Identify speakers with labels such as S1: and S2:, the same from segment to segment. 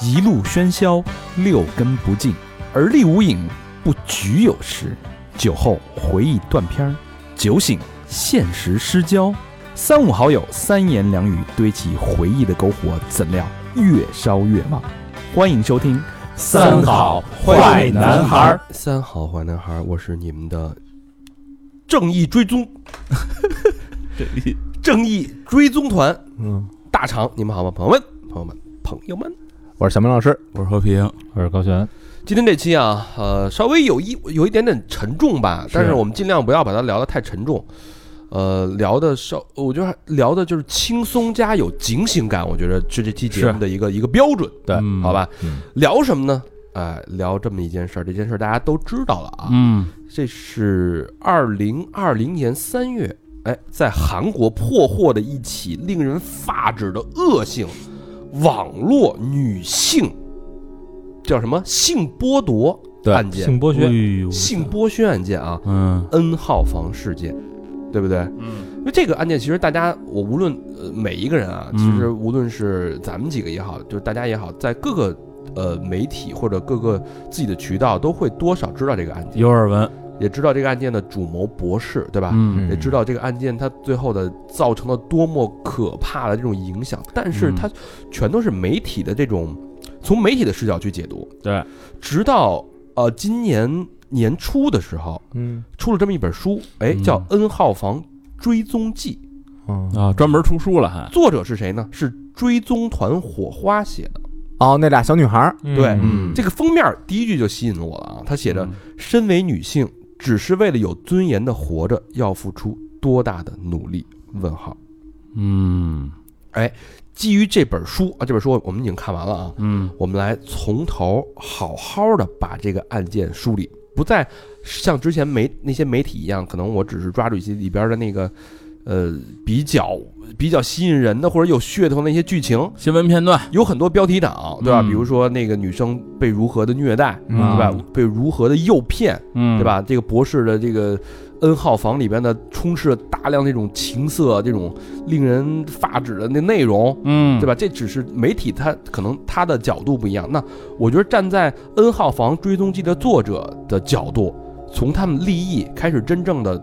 S1: 一路喧嚣，六根不净，而立无影，不局有时。酒后回忆断片儿，酒醒现实失焦。三五好友三言两语堆起回忆的篝火，怎料越烧越旺。欢迎收听《
S2: 三好坏男孩儿》。
S3: 三好坏男孩儿，我是你们的
S2: 正义追踪，正义追踪团，
S3: 嗯，
S2: 大厂，你们好吗？朋友们，朋友们，朋友们，
S4: 我是小明老师，
S5: 我是和平，
S6: 我是高璇。
S2: 今天这期啊，呃，稍微有一有一点点沉重吧，但是我们尽量不要把它聊得太沉重。呃，聊的稍，我觉得还聊的就是轻松加有警醒感，我觉得是这期节目的一个一个标准，
S4: 对
S5: 嗯
S2: 好吧？
S5: 嗯
S2: 聊什么呢？哎、聊这么一件事儿，这件事儿大家都知道了啊。
S5: 嗯，
S2: 这是二零二零年三月，哎，在韩国破获的一起令人发指的恶性网络女性叫什么性剥夺
S4: 对
S2: 案件，
S6: 性剥
S5: 哎
S6: 削，
S2: 性剥削案件啊
S5: 嗯
S2: ，N 号房事件，对不对？
S5: 嗯
S2: 因为这个案件，其实大家我无论呃每一个人啊，
S5: 嗯
S2: 其实无论是咱们几个也好，就是大家也好，在各个呃媒体或者各个自己的渠道都会多少知道这个案件。
S5: 有耳闻，
S2: 也知道这个案件的主谋博士，对吧？
S5: 嗯
S2: 也知道这个案件它最后的造成了多么可怕的这种影响，但是
S5: 嗯
S2: 它全都是媒体的这种从媒体的视角去解读，
S5: 对，
S2: 直到呃今年年初的时候
S3: 嗯
S2: 出了这么一本书，哎，
S5: 嗯
S2: 叫《N 号房追踪记
S3: 嗯
S5: 啊，专门出书了还》，，
S2: 作者是谁呢？是追踪团火花写的。
S4: 哦，那俩小女孩儿，
S2: 对
S5: 嗯
S2: 这个封面第一句就吸引我了啊，他写着：“身为女性，只是为了有尊严的活着，要付出多大的努力？”问号。
S5: 嗯
S2: 基于这本书啊，这本书我们已经看完了啊，
S5: 嗯
S2: 我们来从头好好的把这个案件梳理，不再像之前媒那些媒体一样，可能我只是抓住一些里边的那个，呃，比较比较吸引人的或者有噱头的那些剧情，
S5: 新闻片段，
S2: 有很多标题党，对吧？
S5: 嗯
S2: 比如说那个女生被如何的虐待，
S4: 嗯
S2: 对吧
S5: 啊？
S2: 被如何的诱骗，
S5: 嗯
S2: 对？吧？这个博士的这个 N 号房里边的充斥了大量那种情色、这种令人发指的那内容，
S5: 嗯，
S2: 对
S5: 吧？
S2: 吧？这只是媒体它可能它的角度不一样。那我觉得站在 N 号房追踪记的作者的角度，从他们立意开始真正的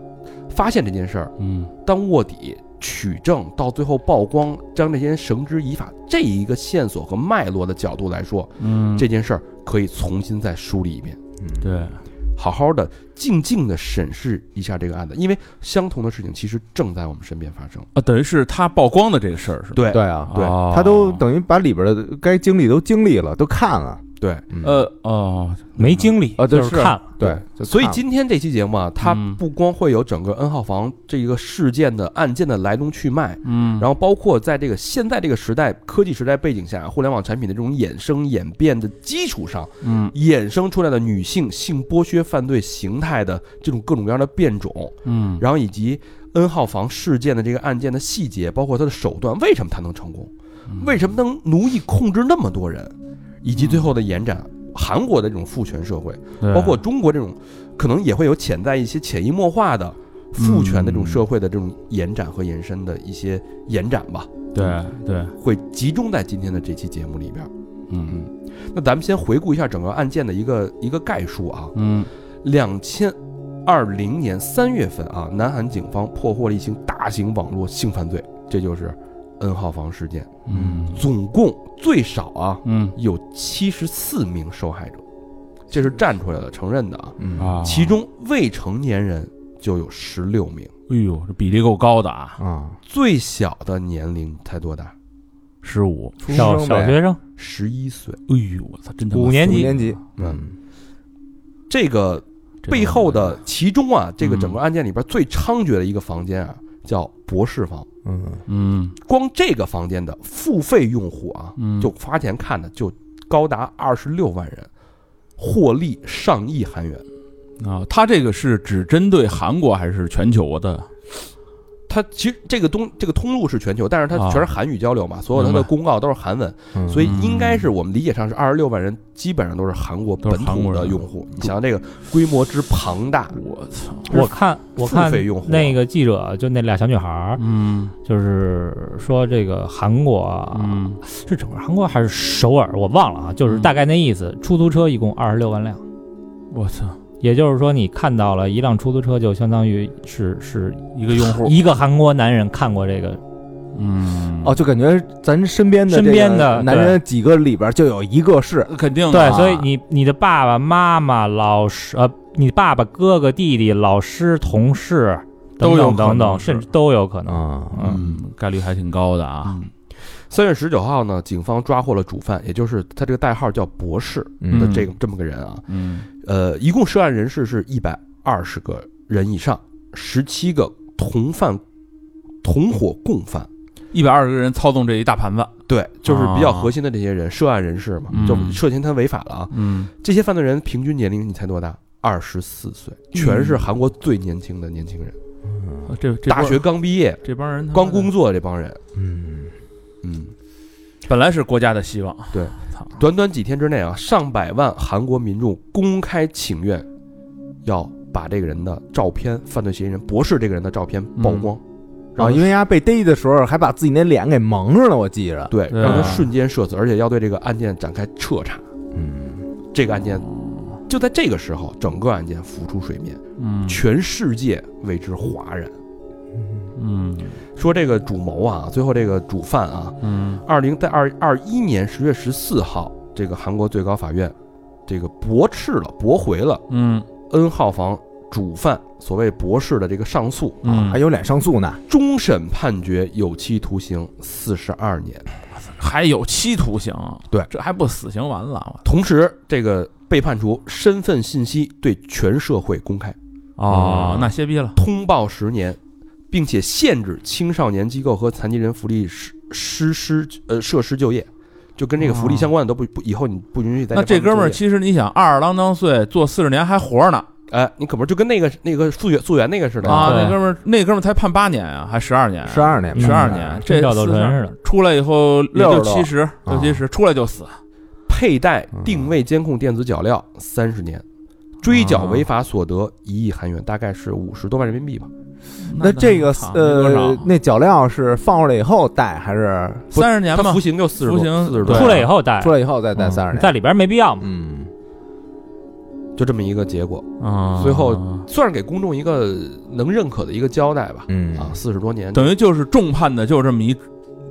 S2: 发现这件事儿，
S5: 嗯
S2: 当卧底取证到最后曝光，将这些人绳之以法这一个线索和脉络的角度来说，
S5: 嗯，
S2: 这件事儿可以重新再梳理一遍。
S5: 对，
S2: 啊好好的、静静的审视一下这个案子，因为相同的事情其实正在我们身边发生。
S5: 啊，等于是他曝光的这个事儿是吧？
S2: 对
S4: 对啊，
S2: 对
S5: 哦
S4: 她都等于把里边的该经历都经历了，都看了，
S2: 对，
S4: 嗯，
S5: 呃哦，
S6: 没经历
S4: 啊对
S6: 就是
S4: 是
S6: 看了，
S4: 对，就
S2: 所以
S4: 看了
S2: 今天这期节目啊，它
S5: 嗯
S2: 不光会有整个 N 号房这一个事件的案件的来龙去脉，
S5: 嗯，
S2: 然后包括在这个现在这个时代科技时代背景下，互联网产品的这种衍生演变的基础上，
S5: 嗯
S2: 衍生出来的女性性剥削犯罪形态的这种各种各样的变种，
S5: 嗯，
S2: 然后以及 N 号房事件的这个案件的细节，包括它的手段，为什么它能成功？
S5: 嗯
S2: 为什么能奴役控制那么多人，以及最后的延展，韩国的这种父权社会，
S5: 对
S2: 包括中国这种，可能也会有潜在一些潜移默化的父权的这种社会的这种延展和延伸的一些延展吧，
S5: 对对，
S2: 会集中在今天的这期节目里边。
S5: 嗯
S2: 那咱们先回顾一下整个案件的一个一个概述啊，
S5: 嗯
S2: 两千二零年三月份啊，南韩警方破获了一起大型网络性犯罪，这就是 N 号房事件，
S5: 嗯
S2: 总共最少啊
S5: 嗯
S2: 有七十四名受害者，这是站出来的承认的啊，
S4: 嗯
S5: 啊，
S2: 其中未成年人就有十六名，
S5: 哎呦，这比例够高的啊，
S4: 啊，
S2: 最小的年龄才多大？
S5: 十五，
S4: 出
S6: 小
S4: 生
S6: 小
S4: 呗
S6: 学生
S2: 十一岁。
S5: 哎呦，我操，真他妈
S6: 五年
S4: 五
S6: 级
S4: 年级，
S2: 嗯，这个背后的其中啊，这个整个案件里边最猖獗的一个房间啊，叫博士房。
S4: 嗯，
S5: 嗯
S2: 光这个房间的付费用户啊，
S5: 嗯
S2: 就花钱看的就高达二十六万人，获利上亿韩元。
S5: 啊，他这个是只针对韩国还是全球的？
S2: 它其实这个东这个通路是全球，但是它
S5: 啊
S2: 全是韩语交流嘛，所有它
S5: 明
S2: 的
S5: 白
S2: 公告都是韩文，
S4: 嗯
S2: 所以应该是我们理解上是二十六万人，基本上都是韩国
S5: 都是
S2: 本
S5: 韩
S2: 土
S5: 国
S2: 的
S5: 人
S2: 用户。你想这个规模之庞大，
S5: 我操，
S6: 我看啊我看
S2: 付费用户啊
S6: 那个记者就那俩小女孩儿，
S5: 嗯
S6: 就是说这个韩国啊，
S5: 嗯，
S6: 是整个韩国还是首尔，我忘了啊，就是大概那意思。出租车一共二十六万辆，
S5: 我操，
S6: 也就是说你看到了一辆出租车，就相当于是是
S5: 一个用户，
S6: 一个韩国男人看过这个，
S5: 嗯，
S4: 哦，，就感觉咱身边的这个
S6: 身边的
S4: 男人几个里边就有一个是，
S5: 肯定的
S6: 对
S5: 啊，
S6: 所以你你的爸爸妈妈、老师呃，你爸爸、哥哥、弟弟、老师、同事等
S5: 都有可
S6: 等
S5: 能
S6: 等等，
S5: 是
S6: 甚至都有可能。
S4: 啊，
S6: 嗯，
S5: 嗯，概率还挺高的啊，
S2: 三月十九号呢，警方抓获了主犯，也就是他这个代号叫博士的
S5: 嗯
S2: 这个这么个人啊。
S5: 嗯
S2: 呃，一共涉案人士是一百二十个人以上，十七个同犯、同伙共犯。
S5: 一百二十个人操纵这一大盘子，
S2: 对，就是比较
S5: 啊
S2: 核心的这些人，涉案人士嘛，
S5: 嗯
S2: 就涉嫌他违法了啊。
S5: 嗯，
S2: 这些犯罪人平均年龄，你猜多大？二十四岁，全是韩国最年轻的年轻人，
S5: 这嗯这
S2: 大
S5: 波
S2: 学刚毕业、
S5: 这帮人他妈
S2: 刚
S5: 的
S2: 工作这帮人。
S4: 嗯，
S2: 嗯，
S5: 本来是国家的希望，
S2: 对
S5: 操，
S2: 短短几天之内啊，上百万韩国民众公开请愿，要把这个人的照片、犯罪嫌疑人博士这个人的照片曝
S5: 嗯
S2: 光，然
S4: 然
S2: 后
S5: 啊
S4: 后因为丫被逮的时候还把自己那脸给蒙上了，我记着，
S2: 对，
S5: 对
S2: 让他
S5: 啊
S2: 瞬间社死，而且要对这个案件展开彻查。
S4: 嗯，
S2: 这个案件
S5: 哦
S2: 就在这个时候，整个案件浮出水面，
S5: 嗯
S2: 全世界为之哗然。
S5: 嗯
S2: 说这个主谋啊，最后这个主犯啊，
S5: 嗯
S2: 二零在二二一年十月十四号，这个韩国最高法院这个驳斥了、驳回了
S5: 嗯
S2: N 号房主犯所谓博士的这个上诉，
S5: 嗯，
S4: 还有脸上诉呢，
S2: 终审判决有期徒刑四十二年。
S5: 还有期徒刑，
S2: 对
S5: 这还不死刑完了，我
S2: 同时，这个被判处身份信息对全社会公开，
S5: 哦，那歇逼了，
S2: 通报十年，并且限制青少年机构和残疾人福利施施施呃设施就业，就跟这个福利相关的都不不，以后你不允许在
S5: 哦那这
S2: 这
S5: 哥
S2: 方
S5: 们
S2: 面
S5: 儿
S2: 就业，
S5: 其实你想，二十郎当岁坐四十年还活着呢
S2: 哎，你可不是就跟那个那个溯源溯源那个似的
S5: 啊！
S6: 对
S5: 那哥们儿那哥们儿才判八年啊，还十二年啊，
S4: 十二年吧，
S5: 十二
S6: 嗯
S5: 年，这
S6: 跟赵斗
S5: 四十
S6: 淳
S5: 二
S6: 似的。
S5: 出来以后也
S4: 六
S5: 就
S4: 十多
S5: 七十六七十，出来就死，
S2: 佩戴
S5: 嗯
S2: 定位监控电子脚镣三十年，追
S5: 啊
S2: 缴违法所得一亿韩元，大概是五十多万人民币吧。
S4: 那这个
S5: 操没多
S4: 呃
S5: 少，
S4: 那脚镣是放出来以后戴还是不
S5: 三十年
S2: 他
S5: 嘛
S2: 服，刑就四十多，
S5: 服刑
S2: 四十多
S5: 对，
S6: 出来以后带
S4: 出，来以后再戴
S5: 嗯
S4: 三十
S6: 你
S4: 年？
S6: 在里边没必要嘛。
S4: 嗯，
S2: 就这么一个结果，
S5: 啊
S2: 最后算是给公众一个能认可的一个交代吧。
S4: 嗯
S2: 啊，四十多年，
S5: 等于就是重判的，就这么一，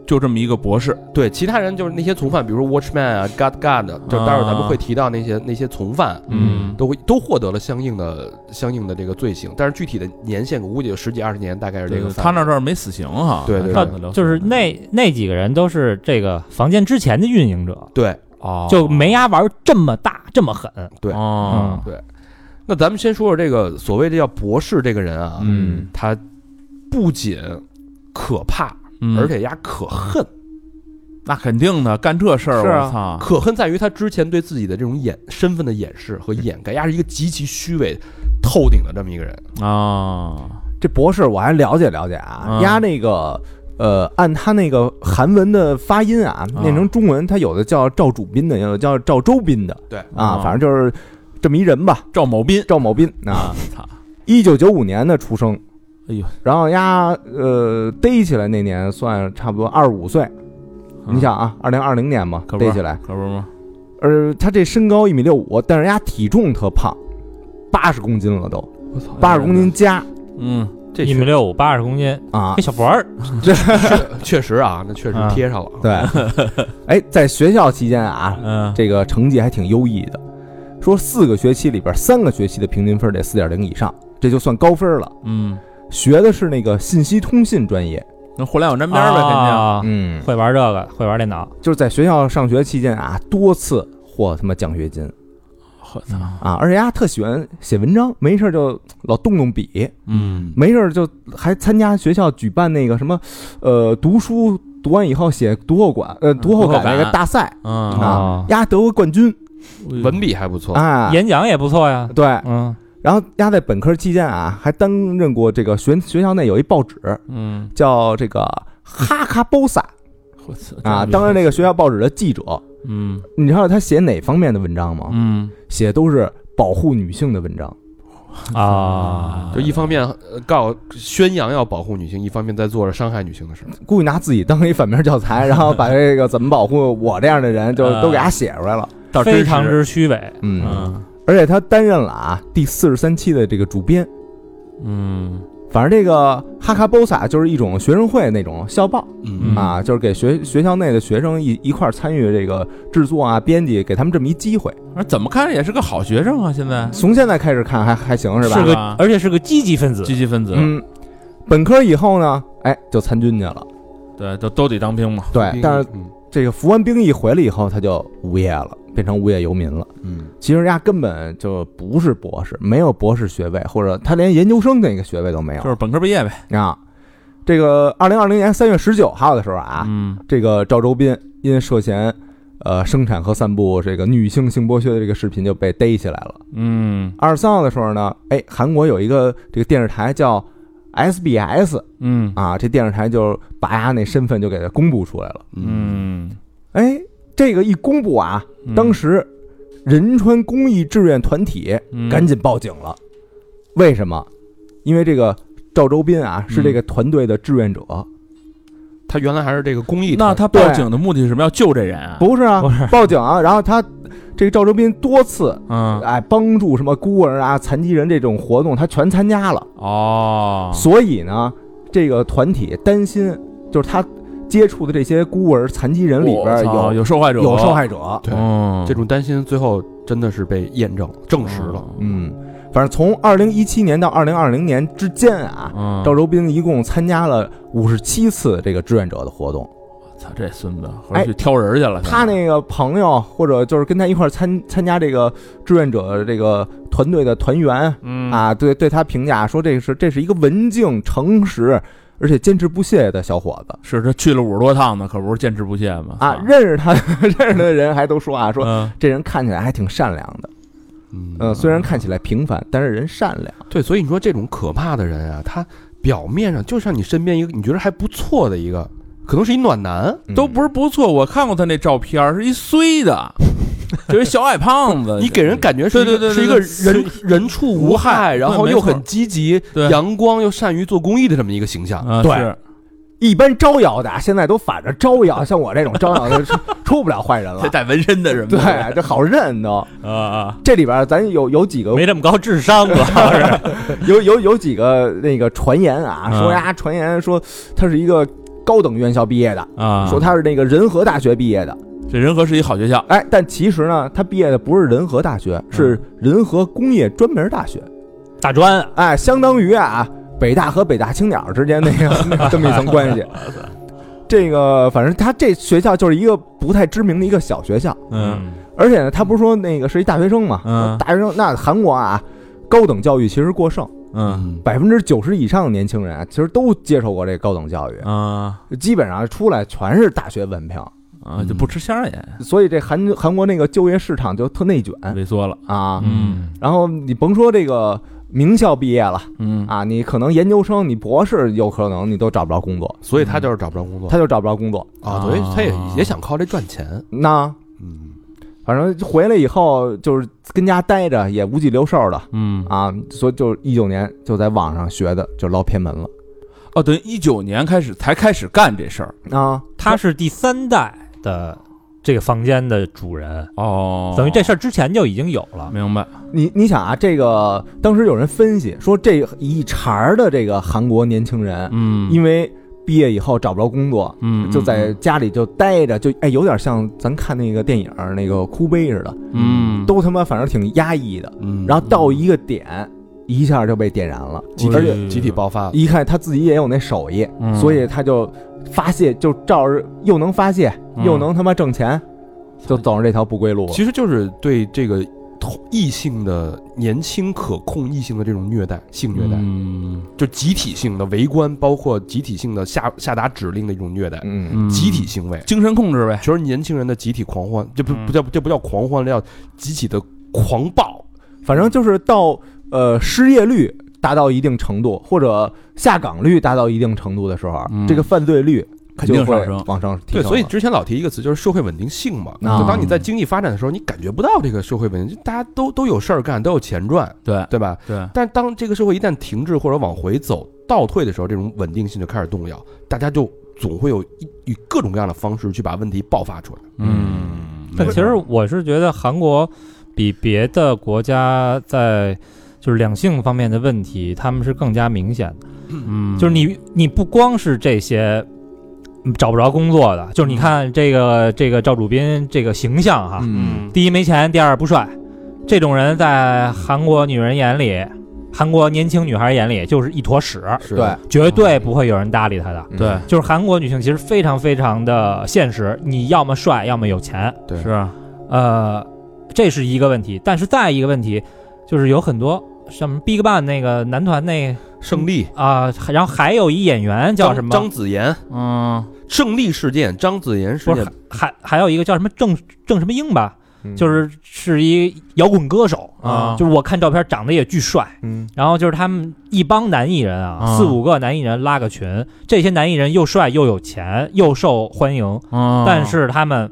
S5: 就这么一个博士，
S2: 对其他人就是那些从犯，比如说 Watchman 啊、God God，就待会儿咱们会提到那些那些从犯，
S5: 啊嗯
S2: 都会都获得了相应的相应的这个罪行，但是具体的年限我估计有十几二十年，大概是这
S5: 对
S2: 个
S5: 对
S2: 范围。
S5: 他那这儿没死刑哈，
S2: 对对
S5: 他
S6: 到
S2: 对
S6: 就是那
S5: 嗯
S6: 那几个人都是这个房间之前的运营者，
S2: 对，
S5: 哦，
S6: 就没丫玩这么大这么狠。嗯
S2: 对
S5: 哦，
S2: 那咱们先说说这个所谓的叫博士这个人啊，
S5: 嗯
S2: 他不仅可怕，
S5: 嗯
S2: 而且丫可恨，
S5: 那肯定的，干这事儿
S4: 是啊
S5: 我操，
S2: 可恨在于他之前对自己的这种掩身份的掩饰和
S5: 嗯
S2: 掩盖，丫是一个极其虚伪、透顶的这么一个人。
S5: 啊，
S4: 这博士我还了解了解啊
S5: 嗯，
S4: 压那个呃，按他那个韩文的发音啊，
S5: 啊
S4: 念成中文，他有的叫赵主斌的，有的叫赵周斌的，
S2: 对
S4: 啊
S5: 哦，
S4: 反正就是这么一人吧，
S5: 赵某斌，
S4: 赵某斌啊，
S5: 操，
S4: 一九九五年的出生，
S5: 哎呦，
S4: 然后丫呃逮起来那年算差不多二十五岁，你想啊，二零二零年嘛
S5: 嗯可不
S4: 逮
S5: 是
S4: 起来，
S5: 可不是吗？
S4: 呃，他这身高一米六五，但是丫体重特胖，八十公斤了都，
S2: 我操
S4: 八十公斤加
S5: 嗯，
S2: 这
S6: 一米六五，八十公斤，
S4: 啊
S6: 那，小博儿
S2: 确实啊，那确实
S6: 啊
S2: 贴上了啊。
S4: 对，哎，在学校期间啊，
S5: 嗯，
S4: 这个成绩还挺优异的，说四个学期里边三个学期的平均分得四点零以上，这就算高分了。
S5: 嗯，
S4: 学的是那个信息通信专业，
S5: 那互联网沾边儿呗，肯
S6: 啊
S4: 嗯，
S6: 会玩这个，会玩电脑，
S4: 就是在学校上学期间啊，多次获他妈奖学金
S5: 定，我操，
S4: 啊，而且他特喜欢写文章，没事儿就老动动笔，
S5: 嗯，
S4: 没事儿就还参加学校举办那个什么，呃，读书读完以后写读后感，呃，读后
S5: 读后
S4: 感那个
S5: 感
S4: 大赛
S5: 嗯，
S4: 啊
S6: 哦，
S4: 压得过冠军
S2: 文笔还不错，
S4: 啊，
S6: 演讲也不错呀。
S4: 对，
S6: 嗯，
S4: 然后丫在本科期间啊，还担任过这个学学校内有一报纸
S5: 嗯，
S4: 叫这个哈卡波萨
S5: 我操
S4: 啊，担任那个学校报纸的记者。
S5: 嗯
S4: 你知道他写哪方面的文章吗？
S5: 嗯
S4: 写的都是保护女性的文章。
S6: 啊哎
S2: 就，一方面呃告宣扬要保护女性，一方面在做着伤害女性的事儿。
S4: 故意拿自己当一反面教材，然后把这个怎么保护我这样的人，就都给他写出来了。
S5: 倒真
S6: 非
S5: 实
S6: 常之虚伪。
S4: 嗯，
S5: 嗯
S4: 而且他担任了啊第四十三期的这个主编。
S5: 嗯
S4: 反正这个哈卡波萨就是一种学生会那种校报
S5: 嗯
S4: 啊，就是给学学校内的学生一一块儿参与这个制作啊、编辑，给他们这么一机会。
S5: 而怎么看也是个好学生啊，现在
S4: 从现在开始看还还行是吧？
S6: 是个
S5: 啊，
S6: 而且是个积极分子。
S5: 积极分子，
S4: 嗯，本科以后呢，哎，就参军去了。
S5: 对，都都得当兵嘛，
S4: 对，但是
S2: 嗯
S4: 这个服完兵役回来以后，他就无业了，变成无业游民了。
S2: 嗯，
S4: 其实人家根本就不是博士，没有博士学位，或者他连研究生那个学位都没有
S5: 就是本科毕业呗。
S4: 啊。这个二零二零年三月十九号的时候啊，
S5: 嗯
S4: 这个赵周斌因涉嫌呃生产和散布这个女性性剥削的这个视频就被逮起来了。
S5: 嗯
S4: 二十三号的时候呢，哎，韩国有一个这个电视台叫 SBS
S5: 嗯
S4: 啊，这电视台就把他那身份就给他公布出来了。
S5: 嗯，
S4: 哎，这个一公布啊，当时仁川公益志愿团体
S5: 嗯
S4: 赶紧报警了。为什么？因为这个赵周斌啊是这个团队的志愿者，
S2: 他原来还是这个公益
S5: 那
S2: 团，
S5: 他报警的目的是什么？要救这人啊？，
S4: 不是啊，报警啊。然后他这个赵周斌多次
S5: 嗯，
S4: 哎帮助什么孤儿啊、残疾人这种活动，他全参加了。
S5: 哦，
S4: 所以呢，这个团体担心就是他接触的这些孤儿、残疾人里边
S5: 我操
S4: 有
S5: 有受害者，
S4: 有受，害者。
S2: 对
S5: 嗯，
S2: 这种担心最后真的是被验证证实了。
S5: 哦
S4: 嗯，反正从二零一七年到二零二零年之间啊，
S5: 嗯，
S4: 赵周斌一共参加了五十七次这个志愿者的活动。
S5: 操，这孙子回去挑人去了。
S4: 他那个朋友或者就是跟他一块儿参参加这个志愿者这个团队的团员
S5: 嗯
S4: 啊，对对他评价说这是这是一个文静、诚实而且坚持不懈的小伙子
S5: 是他去了五十多趟呢，可不是坚持不懈吗？
S4: 啊。认识他 认识他的人还都说啊，说
S5: 说
S4: 这人看起来还挺善良的。
S2: 嗯
S5: 呃
S4: 嗯，虽然看起来平凡，但是人善良。
S2: 对，所以你说这种可怕的人啊，他表面上就像你身边一个你觉得还不错的一个，可能是一暖男，
S5: 都不是不错，我看过他那照片儿，是一衰的，就是一小矮胖子，
S2: 你给人感觉是一
S5: 对
S2: 个
S5: 呃对对对对
S2: 是一个人人畜无害，然后又很积极、
S5: 对
S2: 阳光又善于做公益的这么一个形象。
S5: 啊，
S4: 对
S5: 是
S4: 一般招摇的啊现在都反着招摇，像我这种招摇的 出出不了坏人了
S5: 这。带纹身的人吧，
S4: 对，这好认都。
S5: 啊啊，
S4: 这里边儿咱有有几个
S6: 没这么高智商，啊主 要是
S4: 有有有几个那个传言啊，
S5: 嗯
S4: 说呀，传言说他是一个高等院校毕业的，
S5: 啊，
S4: 说他是那个仁和大学毕业的，
S5: 这仁和是一好学校，
S4: 哎，但其实呢，他毕业的不是仁和大学，是仁和工业专门大学，
S6: 大专啊，
S4: 哎，相当于啊，北大和北大青鸟之间那个这么一层关系。这个反正他这学校就是一个不太知名的一个小学校，
S5: 嗯
S4: 而且呢，他不是说那个是一大学生嘛，
S5: 嗯
S4: 大学生那韩国啊，高等教育其实过剩。
S5: 嗯
S4: 百分之九十以上的年轻人啊，其实都接受过这个高等教育，
S5: 啊
S4: 基本上出来全是大学文凭，
S5: 啊，就不吃香烟，
S4: 所以这韩韩国那个就业市场就特内卷
S5: 萎缩了，
S4: 啊。
S5: 嗯
S4: 然后你甭说这个名校毕业了
S5: 嗯
S4: 啊，你可能研究生、你博士有可能你都找不着工作，
S2: 所以他就是找不着工作
S4: 他就找不着工作。
S2: 啊，所以他也
S5: 嗯啊
S2: 也想靠这赚钱。
S4: 那
S2: 嗯，
S4: 反正回来以后就是跟家待着也无计留寿的
S5: 嗯
S4: 啊，所以就一九年就在网上学的，就捞偏门了
S5: 哦，等于一九年开始才开始干这事儿
S4: 啊。
S6: 他是第三代的这个房间的主人，
S5: 哦
S6: 等于这事儿之前就已经有了。
S5: 明白，
S4: 你你想啊，这个当时有人分析说，这一茬儿的这个韩国年轻人，
S5: 嗯
S4: 因为毕业以后找不着工作，
S5: 嗯
S4: 就在家里就待着，就哎有点像咱看那个电影儿那个哭悲似的，
S5: 嗯
S4: 都他妈反正挺压抑的。
S2: 嗯
S4: 然后到一个点，一下就被点燃了，
S2: 集
S4: 而且
S2: 体集体爆发了。
S4: 一看他自己也有那手艺，
S5: 啊嗯
S4: 所以他就发泄，就照着又能发泄，
S5: 嗯
S4: 又能他妈挣钱，就走上这条不归路了。
S2: 其实就是对这个同异性的年轻可控异性的这种虐待，性虐待，
S5: 嗯
S2: 就集体性的围观，包括集体性的下下达指令的一种虐待，
S4: 嗯，
S5: 嗯
S2: 集体行为，
S5: 精神控制呗，
S2: 全是年轻人的集体狂欢，这不
S5: 嗯
S2: 不叫这不叫狂欢，这叫集体的狂暴。
S4: 反正就是到呃失业率达到一定程度，或者下岗率达到一定程度的时候，啊
S5: 嗯
S4: 这个犯罪率
S5: 肯定
S4: 就会
S5: 上升
S4: 往上提
S2: 对，
S4: 升了。
S2: 所以之前老提一个词，就是社会稳定性嘛。
S4: 啊
S2: 就当你在经济发展的时候，你感觉不到这个社会稳定，就大家都都有事儿干，都有钱赚，
S5: 对
S2: 对吧？
S5: 对，
S2: 但当这个社会一旦停滞或者往回走、倒退的时候，这种稳定性就开始动摇，大家就总会有一以各种各样的方式去把问题爆发出来。
S5: 嗯，
S6: 但其实我是觉得韩国比别的国家在就是两性方面的问题，他们是更加明显的。
S5: 嗯，
S6: 就是你你不光是这些嗯找不着工作的，就是你看这个这个赵主斌这个形象哈，
S5: 嗯，
S6: 第一没钱，第二不帅，这种人在韩国女人眼里，韩国年轻女孩眼里就是一坨屎，
S2: 是
S4: 对
S2: 的，
S5: 嗯
S6: 绝对不会有人搭理他
S4: 嗯
S6: 的。
S5: 对，
S6: 就是韩国女性其实非常非常的现实，你要么帅，要么有钱，
S2: 对
S5: 是啊，
S6: 呃，这是一个问题。但是再一个问题就是有很多什么 BigBang 那个男团那
S2: 胜利
S6: 啊、然后还有一演员叫
S2: 张
S6: 什么？
S2: 张子妍，
S5: 嗯，
S2: 胜利事件，张子妍事
S6: 不是
S2: 件
S6: 还，还还有一个叫什么郑郑什么英吧，
S4: 嗯
S6: 就是是一摇滚歌手
S5: 啊
S6: 就是我看照片长得也巨帅，
S4: 嗯
S6: 然后就是他们一帮男艺人啊，
S5: 啊
S6: 四五个男艺人拉个群，这些男艺人又帅又有钱又受欢迎，
S2: 哦嗯
S6: 但是他们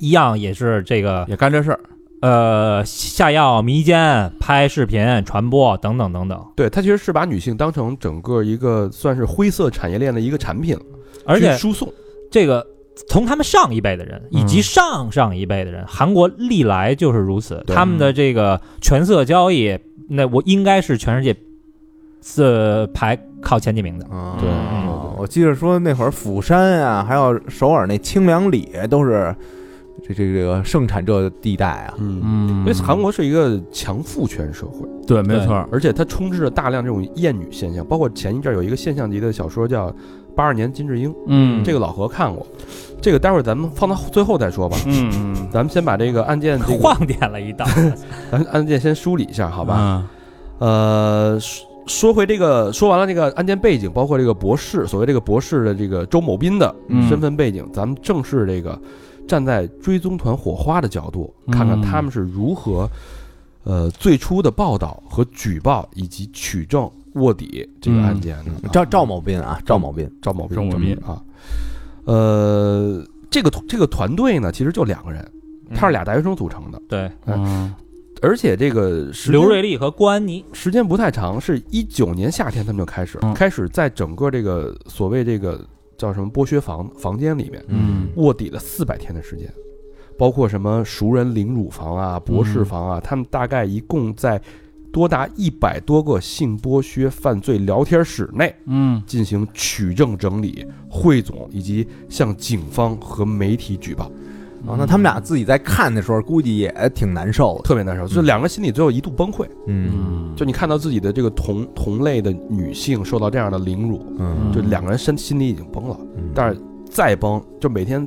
S6: 一样也是这个
S5: 也干这事儿，
S6: 呃下药迷奸、拍视频、传播等等等等，
S2: 对他其实是把女性当成整个一个算是灰色产业链的一个产品，
S6: 而且
S2: 去输送。
S6: 这个从他们上一辈的人
S2: 嗯
S6: 以及上上一辈的人，韩国历来就是如此，
S2: 对
S6: 他们的这个权色交易，那我应该是全世界四排靠前几名的。
S4: 啊
S2: 对
S4: 哦我记得说那会儿釜山啊，还有首尔那清凉里都是这这这个盛产这地带啊。
S2: 嗯，
S5: 嗯
S2: 因为韩国是一个强父权社会，
S5: 对，没错
S7: 嗯
S5: 儿，
S2: 而且它充斥着大量这种厌女现象，包括前一阵儿有一个现象级的小说叫《八二年金智英》，
S5: 嗯，
S2: 这个老何看过，这个待会儿咱们放到最后再说吧。
S5: 嗯，
S2: 咱们先把这个案件，这个
S6: 晃点 了一道，
S2: 咱案件先梳理一下，好
S5: 好
S2: 吧？
S5: 吧，
S2: 呃，说说回这个，说完了这个案件背景，包括这个博士，所谓这个博士的这个周某斌的
S5: 嗯
S2: 身份背景，咱们正视这个站在追踪团火花的角度，
S5: 嗯
S2: 看看他们是如何，呃，最初的报道和举报以及取证卧底这
S5: 嗯
S2: 个案件的。
S4: 赵赵某斌啊，赵某斌，
S2: 赵某斌，
S5: 赵某斌
S2: 啊，呃，这个这个团队呢，其实就两个人，他是俩大学生组成的，
S6: 对，
S5: 嗯，
S2: 而且这个时间
S6: 刘瑞丽和郭安妮，
S2: 时间不太长，是一九年夏天他们就开始、
S5: 嗯
S2: 开始在整个这个所谓这个叫什么剥削房房间里面
S5: 嗯，
S2: 卧底了四百天的时间，包括什么熟人凌辱房啊、博士房啊，他们大概一共在多达一百多个性剥削犯罪聊天室内
S5: 嗯，
S2: 进行取证整理、汇总以及向警方和媒体举报，
S4: 哦，那他们俩自己在看的时候，估计也挺难受的。
S2: 特别难受。就两个人心里最后一度崩溃，
S5: 嗯，
S2: 就你看到自己的这个同同类的女性受到这样的凌辱，
S4: 嗯
S2: 就两个人身心里已经崩了，但是再崩，就每天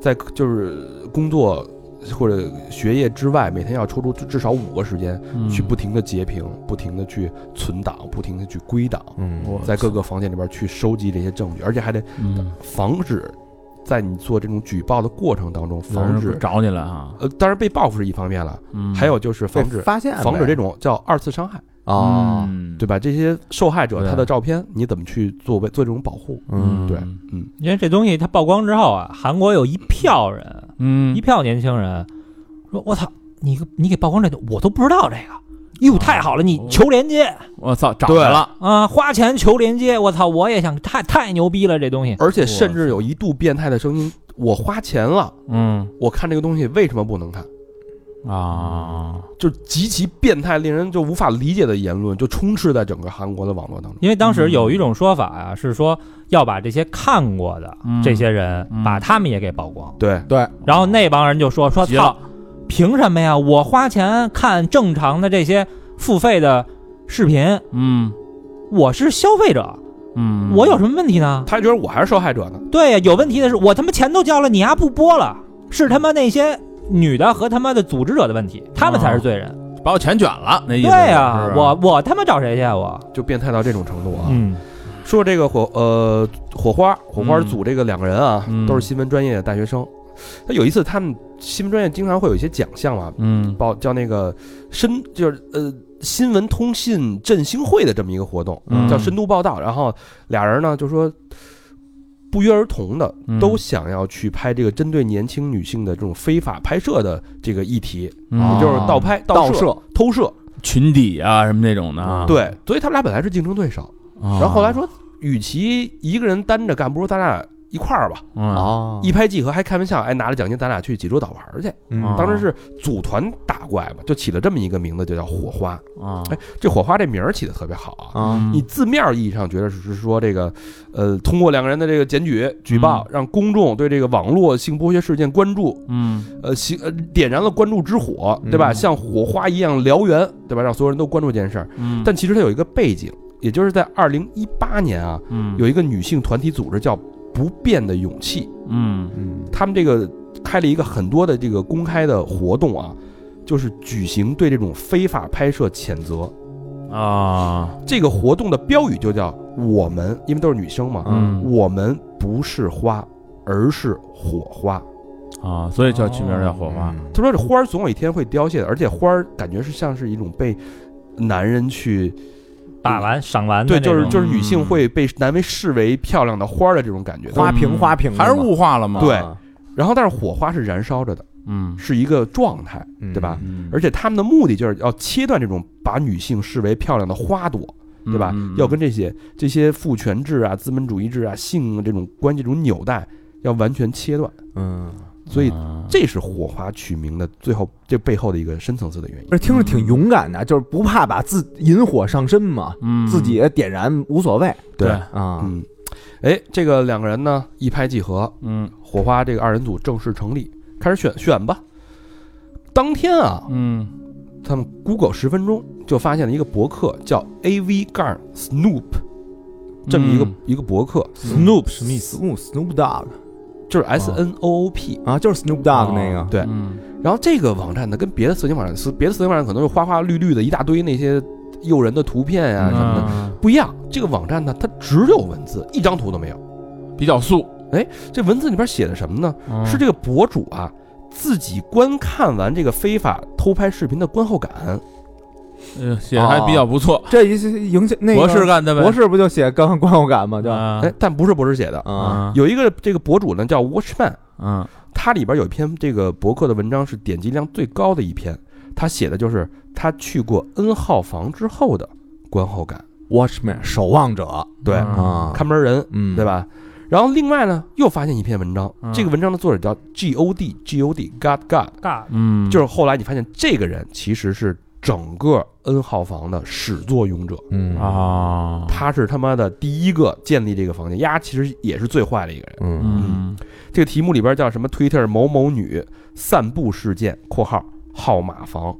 S2: 在就是工作或者学业之外，每天要抽出至至少五个时间
S5: 嗯
S7: 嗯
S2: 去不停的截屏，不停的去存档，不停的去归档，
S4: 嗯，
S2: 在各个房间里边去收集这些证据，而且还得
S5: 嗯，
S2: 防止在你做这种举报的过程当中防止。
S7: 嗯
S5: 找你了哈，嗯
S2: 呃，当然被报复是一方面了，还有就是防止
S4: 发现呗
S2: 防止这种叫二次伤害，
S5: 嗯
S4: 哦，，
S2: 对吧？这些受害者
S5: 对
S2: 他的照片，你怎么去做为做这种保护？
S4: 嗯，
S2: 对，
S6: 因为这东西它曝光之后啊，韩国有一票人，
S5: 嗯
S6: 一，票年轻人说：“我操，你你给曝光这个，我都不知道这个。”
S5: 啊
S6: 哟，太好了！你
S5: 哦
S6: 求连接
S5: 我操，找着了，
S6: 啊，花钱求连接，我操，我也想，太太牛逼了，这东西。
S2: 而且甚至有一度变态的声音：“我花钱了，
S5: 嗯
S2: 我看这个东西为什么不能看
S5: 啊，？”
S2: 就是极其变态、令人就无法理解的言论，就充斥在整个韩国的网络当中。
S6: 因为当
S5: 嗯
S6: 时有一种说法啊，是说要把这些看过的
S5: 嗯
S6: 这些人
S5: 嗯，
S6: 把他们也给曝光。
S2: 对，
S6: 然后那帮人就说说
S5: 急
S6: 操
S5: 了，
S6: 凭什么呀？我花钱看正常的这些付费的视频，
S5: 嗯
S6: 我是消费者，
S5: 嗯，
S6: 我有什么问题呢？
S2: 他觉得我还是受害者呢。
S6: 对呀，有问题的是我他妈钱都交了，你丫不播了，是他妈那些女的和他妈的组织者的问题，他们才是罪人。
S5: 把我钱卷了，那意
S6: 对
S5: 思，
S6: 呀、我我他妈找谁去啊我？
S2: 就变态到这种程度啊！
S6: 嗯
S2: 说这个火呃火花火花
S5: 嗯
S2: 组这个两个人啊，
S5: 嗯
S2: 都是新闻专业的大学生，他有一次他们新闻专业经常会有一些奖项嘛，
S6: 嗯
S2: 报叫那个深就是呃新闻通信振兴会的这么一个活动，
S6: 嗯
S2: 叫深度报道。然后俩人呢就说不约而同的
S6: 嗯
S2: 都想要去拍这个针对年轻女性的这种非法拍摄的这个议题，
S6: 嗯
S2: 也就是
S7: 哦
S2: 盗拍、
S4: 盗
S2: 摄、
S4: 摄，
S2: 偷摄。
S5: 群底啊什么那种的啊。
S2: 对，所以他们俩本来是竞争对手，
S5: 啊，
S2: 然后后来说，与其一个人单着干，不如咱俩一块儿吧，
S5: 啊，
S4: 哦
S2: 一拍即合，还开玩笑，哎，拿着奖金咱俩去济州岛玩去。
S4: 嗯
S5: 啊
S2: 当时是组团打怪嘛，就起了这么一个名字，就叫火花。
S5: 啊，
S2: 哎，这火花这名儿起的特别好啊。
S4: 啊，
S2: 你字面意义上觉得只是说这个，呃，通过两个人的这个检举举报，让公众对这个网络性剥削事件关注，
S5: 嗯
S2: 呃，行，呃，点燃了关注之火，对吧？
S4: 嗯
S2: 像火花一样燎原，对吧？让所有人都关注这件事儿。
S5: 嗯，
S2: 但其实它有一个背景，也就是在二零一八年啊，
S5: 嗯
S2: 有一个女性团体组织叫“不变的勇气
S5: 嗯
S4: 嗯”，
S2: 他们这个开了一个很多的这个公开的活动啊，就是举行对这种非法拍摄谴责。
S5: 啊
S2: 这个活动的标语就叫“我们”，因为都是女生嘛，
S6: 嗯
S2: 我们不是花，而是火花。
S5: 啊，所以叫取名叫火花。
S2: 他说这花儿总有一天会凋谢的，而且花儿感觉是像是一种被男人去
S6: 把玩赏玩的
S2: 对，
S6: 那
S2: 就是
S6: 种，
S2: 就是女性
S5: 嗯
S2: 会被男为视为漂亮的花儿的这种感觉。
S4: 花瓶花瓶的
S5: 嗯还是
S4: 嘛
S5: 物化了吗？
S2: 对，然后但是火花是燃烧着的，
S5: 嗯，
S2: 是一个状态，对吧？
S5: 嗯
S2: 而且他们的目的就是要切断这种把女性视为漂亮的花朵，对吧？
S5: 嗯嗯
S2: 要跟这些这些父权制啊、资本主义制啊、性这种关系这种纽带要完全切断。
S4: 嗯，
S2: 所以
S6: 啊
S2: 这是火花取名的最后这背后的一个深层次的原因。
S4: 而且听着挺勇敢的，就是不怕把自引火上身嘛，
S5: 嗯
S4: 自己点燃无所谓
S5: 对，
S4: 啊。
S2: 嗯，哎，这个两个人呢一拍即合，
S5: 嗯
S2: 火花这个二人组正式成立，开始选选吧。当天啊，
S5: 嗯
S2: 他们 Google 十分钟就发现了一个博客，叫 AV 杠 Snoop 这么一个、
S5: 嗯
S2: 一个博客，
S5: Snoop
S6: 史密斯
S4: Snoop Snoop Dogg
S2: 就是 S N O O P。
S4: 啊，就是 Snoop Dogg 那个，
S2: 对
S5: 嗯
S2: 然后这个网站呢，跟别的色情网站，是别的色情网站可能是花花绿绿的一大堆那些诱人的图片呀、什么的，
S5: 嗯
S2: 不一样。这个网站呢，它只有文字，一张图都没有。
S5: 比较素，
S2: 这文字里边写的什么呢？
S6: 嗯
S2: 是这个博主啊自己观看完这个非法偷拍视频的观后感。
S5: 呃写的还比较不错。
S4: 这一些影响那个
S5: 博士干的呗，嗯
S4: 博士不就写刚刚观后感吗？就
S6: 啊
S2: 哎，但不是博士写的，
S4: 啊，
S2: 有一个这个博主呢叫 Watchman，
S5: 嗯
S2: 他里边有一篇这个博客的文章是点击量最高的一篇，他写的就是他去过 N 号房之后的观后感，
S4: Watchman 守望者
S2: 对，
S4: 啊，
S2: 看门人，
S4: 嗯，
S2: 对？吧？然后另外呢，又发现一篇文章，
S5: 嗯
S2: 这个文章的作者叫 G O D G O D God God，
S6: 尬
S5: 嗯，
S2: 就是后来你发现这个人其实是整个 N 号房的始作俑
S5: 哦
S2: 者，
S4: 嗯
S5: 啊，
S2: 他是他妈的第一个建立这个房间，丫其实也是最坏的一个人。
S4: 嗯
S5: 嗯
S2: 这个题目里边叫什么？Twitter 某某女散步事件（括号号码房）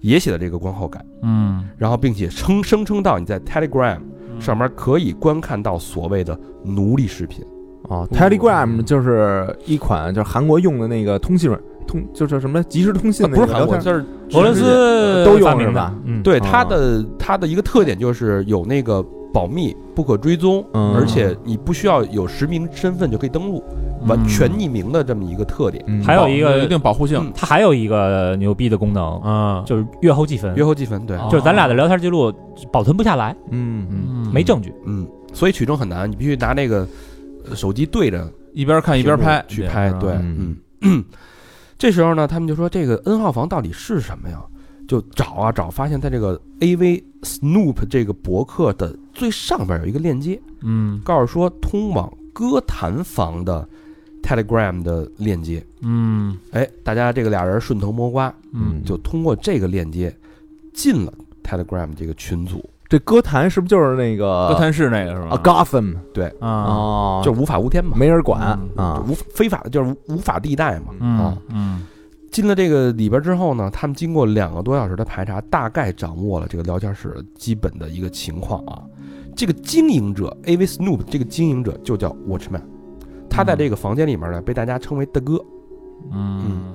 S2: 也写的这个观后感，
S5: 嗯
S2: 然后并且称声称到你在 Telegram 上面可以观看到所谓的奴隶视频。
S4: 哦，Telegram 就是一款就是韩国用的那个通信软通，就是什么即时通信
S2: 啊
S4: 那
S2: 不
S4: 个
S2: 是
S4: 聊
S2: 韩
S4: 天，
S2: 国，就是
S6: 俄罗斯
S4: 都有
S6: 发明
S4: 是
S6: 的
S4: 吧，
S6: 嗯，
S2: 对
S4: 啊
S2: 它的它的一个特点就是有那个保密、不可追踪，
S4: 嗯
S2: 而且你不需要有实名身份就可以登录，完全匿名的这么一个特点。
S4: 嗯
S6: 还有
S5: 嗯
S6: 一
S5: 有
S6: 个
S5: 一定保护性
S2: 嗯，
S6: 它还有一个牛逼的功能，
S5: 嗯，
S6: 就是阅后记分，
S2: 约后积分，对，
S5: 啊
S6: 就是咱俩的聊天记录保存不下来，
S4: 嗯嗯
S6: 没证据。
S2: 嗯，所以取证很难，你必须拿那个呃手机对着
S5: 一边看一边拍，
S2: 去拍，对，嗯
S4: 嗯。
S2: 这时候呢，他们就说这个 N 号房到底是什么呀？就找啊找，发现在这个 AV Snoop 这个博客的最上边有一个链接，
S5: 嗯
S2: 告诉说通往歌坛房的 Telegram 的链接。
S5: 嗯
S2: 哎，大家这个俩人顺藤摸瓜，
S5: 嗯
S2: 就通过这个链接进了 Telegram 这个群组，
S4: 这歌坛是不是就是那个
S5: 歌坛市那个是吧？
S4: 啊 Gotham
S6: 嗯
S5: 啊
S4: 哦，
S2: 就无法无天嘛，
S4: 没人管
S5: 嗯
S4: 啊
S2: 就，无非法的就是无无法地带嘛。
S5: 嗯
S2: 啊
S5: 嗯
S2: 进了这个里边之后呢，他们经过两个多小时的排查，大概掌握了这个聊天室基本的一个情况啊。这个经营者 AV Snoop 这个经营者就叫 Watchman，他在这个房间里面呢被大家称为大哥。
S5: 嗯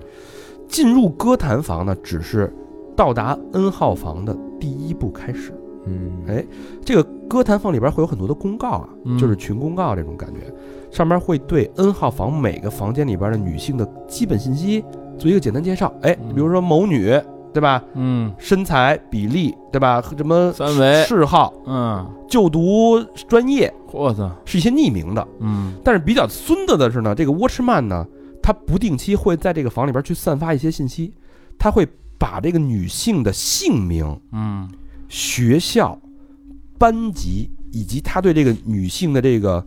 S2: 进入歌坛房呢，只是到达 N 号房的第一步开始。
S4: 嗯
S2: 哎这个歌坛放里边会有很多的公告啊，
S5: 嗯
S2: 就是群公告这种感觉，上面会对 N 号房每个房间里边的女性的基本信息做一个简单介绍。哎，
S5: 嗯
S2: 比如说某女，对吧？
S5: 嗯，
S2: 身材比例，对吧？和什么
S5: 三维，
S2: 嗜好、
S5: 嗯，
S2: 就读专业
S5: 我操，
S2: 是一些匿名的。
S5: 嗯
S2: 但是比较孙子的是呢，这个 Watchman 呢，他不定期会在这个房里边去散发一些信息，他会把这个女性的姓名、
S5: 嗯
S2: 学校、班级以及他对这个女性的这个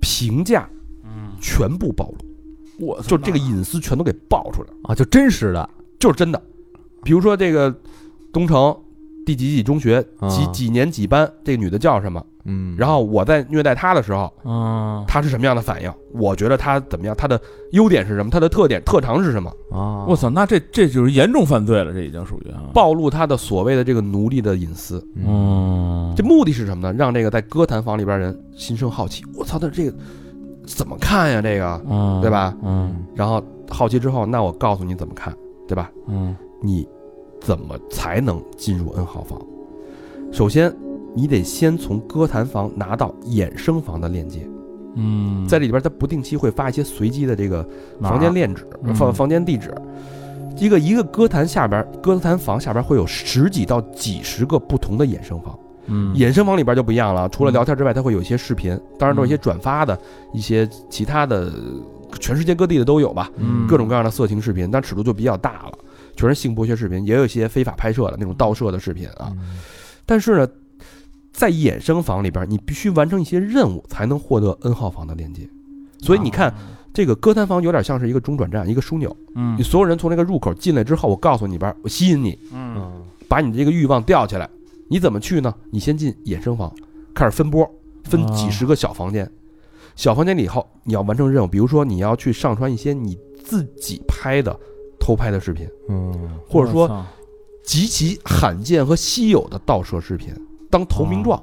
S2: 评价
S5: 嗯，
S2: 全部暴露，
S5: 我操，
S2: 就这个隐私全都给爆出来了，
S4: 啊，就真实的
S2: 就是真的。比如说这个东城第几几中学
S4: 啊
S2: 几几年几班，这个女的叫什么？
S4: 嗯啊
S2: 然后我在虐待她的时候，
S5: 嗯，
S2: 她是什么样的反应？我觉得她怎么样？她的优点是什么？她的特点特长是什么？
S4: 啊，
S5: 我操，那这这就是严重犯罪了，这已经属于啊，
S2: 暴露她的所谓的这个奴隶的隐私。
S5: 嗯，
S2: 这目的是什么呢？让这个在歌坛房里边人心生好奇。我操，那这个怎么看呀？这个，
S5: 嗯，
S2: 对？吧？
S5: 嗯
S2: 然后好奇之后，那我告诉你怎么看，对吧？
S5: 嗯
S2: 你怎么才能进入 N 号房？首先，你得先从歌坛房拿到衍生房的链接，
S5: 嗯，
S2: 在这里边它不定期会发一些随机的这个
S5: 哪儿
S2: 房间链址、
S5: 嗯
S2: 房房间地址。一个一个歌坛下边，歌坛房下边会有十几到几十个不同的衍生房。
S5: 嗯
S2: 衍生房里边就不一样了，除了聊天之外，它会有一些视频，当然都是
S5: 嗯
S2: 一些转发的，一些其他的，全世界各地的都有吧，
S5: 嗯
S2: 各种各样的色情视频，但尺度就比较大了，全是性剥削视频，也有一些非法拍摄的那种盗摄的视频啊。但是呢，在衍生房里边，你必须完成一些任务才能获得 N 号房的链接，所以你看，这个歌坛房有点像是一个中转站，一个枢纽，
S5: 嗯
S2: 你所有人从那个入口进来之后，我告诉你边，我吸引你，
S5: 嗯
S2: 把你这个欲望吊起来。你怎么去呢？你先进衍生房，开始分波，分几十个小房间。小房间里以后，你要完成任务，比如说你要去上传一些你自己拍的偷拍的视频，
S4: 嗯
S2: 或
S5: 我
S2: 者说
S5: 操
S2: 极其罕见和稀有的盗摄视频，当投名状。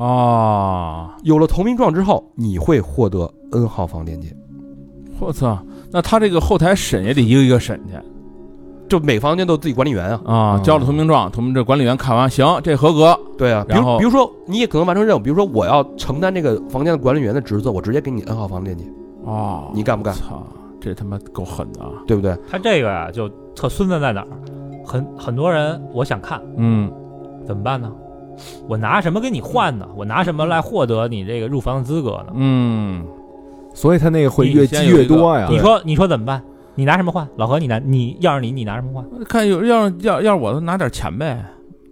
S5: 啊，
S2: 有了投名状之后，你会获得 N 号房链接，
S5: 我操，那他这个后台审也得一个一个审去
S2: 就每个房间都有自己管理员啊。
S5: 啊，交了投名状，投名这管理员看完，行，这合格，
S2: 对啊，比
S5: 然后
S2: 如比如说你也可能完成任务，比如说我要承担这个房间的管理员的职责，我直接给你 N 号房链接，
S5: 哦，
S2: 你干不干？
S5: 操，这他妈够狠的啊！
S2: 对不对？
S6: 他这个呀，就特孙子在哪儿？很很多人，我想看
S5: 嗯
S6: 怎么办呢？我拿什么跟你换呢？我拿什么来获得你这个入房的资格呢？
S5: 嗯，
S4: 所以他那个会越
S5: 你先
S4: 积
S5: 有一个
S4: 越多呀，
S6: 你说你说怎么办？你拿什么换？老何，你拿你要是你，你拿什么换？
S5: 嗯看有要要要我拿点钱呗，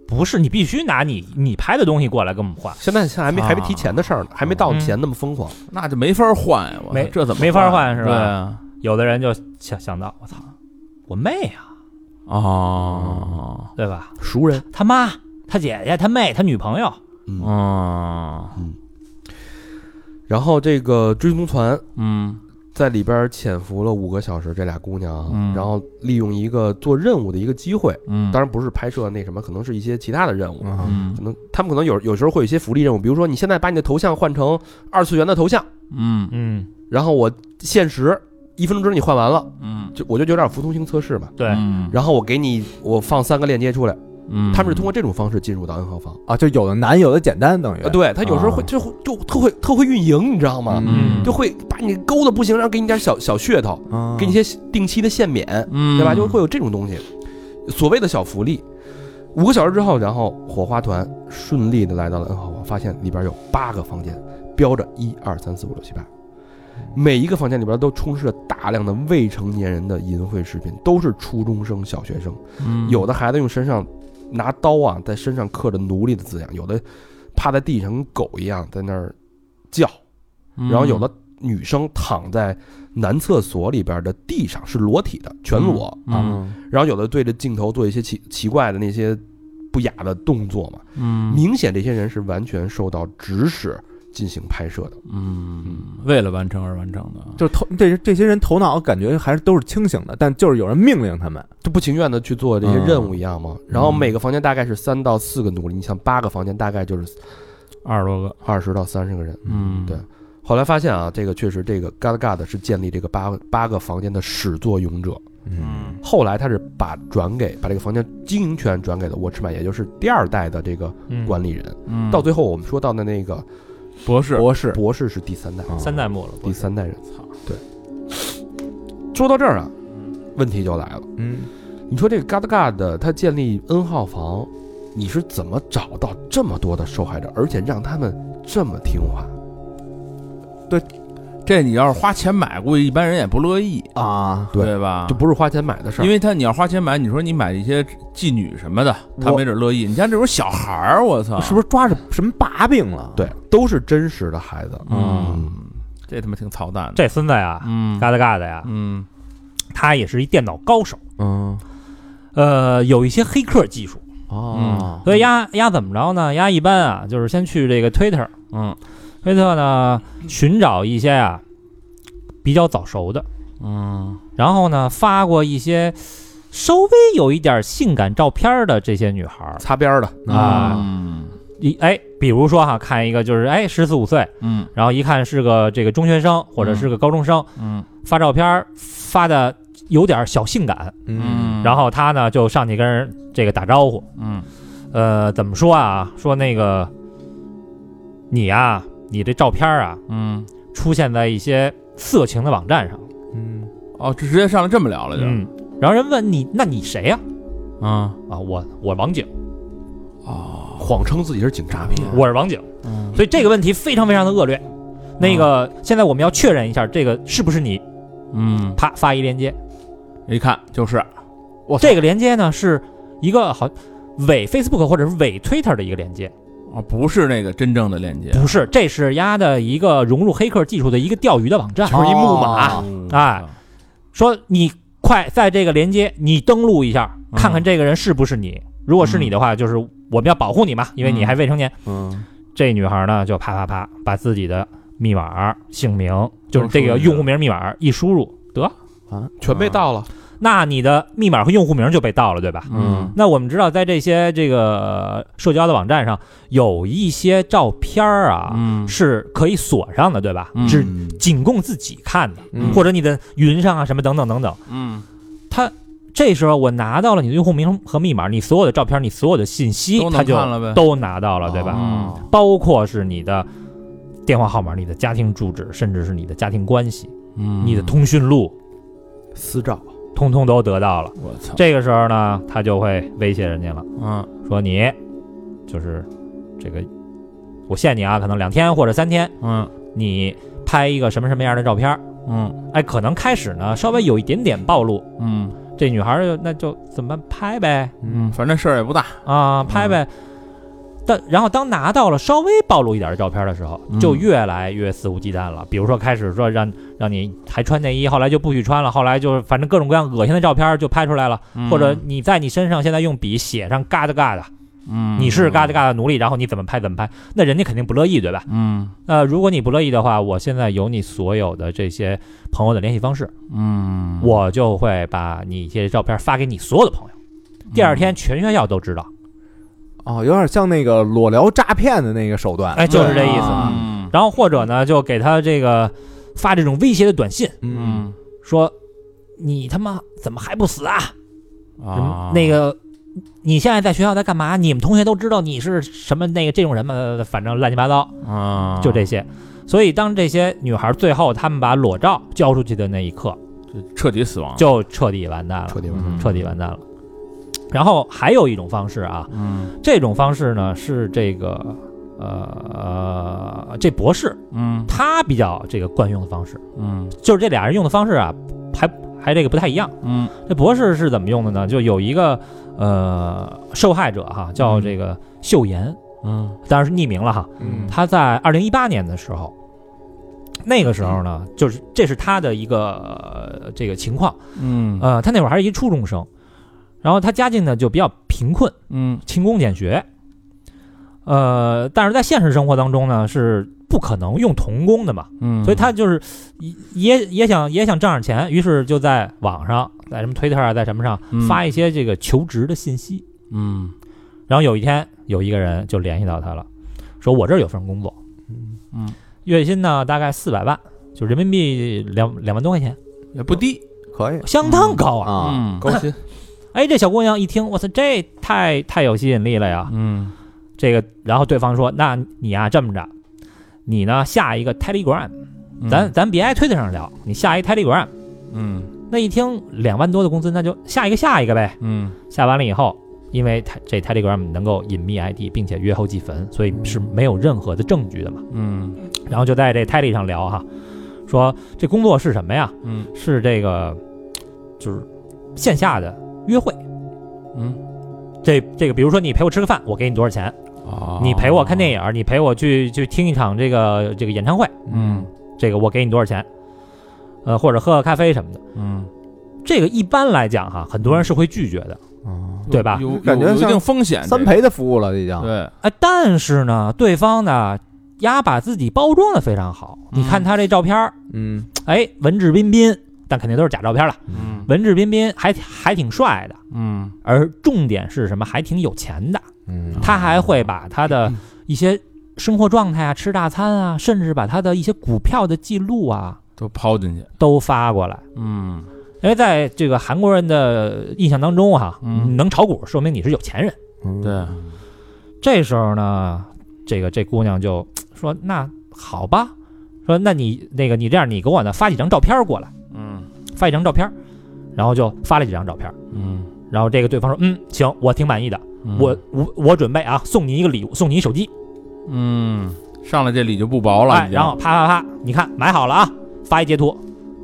S6: 不是，你必须拿你你拍的东西过来跟我们换，
S2: 现在现在还没还没
S5: 啊嗯
S2: 提钱的事儿呢，还没到钱那么疯狂。
S5: 那就没法换呀，我操
S6: 没
S5: 这怎么
S6: 没法换是吧
S5: 对啊，
S6: 有的人就想想到，我操，我妹啊，
S5: 哦，
S6: 对吧？
S2: 熟人，
S6: 他妈、他姐姐、他妹、他女朋友，
S2: 嗯。
S5: 哦，
S2: 然后这个追踪团
S5: 嗯
S2: 在里边潜伏了五个小时，这俩姑娘啊，
S5: 嗯
S2: 然后利用一个做任务的一个机会，
S5: 嗯，
S2: 当然不是拍摄那什么，可能是一些其他的任务，
S4: 啊
S5: 嗯
S2: 可能他们可能有有时候会有一些福利任务，比如说你现在把你的头像换成二次元的头像，
S5: 嗯
S6: 嗯，
S2: 然后我限时一分钟之内你换完了，
S5: 嗯，
S2: 就我就有点服从性测试嘛。
S6: 对，
S5: 嗯
S2: 然后我给你，我放三个链接出来，
S5: 嗯
S2: 他们是通过这种方式进入到 N 号房。
S4: 啊，就有的难，有的简单，等于
S2: 呃，对他有时候会
S5: 啊
S2: 就会就特会特会运营，你知道吗？
S5: 嗯
S2: 就会把你勾的不行，然后给你点小小噱头，
S4: 啊
S2: 给你一些定期的限免，
S5: 嗯
S2: 对吧？就会有这种东西，所谓的小福利。五个小时之后，然后火花团顺利的来到了 N 号房，发现里边有八个房间，标着一二三四五六七八，每一个房间里边都充斥着大量的未成年人的淫秽视频，都是初中生、小学生，
S5: 嗯
S2: 有的孩子用身上拿刀啊，在身上刻着奴隶的字样，有的趴在地上跟狗一样在那儿叫，
S5: 嗯，
S2: 然后有的女生躺在男厕所里边的地上是裸体的，全裸，啊
S5: 嗯
S2: 然后有的对着镜头做一些奇奇怪的那些不雅的动作嘛，
S5: 嗯
S2: 明显这些人是完全受到指使进行拍摄的，
S5: 嗯，为了完成而完成的，
S4: 就头这这些人头脑感觉还是都是清醒的，但就是有人命令他们
S2: 就不情愿的去做这些任务一样嘛。然后
S5: 嗯
S2: 每个房间大概是三到四个奴隶，你想八个房间大概就是
S6: 二十多个，
S2: 二十到三十个人。
S5: 嗯，
S2: 对后来发现啊，这个确实这个 g a d g a d 是建立这个八八个房间的始作俑者，
S5: 嗯
S2: 后来他是把转给把这个房间经营权转给了沃茨曼，也就是第二代的这个
S6: 嗯
S2: 管理人。
S5: 嗯
S2: 到最后我们说到的那个
S5: 博士，
S4: 博士，
S2: 博士是第三代，
S6: 三代末了，
S2: 第三代人。
S5: 操，
S2: 说到这儿啊，问题就来了。
S4: 嗯，
S2: 你说这个嘎达嘎的，他建立 N 号房，你是怎么找到这么多的受害者，而且让他们这么听话？
S5: 这你要是花钱买，估计一般人也不乐意，
S4: 啊，
S2: 对
S5: 对吧？
S2: 这不是花钱买的事儿，
S5: 因为他你要花钱买，你说你买一些妓女什么的，他
S4: 我
S5: 没准乐意。你像这种小孩儿，我操，
S4: 是不是抓着什么把柄了？，
S2: 对，都是真实的孩子。
S5: 嗯，这他妈挺操蛋的。
S6: 这孙子呀，
S5: 嗯
S6: 嘎达嘎达呀，
S5: 嗯
S6: 他也是一电脑高手，
S4: 嗯，
S6: 呃，有一些黑客技术，
S4: 哦，
S6: 所以丫丫怎么着呢？丫一般啊，就是先去这个 Twitter，
S5: 嗯
S6: 推特呢寻找一些啊比较早熟的，
S5: 嗯
S6: 然后呢发过一些稍微有一点性感照片的这些女孩儿
S2: 擦边儿的，
S6: 啊，
S5: 嗯
S6: 一哎，比如说哈、看一个就是哎十四五岁，
S5: 嗯
S6: 然后一看是个这个中学生或者是个高中生，
S5: 嗯
S6: 发照片儿发的有点小性感，
S5: 嗯，
S6: 然后他呢就上去跟人这个打招呼，
S5: 嗯
S6: 呃，怎么说啊？说那个你啊，你这照片儿啊
S5: 嗯，
S6: 出现在一些色情的网站上，
S4: 嗯，
S5: 哦，直接上来这么聊了就，
S6: 嗯，然后人问你，那你谁呀、
S5: 啊
S6: 啊？我我王景，
S4: 啊
S5: 哦，
S2: 谎称自己是警察片。
S6: 我是王景，
S5: 嗯
S6: 所以这个问题非常非常的恶
S4: 啊
S6: 劣。那个，现在我们要确认一下，这个是不是你？
S5: 嗯，
S6: 啪，发一链接。
S5: 一看就是，
S6: 这个链接呢，是一个好伪 Facebook 或者是伪 Twitter 的一个链接，
S5: 哦，不是那个真正的链接，
S4: 啊
S6: 不是，这是丫的一个融入黑客技术的一个钓鱼的网站。
S4: 就是一木
S5: 啊
S4: 马，
S7: 嗯
S6: 哎，说你快在这个连接你登录一下，
S5: 嗯
S6: 看看这个人是不是你。如果是你的话，就是我们要保护你嘛，因为你还未成年。
S4: 嗯，
S6: 这女孩呢，就啪啪啪把自己的密码、姓名，就是这个
S5: 都输进去
S6: 用户名、密码一输入，得，
S2: 全被盗了，
S6: 那你的密码和用户名就被盗了，对吧？
S5: 嗯
S6: 那我们知道，在这些这个社交的网站上，有一些照片儿啊、
S5: 嗯
S6: 是可以锁上的，对吧？
S5: 嗯
S6: 只仅供自己看的，
S4: 嗯
S6: 或者你的云上啊什么等等等等。
S5: 嗯，
S6: 这时候我拿到了你的用户名和密码，你所有的照片，你所有的信息
S5: 都，能
S6: 他就
S5: 看了呗
S6: 都拿到了，对吧？
S5: 嗯
S6: 包括是你的电话号码、你的家庭住址，甚至是你的家庭关系、
S5: 嗯
S6: 你的，通讯录，
S2: 私照。
S6: 通通都得到了。
S5: 我操，
S6: 这个时候呢，他就会威胁人家了，
S5: 嗯
S6: 说你就是这个，我限你啊，可能两天或者三天，
S5: 嗯
S6: 你拍一个什么什么样的照片儿。
S5: 嗯
S6: 哎，可能开始呢稍微有一点点暴露，
S5: 嗯
S6: 这女孩儿就那就怎么办拍呗，
S5: 嗯，反正事儿也不大，
S6: 啊，拍呗。但然后当拿到了稍微暴露一点的照片的时候，就
S5: 嗯
S6: 越来越肆无忌惮了。比如说开始说让让你还穿内衣，后来就不许穿了，后来就是反正各种各样恶心的照片就拍出来了，
S5: 嗯
S6: 或者你在你身上现在用笔写上嘎达嘎达，
S5: 嗯，
S6: 你是嘎达嘎达奴隶，然后你怎么拍怎么拍，那人家肯定不乐意，对吧？
S5: 嗯
S6: 那如果你不乐意的话，我现在有你所有的这些朋友的联系方式，
S5: 嗯，
S6: 我就会把你这些照片发给你所有的朋友。第二
S5: 嗯
S6: 天全学校都知道，
S4: 哦，有点像那个裸聊诈骗的那个手段，
S6: 哎，就是这意思。
S4: 啊
S5: 嗯
S6: 然后或者呢，就给他这个发这种威胁的短信，
S5: 嗯
S6: 说你他妈怎么还不死啊？
S5: 啊，
S6: 嗯那个你现在在学校在干嘛？你们同学都知道你是什么那个这种人嘛，反正乱七八糟，
S5: 啊，
S6: 就这些。所以当这些女孩最后她们把裸照交出去的那一刻，
S5: 彻底死亡，
S7: 啊
S6: 就彻底完蛋了，
S2: 彻底完
S5: 嗯
S6: 彻底完蛋了。然后还有一种方式啊，
S5: 嗯
S6: 这种方式呢是这个呃呃这博士
S5: 嗯
S6: 他比较这个惯用的方式。
S5: 嗯
S6: 就是这俩人用的方式啊，还还这个不太一样。
S5: 嗯
S6: 这博士是怎么用的呢？就有一个呃受害者哈，叫这个秀妍，
S5: 嗯
S6: 当然是匿名了哈。
S4: 嗯
S6: 他在二零一八年的时候，那个时候呢，就是这是他的一个、呃这个情况。
S5: 嗯
S6: 呃，他那会儿还是一初中生，然后他家境呢就比较贫困，
S5: 嗯
S6: 勤工俭学。呃，但是在现实生活当中呢，是不可能用童工的嘛。
S5: 嗯，
S6: 所以他就是也也也想也想挣点钱，于是就在网上，在什么 Twitter 啊，在什么上
S5: 嗯
S6: 发一些这个求职的信息。
S5: 嗯
S6: 然后有一天，有一个人就联系到他了，说我这儿有份工作，
S5: 嗯
S6: 月薪呢大概四百万，就人民币两两万多块钱。
S5: 也不低，
S4: 可以
S6: 相当高啊！
S4: 啊，
S5: 嗯
S2: 高薪，
S6: 哎，这小姑娘一听，我操，这太太有吸引力了呀！
S5: 嗯
S6: 这个，然后对方说，那你啊这么着，你呢下一个 Telegram，
S5: 嗯
S6: 咱咱别爱推特上聊，你下一 Telegram。
S5: 嗯
S6: 那一听两万多的工资，那就下一个下一个呗。
S5: 嗯
S6: 下完了以后，因为它这 Telegram 能够隐秘 ID，并且约后即焚，所以是没有任何的证据的嘛。
S5: 嗯
S6: 然后就在这 Tele 上聊哈，说这工作是什么呀？
S5: 嗯
S6: 是这个就是线下的约会。
S5: 嗯
S6: 这这个，比如说你陪我吃个饭，我给你多少钱？
S5: 哦
S6: 你陪我看电影，你陪我去去听一场这个这个演唱会，
S5: 嗯
S6: 这个我给你多少钱？呃，或者喝个咖啡什么的。
S5: 嗯，
S6: 这个一般来讲哈，很多人是会拒绝的，对吧？
S5: 有有
S4: 感觉
S5: 有一
S4: 像
S5: 定风险，
S4: 三
S5: 这
S4: 陪哦的服务了已经
S5: 个。对，
S6: 啊，但是呢，对方呢，丫把自己包装的非常好。
S5: 嗯
S6: 你看他这照片儿，
S4: 嗯
S6: 哎，文质彬彬，但肯定都是假照片了。
S5: 嗯
S6: 文质彬彬还还挺帅的，
S5: 嗯
S6: 而重点是什么？还挺有钱的。
S4: 嗯
S6: 他还会把他
S5: 嗯
S6: 的一些生活状态啊、吃大餐啊，甚至把他的一些股票的记录啊
S5: 都抛进去，
S6: 都发过来。
S5: 嗯
S6: 因为在这个韩国人的印象当中哈、
S5: 嗯
S6: 你能炒股说明你是有钱人。
S7: 嗯
S5: 对，
S6: 这时候呢，这个这姑娘就呃说：“那好吧，说那你那个你这样，你给我呢发几张照片儿过来，
S5: 嗯
S6: 发几张照片儿。”然后就发了几张照片儿，
S5: 嗯，
S6: 然后这个对方说：“嗯，行，我挺满意的，
S5: 嗯
S6: 我我我准备啊送你一个礼物，送你一手机。
S5: 嗯上来这礼就不薄了，
S6: 哎
S5: 已，经
S6: 然后啪啪啪，你看买好了啊，发一截图，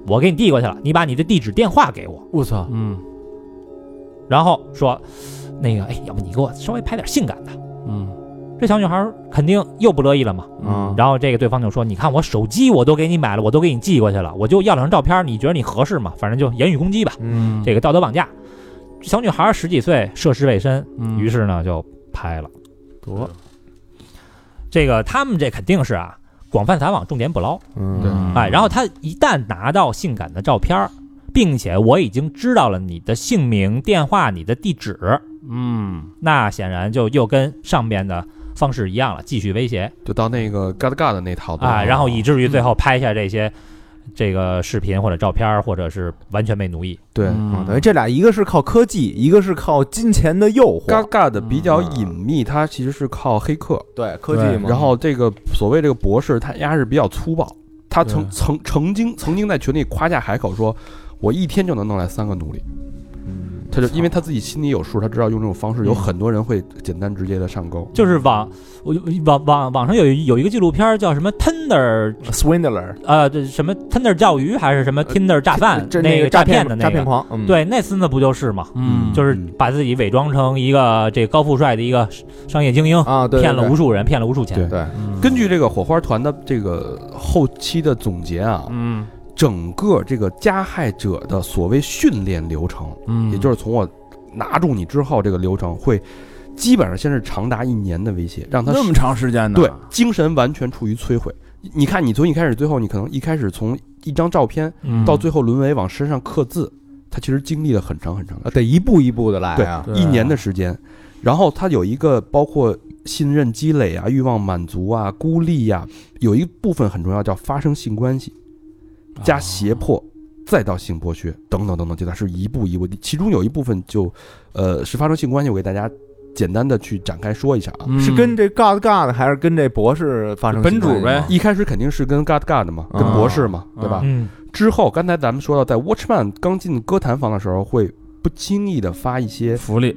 S6: 我给你递过去了，你把你的地址电话给我，
S4: 我操，
S5: 嗯
S6: 然后说那个哎，要不你给我稍微拍点性感的。”
S5: 嗯
S6: 这小女孩儿肯定又不乐意了嘛，
S5: 嗯
S6: 然后这个对方就说：“你看我手机我都给你买了，我都给你寄过去了，我就要两张照片，你觉得你合适吗？反正就言语攻击吧，
S5: 嗯
S6: 这个道德绑架。”小女孩十几岁，涉世未深，
S5: 嗯
S6: 于是呢就拍了。
S5: 多
S6: 这个他们这肯定是啊，广泛撒网，重点捕捞。
S5: 对
S4: 嗯，
S6: 哎，然后他一旦拿到性感的照片，并且我已经知道了你的姓名、电话、你的地址，
S5: 嗯
S6: 那显然就又跟上边的方式一样了，继续威胁。
S2: 就到那个嘎哒嘎的那套东西
S4: 哦
S6: 啊，然后以至于最后拍下这些这个视频或者照片儿，或者是完全被奴役。
S2: 对
S7: 嗯
S5: 嗯
S4: 啊等于这俩一个是靠科技，一个是靠金钱的诱
S2: 嘎
S4: 惑，
S2: 嘎的比较隐秘，它其实是靠黑客。
S4: 对科技嘛，
S2: 然后这个所谓这个博士，他丫是比较粗暴，他曾
S5: 对
S2: 曾曾经曾经在群里夸下海口说，我一天就能弄来三个奴隶。
S4: 嗯
S2: 他就因为他自己心里有数，他知道用这种方式，有很多人会简单直接的上钩。
S6: 就是网，我网网网上有一有一个纪录片儿叫什么 Tinder，
S4: swindler
S6: 呃，这什么 Tinder 教鱼还是什么 Tinder 炸啊饭
S4: 呃这
S6: 那
S4: 那
S6: 个
S4: 个
S6: 诈
S4: 骗
S6: 的那
S4: 诈骗
S6: 个，
S4: 狂，嗯，
S6: 对，那孙子不就是嘛？
S5: 嗯
S6: 就是把自己伪装成一个这高富帅的一个商业精英，
S4: 啊，对，对
S6: 骗了
S4: 对
S6: 无数人，骗了无数钱
S2: 对。
S4: 对，
S2: 根据这个火花团的这个后期的总结啊，
S5: 嗯
S2: 整个这个加害者的所谓训练流程，
S5: 嗯
S2: 也就是从我拿住你之后，这个流程会基本上先是长达一年的威胁，让他
S5: 那么长时间呢，
S2: 对精神完全处于摧毁。你看，你从一开始最后，你可能一开始从一张照片
S6: 嗯
S2: 到最后沦为往身上刻字，他其实经历了很长很长的
S4: 啊得一步一步的来啊，
S5: 对
S2: 一年的时间，然后他有一个包括信任积累啊、欲望满足啊、孤立呀、有一部分很重要，叫发生性关系，加胁迫，再到性剥削等等等等，这它是一步一步，其中有一部分就，呃，是发生性关系，我给大家简单的去展开说一下啊。
S5: 嗯
S4: 是跟这 God God 还是跟这博士发生
S5: 本主
S4: 性关系
S5: 呗
S4: 吗
S2: 一开始肯定是跟 God God 的嘛，跟
S4: 啊
S2: 博士嘛，对吧？
S6: 嗯
S2: 之后刚才咱们说到，在 Watchman 刚进歌坛房的时候，会不经意的发一些
S5: 福利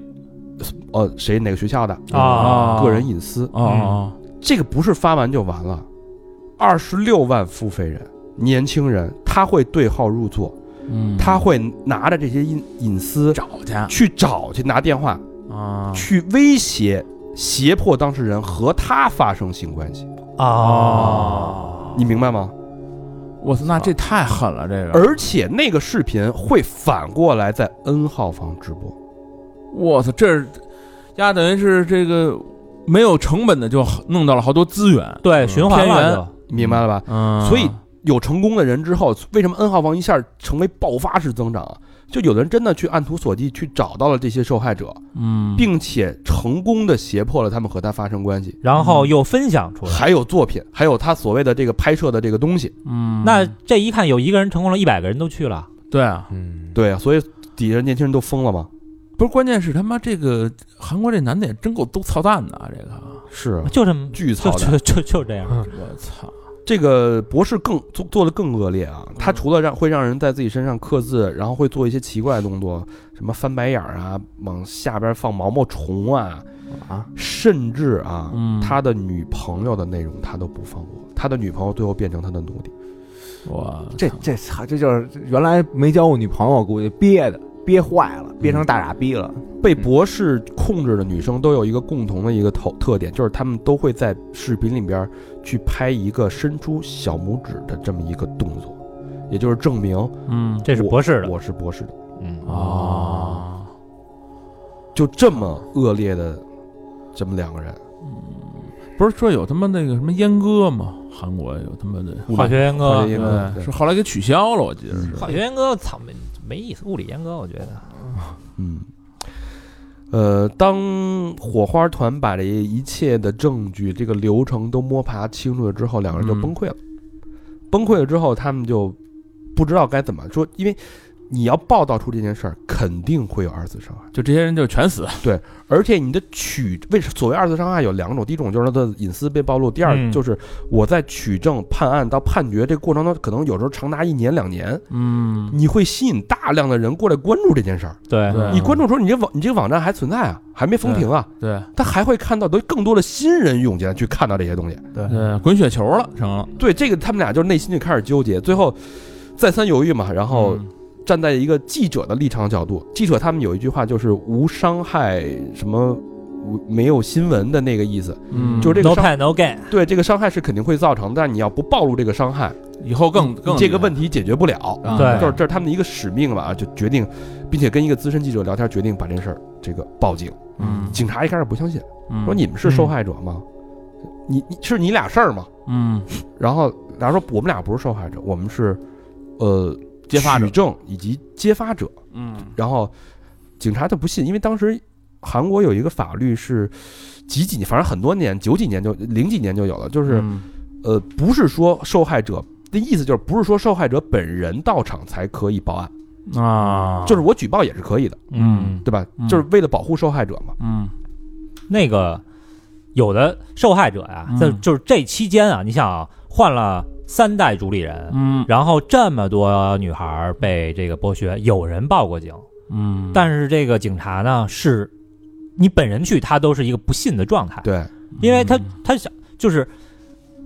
S2: 呃谁哪个学校的
S4: 嗯
S6: 啊，
S2: 个人隐私，
S5: 哦
S7: 啊
S5: 哦
S2: 这个不是发完就完了，二十六万付费人，年轻人他会对号入座，
S5: 嗯
S2: 他会拿着这些隐隐私
S5: 找去
S2: 去找去拿电话
S5: 啊
S2: 去威胁。胁迫当事人和他发生性关系，
S6: 啊
S4: 啊
S6: 哦，
S2: 你明白吗？
S5: 我操，那这太狠了，这个。
S2: 而且那个视频会反过来在 N 号房直播，
S5: 我操，这是呀，等于是这个没有成本的就弄到了好多资源，
S4: 嗯
S6: 对，循环
S5: 偏
S6: 了
S5: 圆
S6: 就
S2: 明白了吧？
S5: 嗯
S2: 所以有成功的人之后，为什么 N 号房一下成为爆发式增长啊？就有的人真的去按图索骥去找到了这些受害者，
S5: 嗯，
S2: 并且成功的胁迫了他们和他发生关系，
S6: 然后
S4: 嗯
S6: 又分享出来。
S2: 还有作品，还有他所谓的这个拍摄的这个东西，
S5: 嗯
S6: 那这一看有一个人成功了，一百个人都去了。
S5: 对啊，
S4: 嗯，
S2: 对啊，所以底下年轻人都疯了嘛。
S5: 不是，关键是他妈这个韩国这男的也真够都操蛋的啊！这个，
S2: 是啊，
S6: 就这么
S2: 巨
S6: 就
S2: 操蛋。
S6: 就就就这样，
S5: 我操，
S2: 这个博士更做做的更恶劣啊！他除了让会让人在自己身上刻字，然后会做一些奇怪的动作，什么翻白眼儿啊，往下边放毛毛虫啊，
S4: 啊，
S2: 甚至啊，
S5: 嗯
S2: 他的女朋友的内容他都不放过，他的女朋友最后变成他的奴隶。
S5: 我
S4: 这这操，这就是原来没交过女朋友，估计憋的憋坏了，憋成大傻逼了。
S2: 被
S6: 嗯
S2: 博士控制的女生都有一个共同的一个特特点，就是她们都会在视频里边去拍一个伸出小拇指的这么一个动作，也就是证明
S5: 嗯
S6: 这是博士的，
S2: 我是博士的。
S6: 嗯，
S5: 啊，
S2: 就这么恶劣的这么两个人，
S5: 不是说有他妈那个什么阉割吗？韩国有他妈的，
S6: 化学啊阉
S2: 化
S6: 割
S2: 学，阉割
S5: 对，
S2: 对
S5: 是后来给取消了，我记得是。
S6: 化学阉割，操没没意思，物理阉割，我觉得
S2: 嗯，呃，当火花团把这一切的证据、这个流程都摸爬清楚了之后，两个人就
S5: 嗯
S2: 崩溃了。崩溃了之后，他们就不知道该怎么说，因为你要报道出这件事儿，肯定会有二次伤害。
S5: 就这些人就全死，
S2: 而且你的取为所谓二次伤害有两种，第一种就是他的隐私被暴露，第二
S6: 嗯
S2: 就是我在取证、判案到判决这个过程中，可能有时候长达一年两年，
S5: 嗯，
S2: 你会吸引大量的人过来关注这件事儿。
S6: 对
S5: 对
S2: 你关注的时候，你这网你这个网站还存在啊，还没封停啊，
S5: 对
S2: 他还会看到都更多的新人涌进来去看到这些东西。
S5: 对，滚雪球了，成了。
S2: 对这个，他们俩就内心就开始纠结，最后再三犹豫嘛，然后
S5: 嗯
S2: 站在一个记者的立场角度，记者他们有一句话就是无伤害什么无没有新闻的那个意思。
S5: 嗯，
S2: 就这个
S6: ，no
S2: 伤
S6: pain no gain，
S2: 对这个伤害是肯定会造成的，但你要不暴露这个伤害，
S5: 以后更更
S2: 这个问
S5: 题，
S2: 题解决不了。
S5: 啊
S6: 对
S2: 就是这是他们的一个使命吧，就决定，并且跟一个资深记者聊天，决定把这事儿这个报警。
S5: 嗯，
S2: 警察一开始不相信，
S5: 嗯
S2: 说你们是受害者吗？你你是你俩事儿吗？
S5: 嗯
S2: 然后俩说我们俩不是受害者，我们是呃
S5: 揭发者
S2: 取证以及揭发者。
S5: 嗯
S2: 然后警察就不信，因为当时韩国有一个法律是几几年，反正很多年，九几年就零几年就有了，就是。
S5: 嗯
S2: 呃，不是说受害者的意思就是不是说受害者本人到场才可以报案，
S5: 啊，
S2: 就是我举报也是可以的，
S5: 嗯
S2: 对吧
S5: 嗯？
S2: 就是为了保护受害者嘛。
S5: 嗯
S6: 那个有的受害者呀、
S5: 嗯
S6: 就就是这期间啊，你想啊，换了三代主理人，
S5: 嗯
S6: 然后这么多女孩被这个剥削，有人报过警，
S5: 嗯，
S6: 但是这个警察呢，是你本人去，他都是一个不信的状态，
S2: 对，
S6: 因为他
S5: 嗯
S6: 他想就是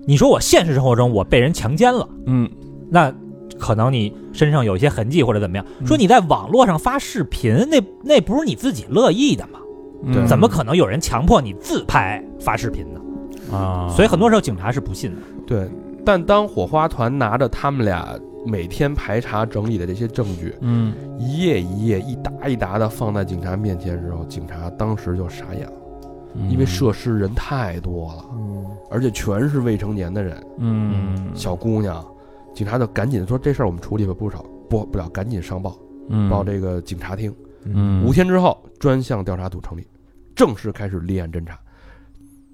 S6: 你说我现实生活中我被人强奸了，
S5: 嗯
S6: 那。可能你身上有一些痕迹或者怎么样，
S5: 嗯
S6: 说你在网络上发视频，那那不是你自己乐意的吗？
S5: 嗯
S6: 怎么可能有人强迫你自拍发视频呢？
S5: 啊？
S6: 所以很多时候警察是不信的。
S2: 对，但当火花团拿着他们俩每天排查整理的这些证据，
S5: 嗯
S2: 一页一页、一沓一沓的放在警察面前的时候，警察当时就傻眼了，
S5: 嗯
S2: 因为涉事人太多了，而且全是未成年的人，
S5: 嗯
S2: 小姑娘，警察就赶紧说这事儿我们处理吧，不少不不了，赶紧上报报这个警察厅。
S5: 嗯
S2: 五天之后，专项调查组成立，正式开始立案侦查。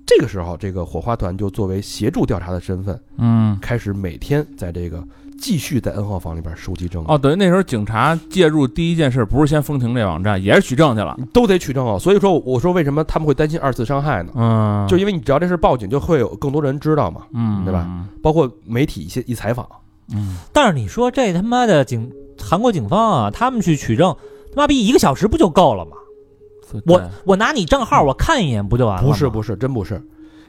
S2: 这个时候，这个火花团就作为协助调查的身份，
S5: 嗯
S2: 开始每天在这个继续在 N 号房里边收集证据，
S5: 哦，等于那时候警察介入第一件事不是先封停这网站，也是取证去了。
S2: 都得取证哦。所以说，我啊说为什么他们会担心二次伤害呢？
S5: 嗯，
S2: 就因为你只要这事报警，就会有更多人知道嘛，
S5: 嗯
S2: 对吧？包括媒体一些一采访，啊
S5: 嗯
S6: 但是你说这他妈的警韩国警方啊，他们去取证，他妈逼一个小时不就够了吗？我我拿你账号我看一眼不就完了吗？
S2: 不是不是，啊真不是，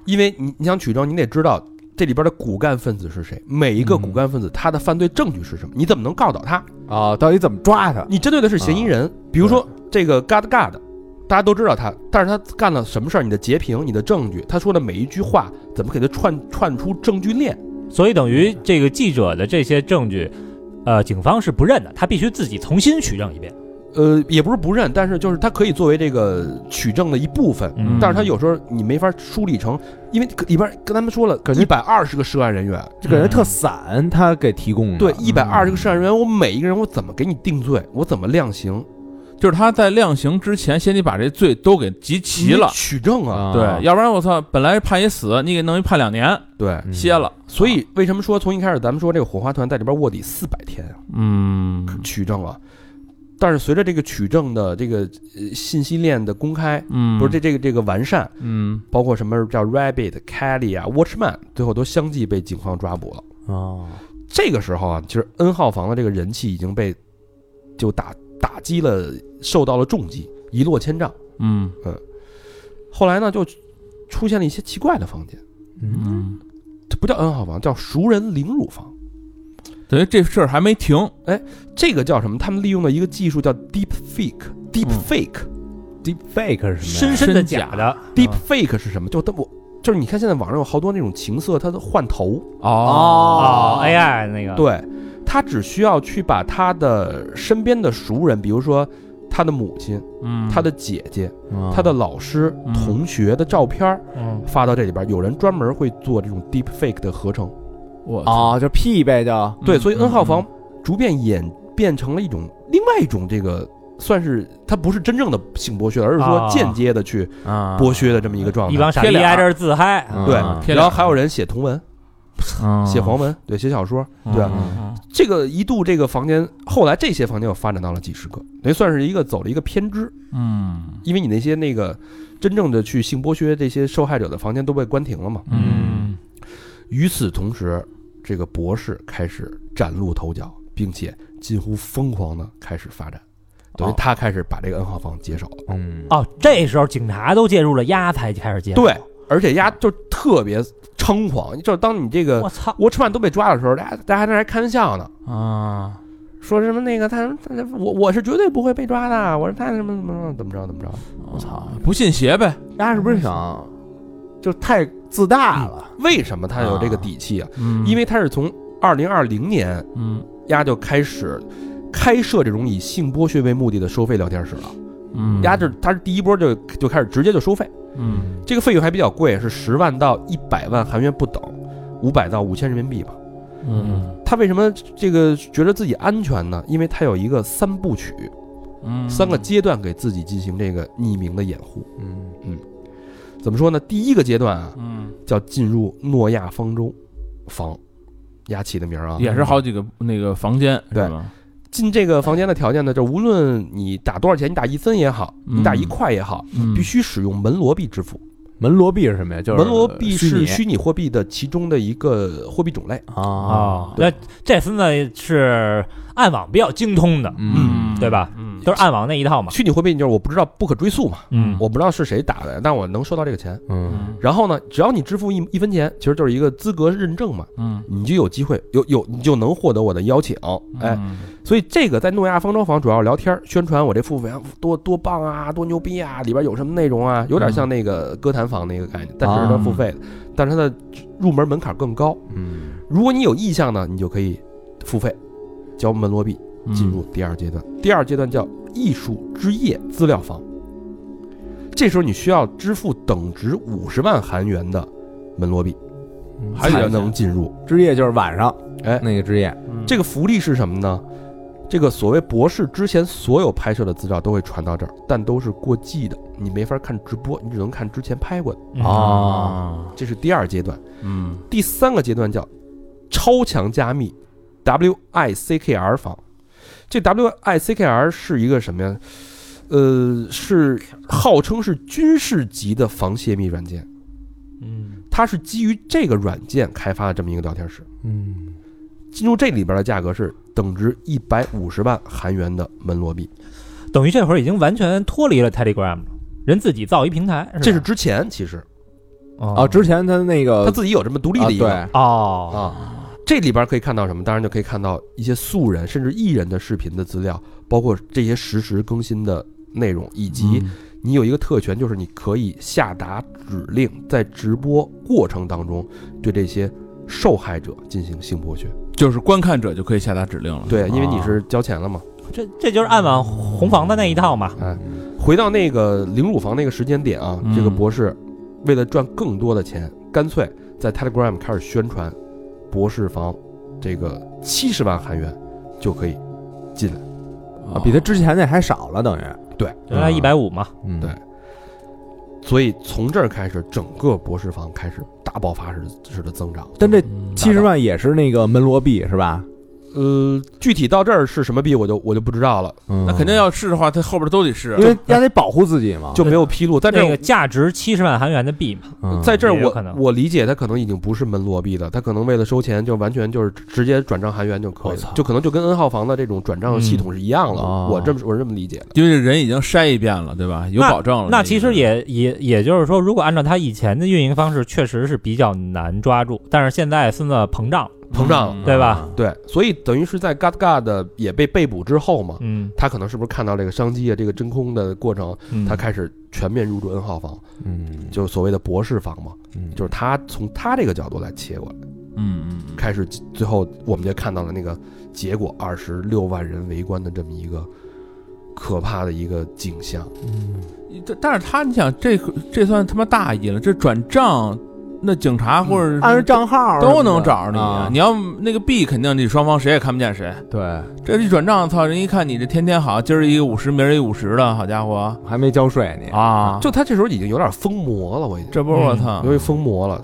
S2: 因为你你想取证，你得知道这里边的骨干分子是谁，每一个骨干分子他的犯罪证据是什么，你怎么能告倒他？
S4: 啊，到底怎么抓他？
S2: 你针对的是嫌疑人，比如说这个 God God，大家都知道他，但是他干了什么事儿？你的截屏、你的证据，他说的每一句话，怎么给他串串出证据链？
S6: 所以等于这个记者的这些证据，呃，警方是不认的，他必须自己重新取证一遍。
S2: 呃，也不是不认，但是就是他可以作为这个取证的一部分，
S6: 嗯
S2: 但是他有时候你没法梳理成，因为里边跟他们说了，一百二十个涉案人员，
S5: 嗯
S4: 这个人特散，他给提供的。
S2: 对，一百二十个涉案人员，我每一个人我怎么给你定罪？我怎么量刑？
S5: 就是他在量刑之前，先得把这罪都给集齐了
S2: 你，取证啊，
S6: 啊
S5: 对，要不然我操，本来判一死，你给弄一判两年，
S2: 对。
S6: 嗯
S5: 歇了。
S2: 所以为什么说从一开始咱们说这个火花团在里边卧底四百天啊，
S5: 嗯，
S2: 取证啊？但是随着这个取证的这个呃信息链的公开，
S5: 嗯，
S2: 不是这，这个这个完善，
S5: 嗯，
S2: 包括什么叫 Rabbit、Kelly 啊、Watchman，最后都相继被警方抓捕了。
S4: 哦，
S2: 这个时候啊，其实 N 号房的这个人气已经被就打打击了，受到了重击，一落千丈。
S5: 嗯，
S2: 后来呢，就出现了一些奇怪的房间，
S5: 嗯，
S2: 这不叫 N 号房，叫熟人凌辱房。
S5: 等于这事儿还没停，
S2: 这个叫什么？他们利用了一个技术叫 Deep Fake，Deep
S5: 嗯
S2: Fake，Deep、
S4: fake 是什么呀？
S6: 深深的
S5: 真假
S6: 假的
S2: Fake 是什么？就他我就是你看现在网上有好多那种情色，他的换头，
S6: 哦，AI 那
S5: 啊
S6: 个
S2: 对他只需要去把他的身边的熟人，比如说他的母亲、
S5: 嗯，啊
S2: 他的姐姐、
S4: 嗯
S2: 他的老师、
S5: 嗯
S2: 同学的照片儿
S6: 嗯
S2: 发到这里边儿，有人专门会做这种 Deep Fake 的合成。
S5: 我操，
S4: 哦，就 P 呗，就
S2: 对，所以
S5: 嗯
S2: N 号房逐渐演变成了一种另外一种这个，算是它不是真正的性剥削，而是说
S6: 啊
S2: 间接的去
S5: 啊
S2: 剥削的这么一个状
S6: 一
S2: 态。
S6: 帮傻
S5: 贴
S6: 逼
S5: 脸儿
S6: 挨这儿自嗨，
S4: 嗯
S2: 对
S4: 啊
S5: 贴脸
S2: 然后还有人写同文、写黄文，对，写小说。对
S5: 嗯嗯
S2: 这个一度这个房间，后来这些房间又发展到了几十个，等于算是一个走了一个偏支，
S5: 嗯
S2: 因为你那些那个真正的去性剥削这些受害者的房间都被关停了嘛。
S5: 嗯
S2: 与此同时，这个博士开始崭露头角，并且近乎疯狂的开始发展，等于
S4: 哦
S2: 他开始把这个 N 号房接手了。
S4: 嗯
S6: 哦，这时候警察都介入了，丫才开始介入。
S2: 对，而且丫就特别猖狂，就是当你这个
S6: 我操，
S2: 沃吃曼都被抓的时候，大家大家那还开玩笑呢，
S6: 哦
S5: 啊，
S2: 说什么那个他他我我是绝对不会被抓的，我说他什么怎么怎么着怎么着，
S5: 我操，不信邪呗，
S4: 大家是不是想就太自大了？
S2: 为什么他有这个底气啊？
S5: 嗯
S2: 因为他是从二零二零年
S5: 嗯
S2: 丫就开始开设这种以性剥削为目的的收费聊天室了，
S5: 嗯，
S2: 丫就是他是第一波就就开始直接就收费，
S5: 嗯
S2: 这个费用还比较贵，是十万到一百万韩元不等，五百到五千人民币吧。
S5: 嗯
S2: 他为什么这个觉得自己安全呢？因为他有一个三部曲，
S5: 嗯
S2: 三个阶段给自己进行这个匿名的掩护。
S4: 嗯
S2: 怎么说呢？第一个阶段啊，
S5: 嗯
S2: 叫进入诺亚方舟房，丫起的名儿啊。
S5: 也是好几个那个房间
S2: 对
S5: 是吧？
S2: 进这个房间的条件呢，就无论你打多少钱，你打一分也好，
S5: 嗯
S2: 你打一块也好，
S5: 嗯
S2: 必须使用门罗币支付。
S4: 门罗币是什么呀？就是
S2: 门罗币
S4: 虚
S2: 是
S4: 拟
S2: 虚拟货币的其中的一个货币种类。
S4: 啊，
S6: 哦，那这孙子是暗网比较精通的，
S4: 嗯
S6: 对吧？
S5: 嗯
S6: 都是暗网那一套嘛。
S2: 虚拟货币就是我不知道不可追溯嘛，
S6: 嗯，
S2: 我不知道是谁打的，但我能收到这个钱。
S4: 嗯
S5: 嗯
S2: 然后呢，只要你支付一一分钱，其实就是一个资格认证嘛，
S5: 嗯，
S2: 你就有机会有有你就能获得我的邀请。哎，
S5: 嗯，
S2: 所以这个在诺亚方舟房主要聊天儿宣传我这付费啊多多棒啊，多牛逼啊，里边有什么内容啊，有
S5: 嗯
S2: 点像那个歌坛房那个概念，但是它
S5: 啊
S2: 付费的，但是它的入门门槛更高。
S4: 嗯
S2: 如果你有意向呢，你就可以付费交门罗币
S5: 嗯
S2: 进入第二阶段。第二阶段叫艺术之夜资料房，这时候你需要支付等值五十万韩元的门罗币
S4: 嗯
S5: 还
S2: 才
S5: 得
S2: 能进入。
S4: 之夜就是晚上，
S2: 哎
S4: 那个之夜，
S2: 这个福利是什么呢？这个所谓博士之前所有拍摄的资料都会传到这儿，但都是过季的，你没法看直播，你只能看之前拍过的。
S6: 嗯
S4: 哦，
S2: 这是第二阶段，
S5: 嗯
S2: 第三个阶段叫超强加密 WICKR 房。这 WICKR 是一个什么呀？呃，是号称是军事级的防泄密软件，
S6: 嗯，
S2: 它是基于这个软件开发的这么一个聊天室。
S4: 嗯
S2: 进入这里边的价格是等值一百五十万韩元的门罗币，
S6: 等于这会儿已经完全脱离了 Telegram 了，人自己造一平台，吧
S2: 这是之前其实
S6: 哦
S4: 哦，之前他那个
S2: 他自己有这么独立的一个
S4: 啊
S6: 哦
S2: 啊，这里边可以看到什么？当然就可以看到一些素人甚至艺人的视频的资料，包括这些实时更新的内容，以及
S7: 嗯
S2: 你有一个特权，就是你可以下达指令，在直播过程当中对这些受害者进行性剥削。啊
S5: 就是观看者就可以下达指令了。
S2: 对，因为你是交钱了嘛。
S6: 这这就是暗网红房的那一套嘛。
S2: 哎，回到那个凌辱房那个时间点啊
S5: 嗯，
S2: 这个博士为了赚更多的钱，干脆在 Telegram 开始宣传博士房这个七十万韩元就可以进来，
S4: 啊，比他之前那还少了，等于
S6: 原来一百五嘛，
S4: 嗯
S2: 对所以从这儿开始，整个博士房开始大爆发式式的增长。
S4: 但这
S7: 嗯
S4: 七十万也是那个门罗币是吧？
S2: 呃，具体到这儿是什么币，我就我就不知道了，
S4: 嗯
S7: 那肯定，要试的话，他后边都得试
S4: 因。为他得保护自己嘛。
S2: 就没有披露。在这
S6: 那
S2: 儿
S6: 个价值七十万韩元的币嘛，
S4: 嗯
S2: 在这儿
S6: 也有可
S2: 我
S6: 能
S2: 我理解他可能已经不是门罗币了，他可能为了收钱就完全就是直接转账韩元就可以
S4: 我
S2: 了
S4: 操，
S2: 就可能就跟 N 号房的这种转账系统是一样了。
S4: 嗯
S2: 我这么我是这么理解的。
S7: 因为人已经筛一遍了，对吧？有保证了。
S6: 哦那
S7: 这
S6: 其
S7: 意思
S6: 实也也也就是说，如果按照他以前的运营方式，确实是比较难抓住。但是现在孙子膨胀，
S2: 膨胀
S7: 嗯
S2: 了
S6: 对吧？
S2: 嗯对，所以等于是在 God God 的也被被捕之后嘛，
S6: 嗯，
S2: 他可能是不是看到这个商机啊，这个真空的过程，
S6: 嗯
S2: 他开始全面入驻 N 号房，
S4: 嗯，
S2: 就是所谓的博士房嘛，
S4: 嗯
S2: 就是他从他这个角度来切过来，
S7: 嗯嗯嗯
S2: 开始最后我们就看到了那个结果，二十六万人围观的这么一个可怕的一个景象。
S7: 但嗯但是他，你想，这可这算他妈大意了。这转账，那警察或者是
S4: 按着账号
S7: 都能找着你啊。
S4: 啊。
S7: 你要那个币，肯定你双方谁也看不见谁。
S4: 对，
S7: 这一转账，操！人一看你这天天好，今儿一个五十，明儿一个五十的，好家伙
S4: 还没交税你
S7: 啊！
S2: 就他这时候已经有点疯魔了，我已经
S7: 这波我操
S2: 有！点疯魔了。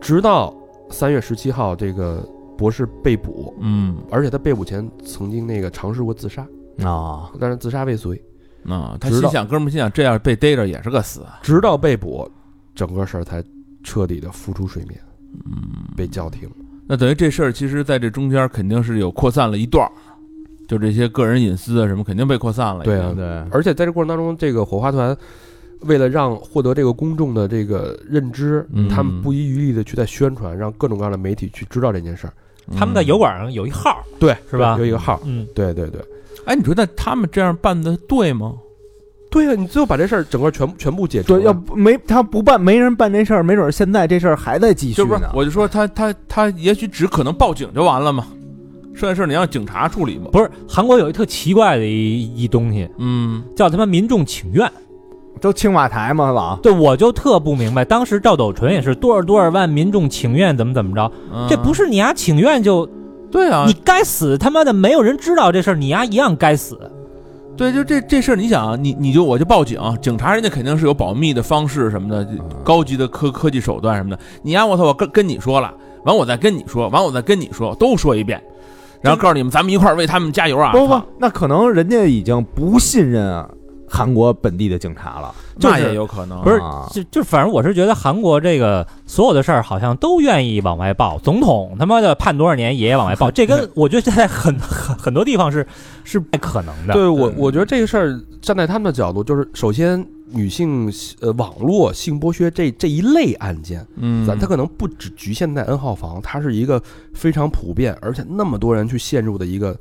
S2: 直到三月十七号，这个博士被捕，
S7: 嗯，
S2: 而且他被捕前曾经那个尝试过自杀，
S4: 啊，
S2: 但是自杀未遂。
S7: 啊，他
S2: 知
S7: 心
S2: 道
S7: 想，哥们儿心想，这要被逮着也是个死。
S2: 直到被捕，整个事儿才彻底的浮出水面，
S7: 嗯，
S2: 被叫停。
S7: 那等于这事儿，其实在这中间肯定是有扩散了一段儿，就这些个人隐私啊什么，肯定被扩散了。
S2: 对啊
S4: 对，
S2: 而且在这过程当中，这个火花团为了让获得这个公众的这个认知，
S7: 嗯
S2: 他们不遗余力的去在宣传，让各种各样的媒体去知道这件事儿。
S7: 嗯
S6: 他们在油管上有一号，
S2: 对，
S6: 是吧
S2: 有一个号，
S6: 嗯，
S2: 对对对，
S7: 哎，你说那他们这样办的对吗？
S2: 对啊，你最后把这事儿整个全部全部解除了。
S4: 对，要不没他不办，没人办这事儿，没准儿现在这事儿还在继续
S7: 就不是
S4: 呢，。
S7: 我就说他他他也许只可能报警就完了嘛，剩下事儿你让警察处理嘛。
S6: 不是韩国有一特奇怪的一一东西，
S7: 嗯，
S6: 叫他妈民众请愿。
S4: 都青瓦台嘛，老
S6: 对，我就特不明白，当时赵斗淳也是多少多少万民众请愿，怎么怎么着，这不
S7: 是
S6: 是你丫请愿就
S7: 嗯对啊
S6: 你，该死，他妈的没有人知道这事儿，你丫一样该死。
S7: 对，就这这事儿，你想啊，你你就我就报警，啊警察人家肯定是有保密的方式什么的，高级的科科技手段什么的。你呀、我操，我跟跟你说了，完我再跟你说，完我再跟你说，都说一遍，然后告诉你们，咱们一块儿为他们加油啊！
S4: 不不
S7: 操，，
S4: 那可能人家已经不信任韩国本地的警察了，
S7: 那
S6: 就是
S7: 也有可能，
S6: 不是
S4: 啊
S6: 就就反正我是觉得韩国这个所有的事儿好像都愿意往外报，总统他妈的判多少年也往外 报，这跟我觉得现在很很很多地方是是不太可能的。
S2: 对我，我觉得这个事儿站在他们的角度，就是首先女性呃网络性剥削这这一类案件，
S7: 嗯，
S2: 咱它可能不只局限在 N 号房，它是一个非常普遍，而且那么多人去陷入的一个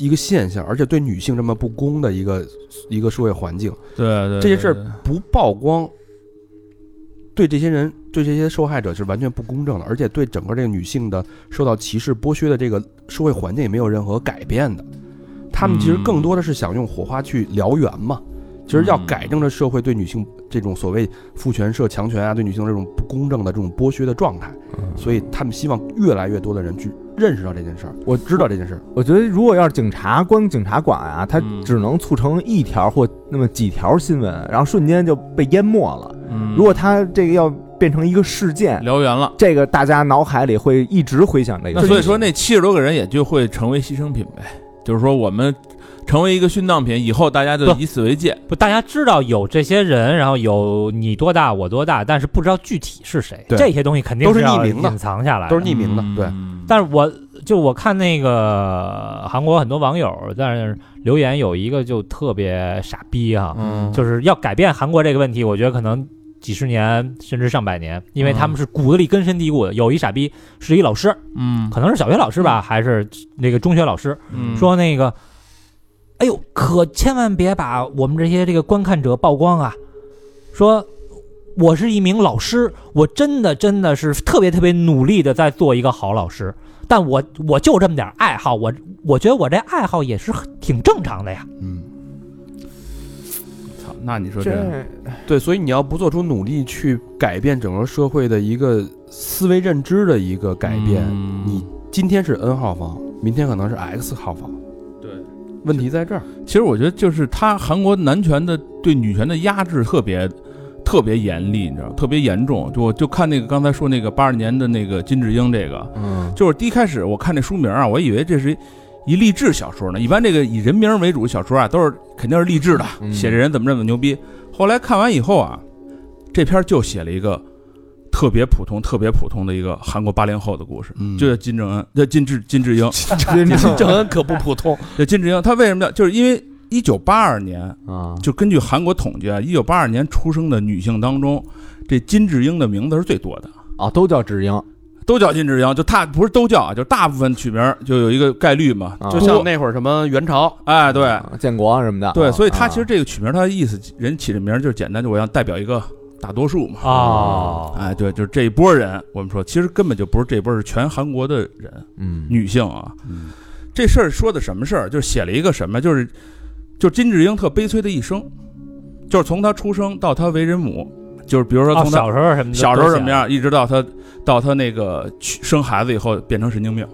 S2: 一个现象，而且对女性这么不公的一个一个社会环境，
S7: 对对
S2: 这些
S7: 对
S2: 事儿
S7: 对
S2: 不曝光，对这些人对这些受害者是完全不公正的，而且对整个这个女性的受到歧视剥削的这个社会环境也没有任何改变的。他们其实更多的是想用火花去燎原嘛。其实要改正这社会对女性这种所谓父权社强权啊，对女性这种不公正的这种剥削的状态，所以他们希望越来越多的人去认识到这件事儿，
S4: 我
S2: 知道这件事儿。
S4: 我觉得如果要是警察光警察管啊，他
S7: 嗯
S4: 只能促成一条或那么几条新闻，然后瞬间就被淹没了。
S7: 嗯
S4: 如果他这个要变成一个事件，
S7: 燎原了。
S4: 这个大家脑海里会一直回想这个
S7: 那
S4: 事情。
S7: 所以说，那七十多个人也就会成为牺牲品呗，就是说我们成为一个殉葬品，以后大家就
S6: 不
S7: 以此为戒。
S6: 不，大家知道有这些人，然后有你多大我多大，但是不知道具体是谁，
S2: 对
S6: 这些东西肯定
S2: 都是
S6: 要
S2: 匿名的
S6: 隐藏下来的，
S2: 都是匿名的对
S7: 嗯
S6: 但是我就我看那个韩国很多网友但是留言有一个就特别傻逼哈、
S7: 嗯，
S6: 就是要改变韩国这个问题，我觉得可能几十年甚至上百年，因为他们是骨子里根深蒂固的。有一傻逼是一老师，
S7: 嗯
S6: 可能是小学老师吧，还是那个中学老师，
S7: 嗯
S6: 说那个，哎呦，可千万别把我们这些这个观看者曝光啊！说我是一名老师，我真的真的是特别特别努力的在做一个好老师，但我我就这么点儿爱好，我我觉得我这爱好也是很挺正常的呀。
S2: 嗯，
S7: 操，那你说这
S4: 这
S2: 对，所以你要不做出努力去改变整个社会的一个思维认知的一个改变，
S7: 嗯
S2: 你今天是 N 号房，明天可能是 X 号房，
S7: 对，
S2: 问题在这儿，
S7: 其实我觉得就是他韩国男权的对女权的压制特别特别严厉，你知道吗，特别严重。就我就看那个刚才说那个八二年的那个金智英这个，
S1: 嗯，
S7: 就是第一开始我看这书名啊，我以为这是一励志小说呢。一般这个以人名为主的小说啊，都是肯定是励志的，
S1: 嗯
S7: 写这人怎么怎么牛逼。后来看完以后啊，这篇就写了一个特别普通、特别普通的一个韩国八零后的故事，
S1: 嗯
S7: 就叫金正恩，叫金智金智英，
S2: 正恩 可不普通。
S7: 叫嗯金智英。他为什么叫？就是因为一九八二年，
S1: 啊，
S7: 就根据韩国统计啊，一九八二年出生的女性当中，这金智英的名字是最多的。
S1: 啊，都叫智英，
S7: 都叫金智英，就大不是都叫啊，就大部分取名儿就有一个概率嘛，
S4: 啊
S2: 就像那会儿什么元朝，啊
S7: 哎，对
S4: 建国什么的，
S7: 对，所以他
S4: 啊
S7: 其实这个取名，他的意思人起这名儿就是简单，就我要代表一个大多数嘛。
S2: 啊
S6: 哦，
S7: 哎，对，就是这一波人，我们说其实根本就不是这一波，是全韩国的人，
S4: 嗯
S7: 女性啊。这事儿说的什么事儿？就是写了一个什么，就是就是金智英特悲催的一生，就是从她出生到她为人母，就是比如说
S6: 哦
S7: 从她
S6: 小时候什么的
S7: 啊小时候什么
S6: 都
S7: 样，一直到她到她那个去生孩子以后变成神经病，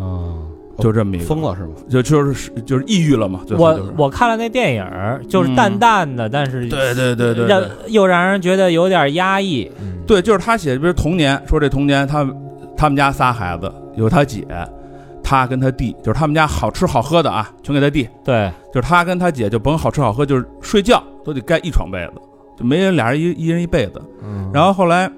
S2: 啊，
S7: 就这么一个
S2: 疯，了是吗？
S7: 就就是就是抑郁了嘛。最
S6: 写。
S7: 后就是
S6: 我我看了那电影儿，就是
S7: 嗯
S6: 淡淡的，但是
S7: 对对对对对
S6: 让又让人觉得有点压抑。
S7: 对，就是他写，比如童年，说这童年他他们家仨孩子，有他姐，他跟他弟，就是他们家好吃好喝的啊，全给他弟，
S6: 对，
S7: 就是他跟他姐就甭好吃好喝，就是睡觉都得盖一床被子，就没人俩人一一人一被子。然后后来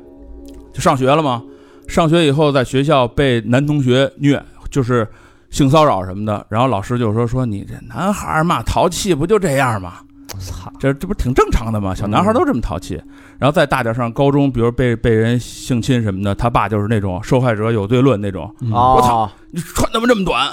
S7: 就上学了嘛，上学以后在学校被男同学虐，就是性骚扰什么的，然后老师就说说你这男孩儿嘛，淘气不就这样嘛。
S6: 操，
S7: 这这不挺正常的吗？小男孩都这么淘气。然后再大点上高中，比如被被人性侵什么的，他爸就是那种受害者有罪论那种，
S4: 哦，
S7: 嗯我操，你穿他妈这么短，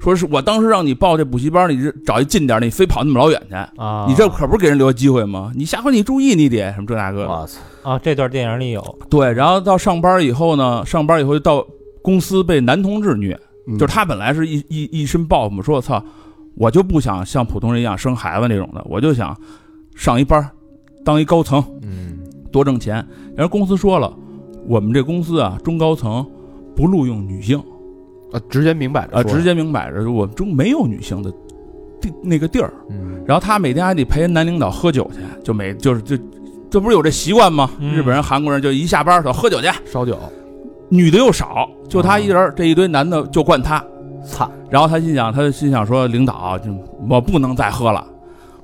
S7: 说是我当时让你报这补习班，你这找一近点儿，你非跑那么老远去，
S6: 啊，
S7: 你这可不是给人留机会吗？你下回你注意你得什么这那个的。
S1: 我操，
S6: 啊，这段电影里有
S7: 对，然后到上班以后呢，上班以后就到公司被男同志虐，
S1: 嗯
S7: 就是他本来是一一一身抱负，说我操，我就不想像普通人一样生孩子那种的，我就想上一班儿，当一高层，
S4: 嗯，
S7: 多挣钱。然后公司说了，我们这公司啊，中高层不录用女性
S2: 啊，直接明摆着
S7: 啊、呃
S2: 说
S7: 直接明摆着，我们中没有女性的地那个地儿。
S4: 嗯
S7: 然后他每天还得陪男领导喝酒去，就每就是就这不是有这习惯吗？
S6: 嗯
S7: 日本人、韩国人就一下班儿说喝酒去，
S2: 烧酒，
S7: 女的又少，就他一人儿，这一堆男的就惯他。
S4: 操，
S7: 然后他心想，他就心想说，领导，啊就我不能再喝了，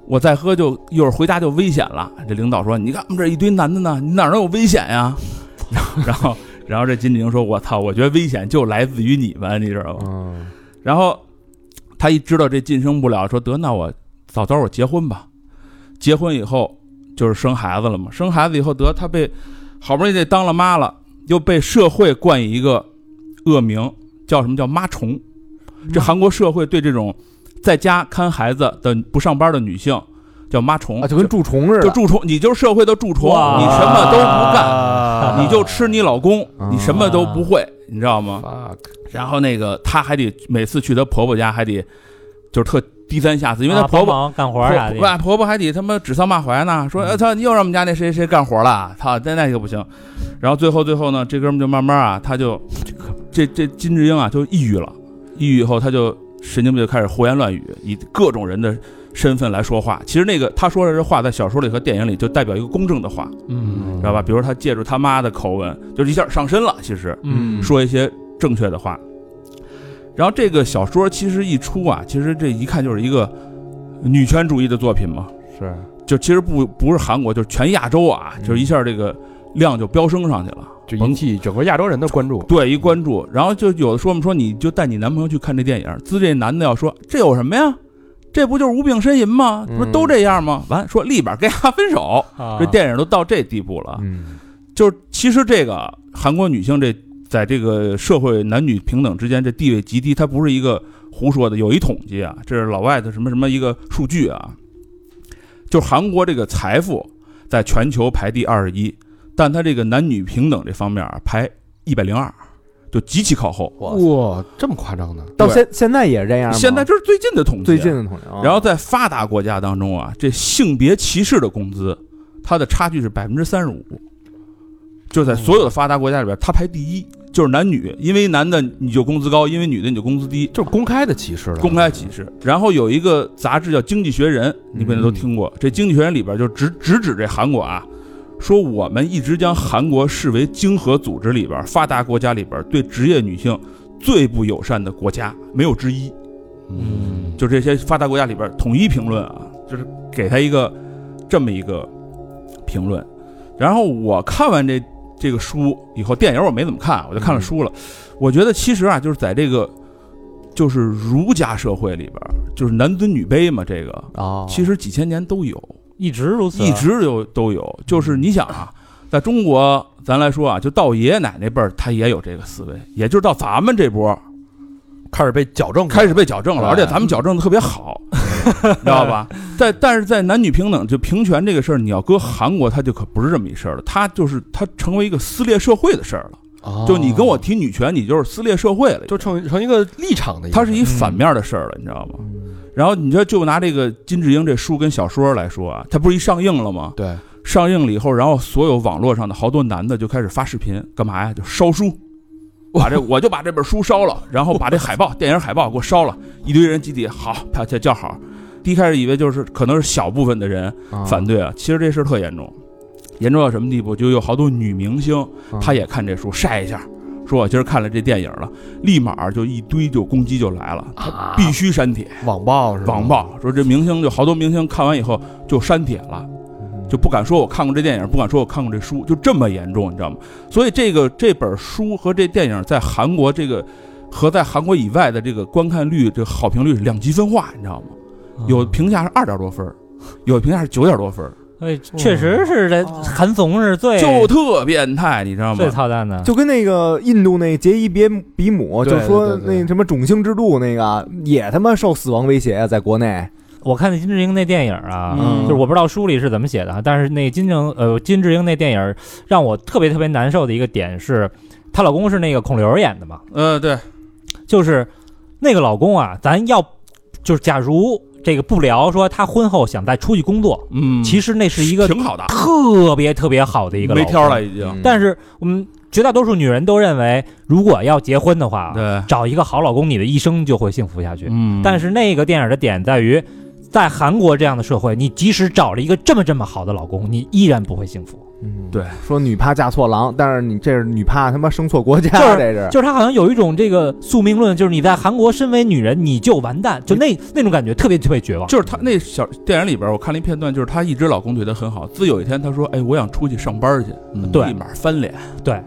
S7: 我再喝就一会儿回家就危险了。这领导说，你看我们这一堆男的呢，你哪能有危险呀？ 然后，然后这金志英说，我操，我觉得危险就来自于你们，你知道吗？
S4: 嗯
S7: 然后他一知道这晋升不了，说得那我早早我结婚吧。结婚以后就是生孩子了嘛，生孩子以后得他被好不容易这当了妈了，又被社会冠以一个恶名，叫什么叫妈虫。
S4: 嗯
S7: 这韩国社会对这种在家看孩子的不上班的女性叫妈虫
S4: 啊，就跟蛀虫似
S7: 就
S4: 的，
S7: 蛀虫，你就是社会的蛀虫，
S6: 哇
S7: 你什么都不干，
S6: 干
S7: 你就吃你老公，你什么都不会，你知道吗？
S2: fuck，
S7: 然后那个她还得每次去她婆婆家还得就是特低三下四，因为她婆婆、
S6: 啊干活
S7: 婆
S6: 儿啊啥
S7: 婆
S6: 的，嗯
S7: 哎婆婆还得他妈指桑骂槐呢，说哎操、你又让我们家那谁谁干活了，操那那就不行。然后最后最后呢，这哥们就慢慢啊，他就这这金智英啊就抑郁了，抑郁以后他就神经病就开始胡言乱语，以各种人的身份来说话。其实那个他说的这话在小说里和电影里就代表一个公正的话，
S6: 嗯
S7: 知道吧？比如他借助他妈的口吻，就是一下上身了，其实。
S6: 嗯
S7: 说一些正确的话。然后这个小说其实一出啊，其实这一看就是一个女权主义的作品嘛，
S2: 是
S7: 就其实不不是韩国，就是全亚洲啊，
S6: 嗯
S7: 就是一下这个量就飙升上去了。
S2: 就
S7: 甭
S2: 引起整个亚洲人的关注。
S7: 对，一关注，然后就有的说我们说你就带你男朋友去看这电影，自这男的要说这有什么呀？这不就是无病呻吟吗？不是都这样吗？完说立马跟他分手，
S6: 嗯啊
S7: 这电影都到这地步了。
S4: 嗯
S7: 就是其实这个韩国女性这在这个社会男女平等之间这地位极低，它不是一个胡说的，有一统计啊，这是老外的什么什么一个数据啊，就是韩国这个财富在全球排第二十一，但它这个男女平等这方面啊排一百零二，就极其靠后。
S2: 哇，这么夸张呢？
S4: 到现现在也是这样吗，
S7: 现在这是最近的统计，
S4: 最近的统计啊，
S7: 然后在发达国家当中啊，这性别歧视的工资，它的差距是百分之三十五，就在所有的发达国家里边，它排第一，就是男女，因为男的你就工资高，因为女的你就工资低，
S2: 就是公开的歧视了。啊
S7: 公开歧视。然后有一个杂志叫《经济学人》，你们都听过。这《经济学人》里边就直直指这韩国啊，说我们一直将韩国视为经合组织里边发达国家里边对职业女性最不友善的国家，没有之一。
S2: 嗯，
S7: 就这些发达国家里边统一评论啊，就是给他一个这么一个评论。然后我看完这这个书以后，电影我没怎么看，我就看了书了。我觉得其实啊，就是在这个就是儒家社会里边，就是男尊女卑嘛，这个
S2: 哦啊
S7: 其实几千年都有，
S6: 一直如此，啊
S7: 一直有都有。就是你想啊，在中国咱来说啊，就到爷爷奶奶辈儿，他也有这个思维，也就是到咱们这波儿
S2: 开始被矫正过，
S7: 开始被矫正了，
S2: 对
S7: 而且咱们矫正的特别好， 知道吧？在但是在男女平等就平权这个事儿，你要搁韩国，它就可不是这么一事儿了，它就是它成为一个撕裂社会的事儿了。
S2: 哦
S7: 就你跟我提女权，你就是撕裂社会了，
S2: 啊就成成一个立场的一个，嗯
S7: 它是一反面的事儿了，你知道吗？然后你说就拿这个金智英这书跟小说来说啊，它不是一上映了吗？
S2: 对，
S7: 上映了以后，然后所有网络上的好多男的就开始发视频，干嘛呀？就烧书，把这我就把这本书烧了，然后把这海报、电影海报给我烧了，一堆人集体好，拍叫叫好。第一开始以为就是可能是小部分的人反对啊，其实这事儿特严重，严重到什么地步？就有好多女明星，她也看这书晒一下，说我今儿看了这电影了，立马就一堆就攻击就来了，她必须删帖。
S2: 网啊暴是啊吧？
S7: 网暴，说这明星就好多明星看完以后就删帖了，就不敢说我看过这电影，不敢说我看过这书，就这么严重，你知道吗？所以这个这本书和这电影在韩国这个和在韩国以外的这个观看率、这个好评率是两极分化，你知道吗？有评价是二点多分儿，有评价是九点多分儿，
S6: 哎，确实是这韩怂是最
S7: 就特变态，你知道吗
S6: 哎最？操蛋的，
S4: 就跟那个印度那杰伊别比姆，
S2: 对
S4: 就说
S2: 对对对
S4: 那什么种姓制度那个也他妈受死亡威胁啊，在国内。
S6: 我看那金智英那电影啊，
S4: 嗯
S6: 就是我不知道书里是怎么写的啊，但是那金正呃金智英那电影让我特别特别难受的一个点是，她老公是那个孔刘演的嘛，
S7: 呃，对，
S6: 就是那个老公啊，咱要就是假如这个不聊说他婚后想再出去工作，
S7: 嗯，
S6: 其实那是一个
S7: 挺好的，
S6: 特别特别好的一个
S7: 没
S6: 老公
S7: 挑了已经。
S6: 但是我们绝大多数女人都认为，如果要结婚的话，
S7: 对，
S6: 找一个好老公，你的一生就会幸福下去。
S7: 嗯
S6: 但是那个电影的点在于，在韩国这样的社会，你即使找了一个这么这么好的老公，你依然不会幸福。
S4: 嗯
S7: 对，
S4: 说女怕嫁错郎，但是你这是女怕他妈生错国家，
S6: 就是
S4: 这是。
S6: 就是他好像有一种这个宿命论，就是你在韩国身为女人，你就完蛋，就那那种感觉特别特别绝望。
S7: 就是她那小电影里边，我看了一片段，就是她一直老公对她很好，自有一天她说：“哎，我想出去上班去。
S2: 嗯
S6: 对
S7: 立马翻脸，
S6: 对，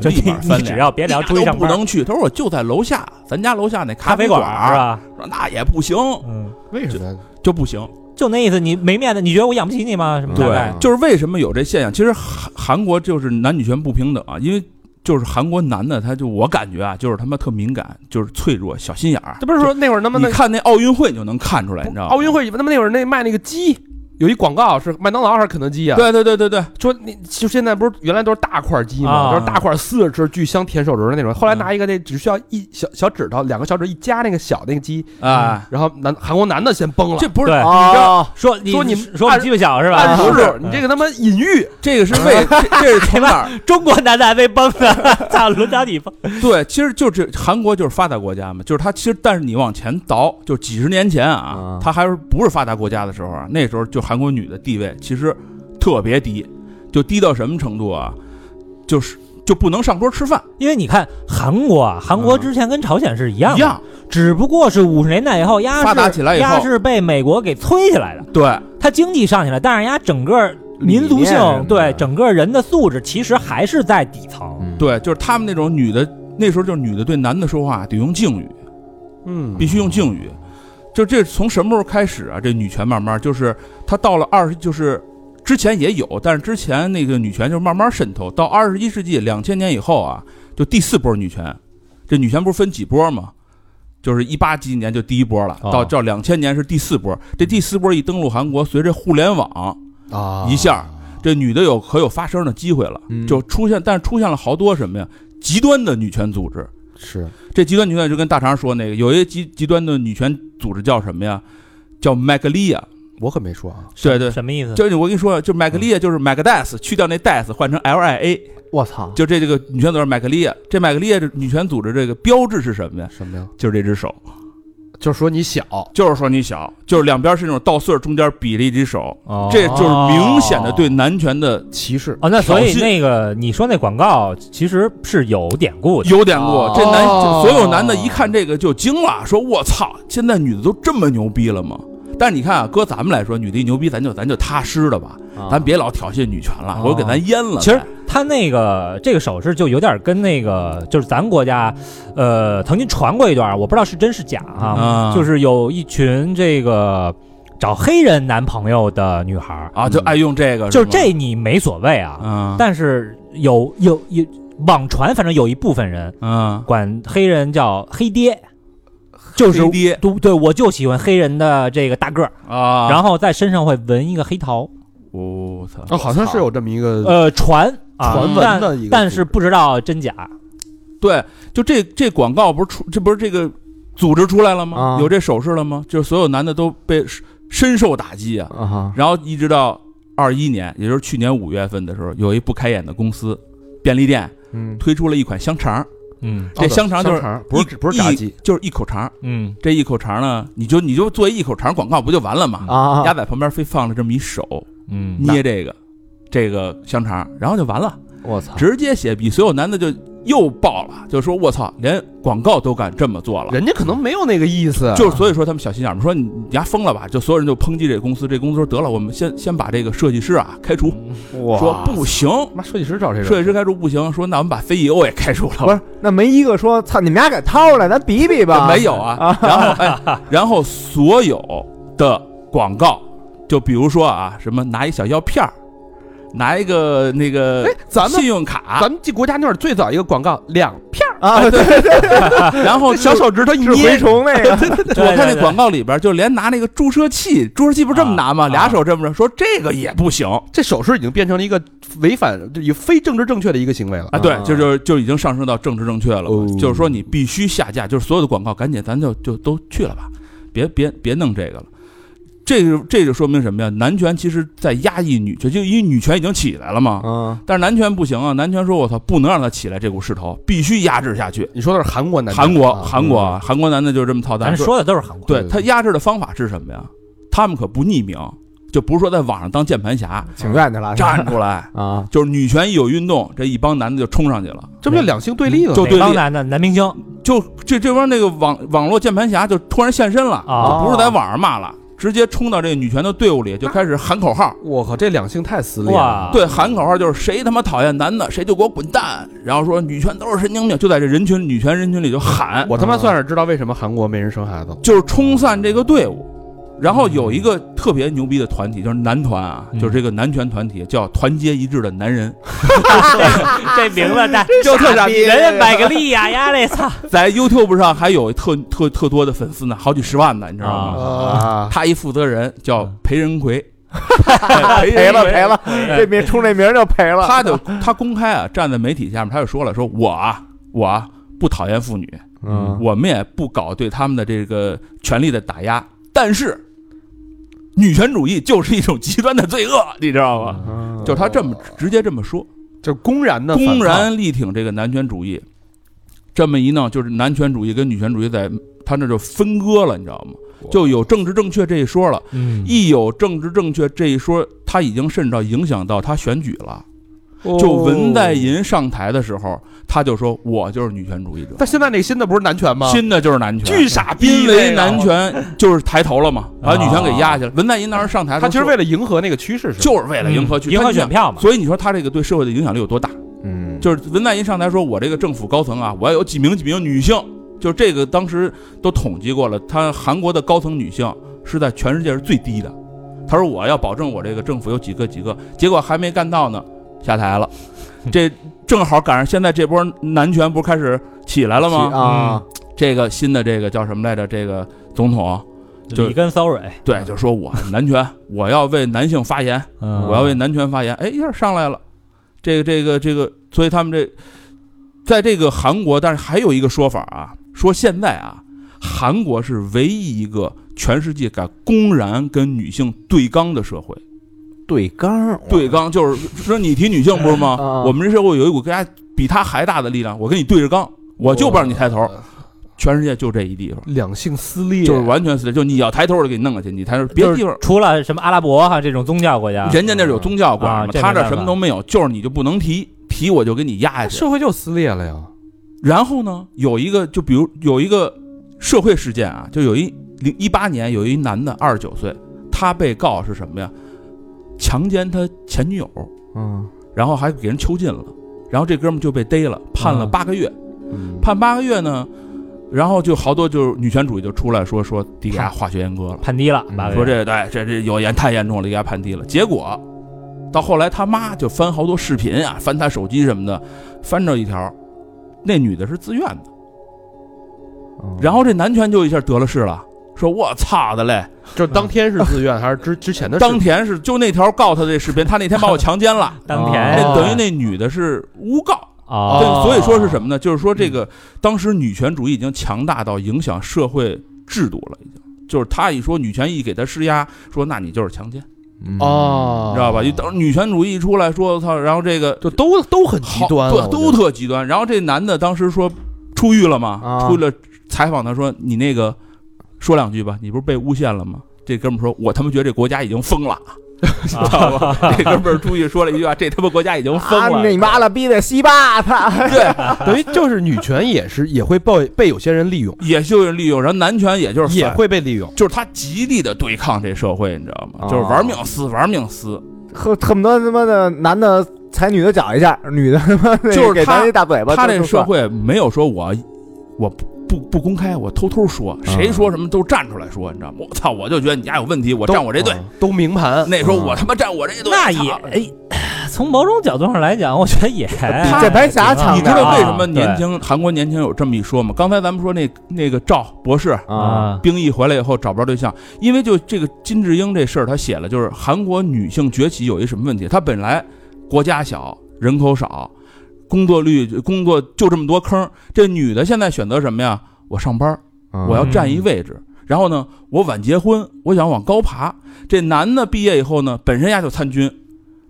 S6: 就
S7: 立
S6: 你
S7: 马
S6: 你
S7: 翻
S6: 只
S7: 脸。
S6: 要别聊
S7: 俩
S6: 出去
S7: 都
S6: 上
S7: 不
S6: 班，
S7: 能去，她说我就在楼下，咱家楼下那
S6: 咖啡
S7: 啡
S6: 馆
S7: 儿
S6: 是吧？
S7: 说那也不行，
S6: 嗯，
S2: 为什么？
S7: 就不行。
S6: 就那意思，你没面子，你觉得我养不起你吗？什么大概
S7: 对，就是为什么有这现象？其实韩韩国就是男女权不平等啊，因为就是韩国男的，他就我感觉啊，就是他妈特敏感，就是脆弱，小心眼儿。
S2: 这不是说那会儿他妈
S7: 你
S2: 那
S7: 看那奥运会你就能看出来，你知道吗？
S2: 奥运会，他妈那会儿那卖那个鸡，有一广告是麦当劳还是肯德基啊？，
S7: 对对对对对，
S2: 说你就现在不是原来都是大块鸡嘛，
S6: 啊
S2: 就是大块撕着吃，巨香甜手指的那种。后来拿一个那只需要一小小指头，两个小指一夹那个小那个鸡，
S7: 啊，
S2: 然后男韩国男的先崩了
S7: 嗯这。不是
S6: 对
S4: 哦，
S6: 说你
S2: 说你
S6: 说我们鸡巴小是吧？
S2: 暗示你这个他妈隐喻，
S7: 这个是为这这是从哪儿？
S6: 中国男的还被崩了，操，轮到你崩。
S7: 对，其实就这韩国就是发达国家嘛，就是它其实，但是你往前倒，就几十年前啊
S4: 啊，
S7: 它还是不是发达国家的时候啊，那时候就韩国女的地位其实特别低，就低到什么程度啊？就是就不能上桌吃饭
S6: 因为你看韩国啊，韩国之前跟朝鲜是一样的，
S7: 嗯一样，
S6: 只不过是五十年代以后，鸭是
S7: 发达起来以后
S6: 鸭是被美国给催起来的，
S7: 对，
S6: 它经济上去了，但是鸭整个民族
S4: 理念什么
S6: 性
S4: 的
S6: 对整个人的素质其实还是在底层。
S4: 嗯
S7: 对，就是他们那种女的，那时候就是女的对男的说话得用敬语，
S2: 嗯
S7: 必须用敬语。就这从什么时候开始啊？这女权慢慢就是她到了二十，就是之前也有，但是之前那个女权就慢慢渗透到二十一世纪两千年以后啊，就第四波女权。这女权不是分几波吗？就是一八几几年就第一波了，
S6: 哦
S7: 到到两千年是第四波。这第四波一登陆韩国，随着互联网
S2: 啊
S7: 一下，这女的有可有发声的机会了，
S4: 嗯
S7: 就出现，但是出现了好多什么呀？极端的女权组织，
S2: 是
S7: 这极端女权就跟大肠说那个，有一极极端的女权组织叫什么呀？叫麦格利亚，
S2: 我可没说啊！
S7: 对对，
S6: 什么意思？
S7: 嗯就是嗯我跟你说，就麦格利亚就是 m a g d a s 去掉那 Death 换成 L I A，
S4: 我操，
S7: 就这这个女权组织麦格利亚，这麦格利亚这女权组织这个标志是什么呀？
S2: 什么呀？
S7: 就是这只手，
S2: 就是说你小，
S7: 就是说你小，就是两边是那种倒穗儿，中间比了一只手，这就是明显的对男权的
S2: 歧视
S6: 哦，那所以
S7: 挑衅
S6: 那个你说那广告其实是有典故的，
S7: 有典故
S2: 哦。
S7: 这男所有男的一看这个就惊了，说我操，现在女的都这么牛逼了吗？但是你看啊，搁咱们来说，女的一牛逼，咱就咱就踏实了吧，咱别老挑衅女权了，
S6: 啊哦
S7: 我给咱阉了。
S6: 其实他那个这个手势就有点跟那个就是咱国家，呃，曾经传过一段，我不知道是真是假啊，
S7: 啊
S6: 就是有一群这个找黑人男朋友的女孩儿，
S7: 啊，就爱用这个，
S6: 就是
S7: 吗
S6: 这你没所谓啊，
S7: 嗯
S6: 但是有有有网传，反正有一部分人
S7: 嗯，
S6: 管黑人叫黑爹。就是
S7: 黑爹
S6: 对对，我就喜欢黑人的这个大个儿，
S7: 啊，
S6: 然后在身上会纹一个黑桃，
S7: 我操，
S2: 啊，好像是有这么一个
S6: 呃，传啊
S2: 传闻的一个哦
S6: 但，但是不知道真假。
S7: 对，就这这广告不是出，这不是这个组织出来了吗？
S4: 啊
S7: 有这手势了吗？就是所有男的都被深受打击啊，
S4: 啊哈，
S7: 然后一直到二一年，也就是去年五月份的时候，有一不开眼的公司，便利店
S4: 嗯
S7: 推出了一款香肠，
S6: 嗯
S7: 这香肠就是
S2: 肠不是不是炸鸡
S7: 一，就是一口肠。
S6: 嗯，
S7: 这一口肠呢，你就你就做一口肠广告不就完了吗？
S4: 啊
S7: 鸭，仔旁边非放了这么一手
S6: 嗯
S7: 捏这个这个香肠，然后就完了，
S4: 我操，
S7: 直接写比所有男的就又爆了，就说我操，连广告都敢这么做了。
S2: 人家可能没有那个意思，
S7: 就是所以说他们小心眼儿，说你你丫疯了吧？就所有人就抨击这公司，这公司说得了，我们先先把这个设计师啊开除，说不行，
S2: 妈设计师找这
S7: 设计
S2: 人，
S7: 师开除不行，说那我们把 CEO 也开除了吧，
S4: 不是，那没一个说操你们俩给掏出来，咱比比吧，
S7: 没有啊。然后哎，然后所有的广告，就比如说啊，什么拿一小药片儿，拿一个那个
S2: 哎，咱们
S7: 信用卡，
S2: 咱们这国家那会儿最早一个广告，两片
S7: 哎
S4: 啊，对，
S7: 然后
S2: 小手指头一
S4: 是蛔
S2: 捏，
S4: 虫那个，
S6: 对
S7: 我看那
S6: 对
S7: 广告里边就连拿那个注射器，注射器不是这么拿吗？
S6: 啊
S7: 俩手这么着，说这个也不行。
S2: 这手势已经变成了一个违反、以非政治正确的一个行为了。
S7: 啊，对
S4: 啊，
S7: 就就就已经上升到政治正确了嘛，
S2: 哦
S7: 就是说你必须下架，就是所有的广告赶紧咱就就都去了吧，别别别弄这个了。这个这就说明什么呀？男权其实在压抑女权，就因为女权已经起来了嘛。
S4: 嗯，
S7: 但是男权不行啊，男权说我操，不能让它起来这股势头，必须压制下去。
S2: 你说的是韩国男的，
S7: 韩国
S2: 啊
S7: 韩国啊韩国男的就是这么操蛋，
S6: 咱说的都是韩国。
S7: 对他压制的方法是什么呀？他们可不匿名，就不是说在网上当键盘侠
S4: 请愿去了，
S7: 站出来，
S4: 啊，
S7: 就是女权一有运动，这一帮男的就冲上去了。
S2: 嗯这不就两性对立了吗？
S7: 嗯就对
S6: 北
S7: 立
S6: 方男的男明星
S7: 就这这帮那个网网络键盘侠就突然现身了，
S6: 啊，
S7: 不是在网上骂了，直接冲到这个女权的队伍里就开始喊口号。
S2: 我靠，这两性太撕裂了
S6: 哇，，
S7: 对，喊口号就是谁他妈讨厌男的，谁就给我滚蛋。然后说女权都是神经病，就在这人群女权人群里就喊，
S2: 我他妈算是知道为什么韩国没人生孩子了。
S7: 就是冲散这个队伍。然后有一个特别牛逼的团体，就是男团啊，
S6: 嗯
S7: 就是这个男权团体叫“团结一致的男人
S6: 这名字 大，
S7: 就特傻逼
S6: 人家买个利亚呀，这操！”，
S7: 在 YouTube 上还有特特特多的粉丝呢，好几十万呢，你知道吗？
S2: 啊，
S7: 他一负责人叫裴仁奎，
S4: 赔了赔了，这名冲这名就赔了，
S7: 他就他公开啊，站在媒体下面，他就说了，说我啊，我啊不讨厌妇女，
S4: 嗯
S7: 我们也不搞对他们的这个权利的打压，但是女权主义就是一种极端的罪恶，你知道吗？
S4: 嗯
S7: 就是他这么直接这么说，
S2: 就是公然的
S7: 公然力挺这个男权主义，这么一弄，就是男权主义跟女权主义在他那就分割了，你知道吗？就有政治正确这一说了，
S6: 嗯，
S7: 一有政治正确这一说，他已经甚至到影响到他选举了。
S2: 就
S7: 就文在。寅上台的时候，他就说：“我就是女权主义者。
S2: 但现在那个新的不是男权”吗？
S7: 新的就是男权，
S2: 巨傻逼，
S7: 因为
S2: 这个
S7: 男权就是抬头了嘛，把
S6: 啊
S7: 女权给压下来。文在寅当时上台的时
S2: 他
S7: 候
S2: 其
S7: 说，
S2: 实为了迎合那个趋势是吧，
S7: 就是为了哎迎合去
S6: 迎合选。票嘛
S7: 他，所以你说他这个对社会的影响力有多大？
S4: 嗯，
S7: 就是文在寅上台说：“我这个政府高层啊，我要有几名几名女性。”就这个当时都统计过了，他韩国的高层女性是在全世界是最低的。他说：“我要保证我这个政府有几个几个。”结果还没干到呢，下台了。这正好赶上现在这波男权不是开始起来了吗？嗯
S4: 啊，
S7: 这个新的这个叫什么来着？这个总统就
S6: 里根骚蕊，
S7: 对，就说我男权，我要为男性发言。
S6: 嗯
S7: 我要为男权发言，哎，一下上来了，这个这个这个，所以他们这，在这个韩国，但是还有一个说法啊，说现在啊，韩国是唯一一个全世界敢公然跟女性对刚的社会。
S4: 对刚，
S7: 对刚就是说你提女性不是 吗？
S4: 啊
S7: 我们这社会有一股更加比他还大的力量，我跟你对着刚，我就不让你抬头。全世界就这一地方，
S2: 两性撕裂，
S7: 就是完全是，就你要抬头我就给你弄过去，你抬头别
S6: 就
S7: 地方
S6: 是。除了什么阿拉伯哈这种宗教国家，
S7: 人家那是有宗教
S6: 啊
S7: 管嘛，
S6: 这没
S7: 他这
S6: 办
S7: 什
S6: 法
S7: 么都没有，就是你就不能提，提我就给你压下去。
S2: 社会就撕裂了呀。
S7: 然后呢，有一个就比如有一个社会事件啊，就有一零一八年有一男的二十九岁，他被告是什么呀？强奸他前女友，
S4: 嗯，
S7: 然后还给人囚禁了，然后这哥们就被逮了，判了
S6: 嗯
S7: 八个月，判八个月呢，然后就好多就是女权主义就出来说说得给他化学阉割了，
S6: 判低了，八个
S7: 说这
S6: 月
S7: 对这这有严太严重了，得给他判低了。结果到后来他妈就翻好多视频啊，翻他手机什么的，翻着一条，那女的是自愿的。然后这男权就一下得了势了，说我操的嘞！
S2: 就是当天是自愿还是之之前的事？
S7: 当天是就那条告他这视频，他那天把我强奸了，
S6: 当
S7: 那
S6: 天
S4: 哦
S7: 等于那女的是诬告。对，
S6: 哦
S7: 所以说是什么呢？就是说这个当时女权主义已经强大到影响社会制度了，已经。就是他一说女权一给他施压，说那你就是强奸，
S4: 嗯
S2: 哦，
S7: 你知道吧？一当女权主义一出来说，我操，然后这个
S2: 就都都很极
S7: 好
S2: 端
S7: 对
S2: 了，，
S7: 都特极端。然后这男的当时说出狱了嘛，
S4: 啊
S7: 出了采访他说你那个说两句吧，你不是被诬陷了吗？这哥们儿说，我他妈觉得这国家已经疯了， 知道吧？这哥们儿出去说了一句话，这他妈国家已经疯
S4: 啊，
S7: 了。
S4: 你妈了逼的西巴，他
S2: 等于就是女权也是也会被被有些人利用，
S7: 也就是利用，然后男权也 就是
S2: 也
S7: 反
S2: 会被利用。
S7: 就是他极力的对抗这社会，你知道吗？
S4: 哦
S7: 就是玩命撕，玩命撕，
S4: 恨恨不得他妈的男的踩女的脚一下，女的他妈的
S7: 就是
S4: 给
S7: 他
S4: 咱一大嘴巴。
S7: 他
S4: 就
S7: 这
S4: 就
S7: 社
S4: 算
S7: 会没有说我我不不不公开，我偷偷说，
S4: 嗯
S7: 谁说什么都站出来说，你知道吗？我操，我就觉得你家有问题，我
S2: 都
S7: 站我这队。
S4: 嗯
S2: 啊都明盘，
S7: 那时候我他妈站我这队，
S6: 那
S7: 操
S6: 也哎， 从某种角度上来讲，我觉 得也
S4: 比键盘侠强
S7: 你
S4: 点
S7: 知道为什么
S6: 啊
S7: 年轻韩国年轻有这么一说吗？刚才咱们说那那个赵博士
S4: 啊，
S7: 兵役回来以后找不着对象，因为就这个金智英这事儿，他写了，就是韩国女性崛起有一什么问题？她本来国家小，人口少，工作率工作就这么多坑儿，这女的现在选择什么呀？我上班儿，
S4: 嗯
S7: 我要占一位置。然后呢，我晚结婚，我想往高爬。这男的毕业以后呢，本身丫就参军，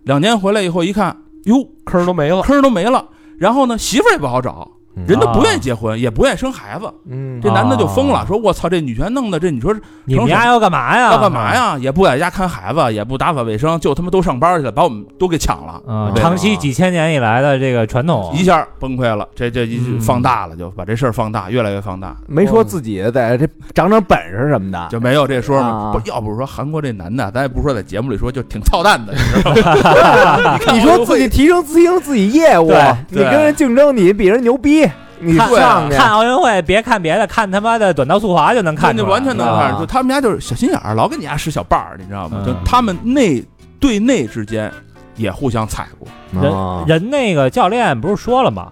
S7: 两年回来以后一看，哟，
S2: 坑儿都
S1: 哦
S2: 没了。
S7: 坑儿都没了。然后呢，媳妇儿也不好找，人都不愿意结婚，也不愿意生孩子。
S4: 嗯
S7: 这男的就疯
S6: 哦啊
S7: 了，说：“我操，这女权弄的，这你说
S6: 你们家要干嘛呀？
S7: 要干嘛？呀？也不在家看孩子，也不打扫卫生，就他妈都上班去了，把我们都给抢了，
S6: 嗯，
S7: 对
S6: 长期几千年以来的这个传统，
S7: 一下崩溃了。这这一
S6: 嗯
S7: 放大了，就把这事儿放大，越来越放大，
S4: 没说自己在这长长本事什么的，
S7: 就没有这说
S4: 啊
S7: 嘛。不，要不是说韩国这男的，咱也不说在节目里说，就挺操蛋的，你知道吗？
S4: 你说自己提升自己自己业务
S6: 对，
S4: 你
S7: 对
S4: 跟人竞争，你比人牛逼，你
S6: 看
S4: 上去
S6: 看奥运会，别看别的，看他妈的短道速滑就能看出
S7: 就
S6: 来，
S7: 完全能
S4: 啊
S7: 看出，就他们家就是小心眼儿，老给你家使小绊儿，你知道吗？
S6: 嗯
S7: 就他们内对内之间也互相踩过，
S6: 人
S4: 啊
S6: 人那个教练不是说了吗？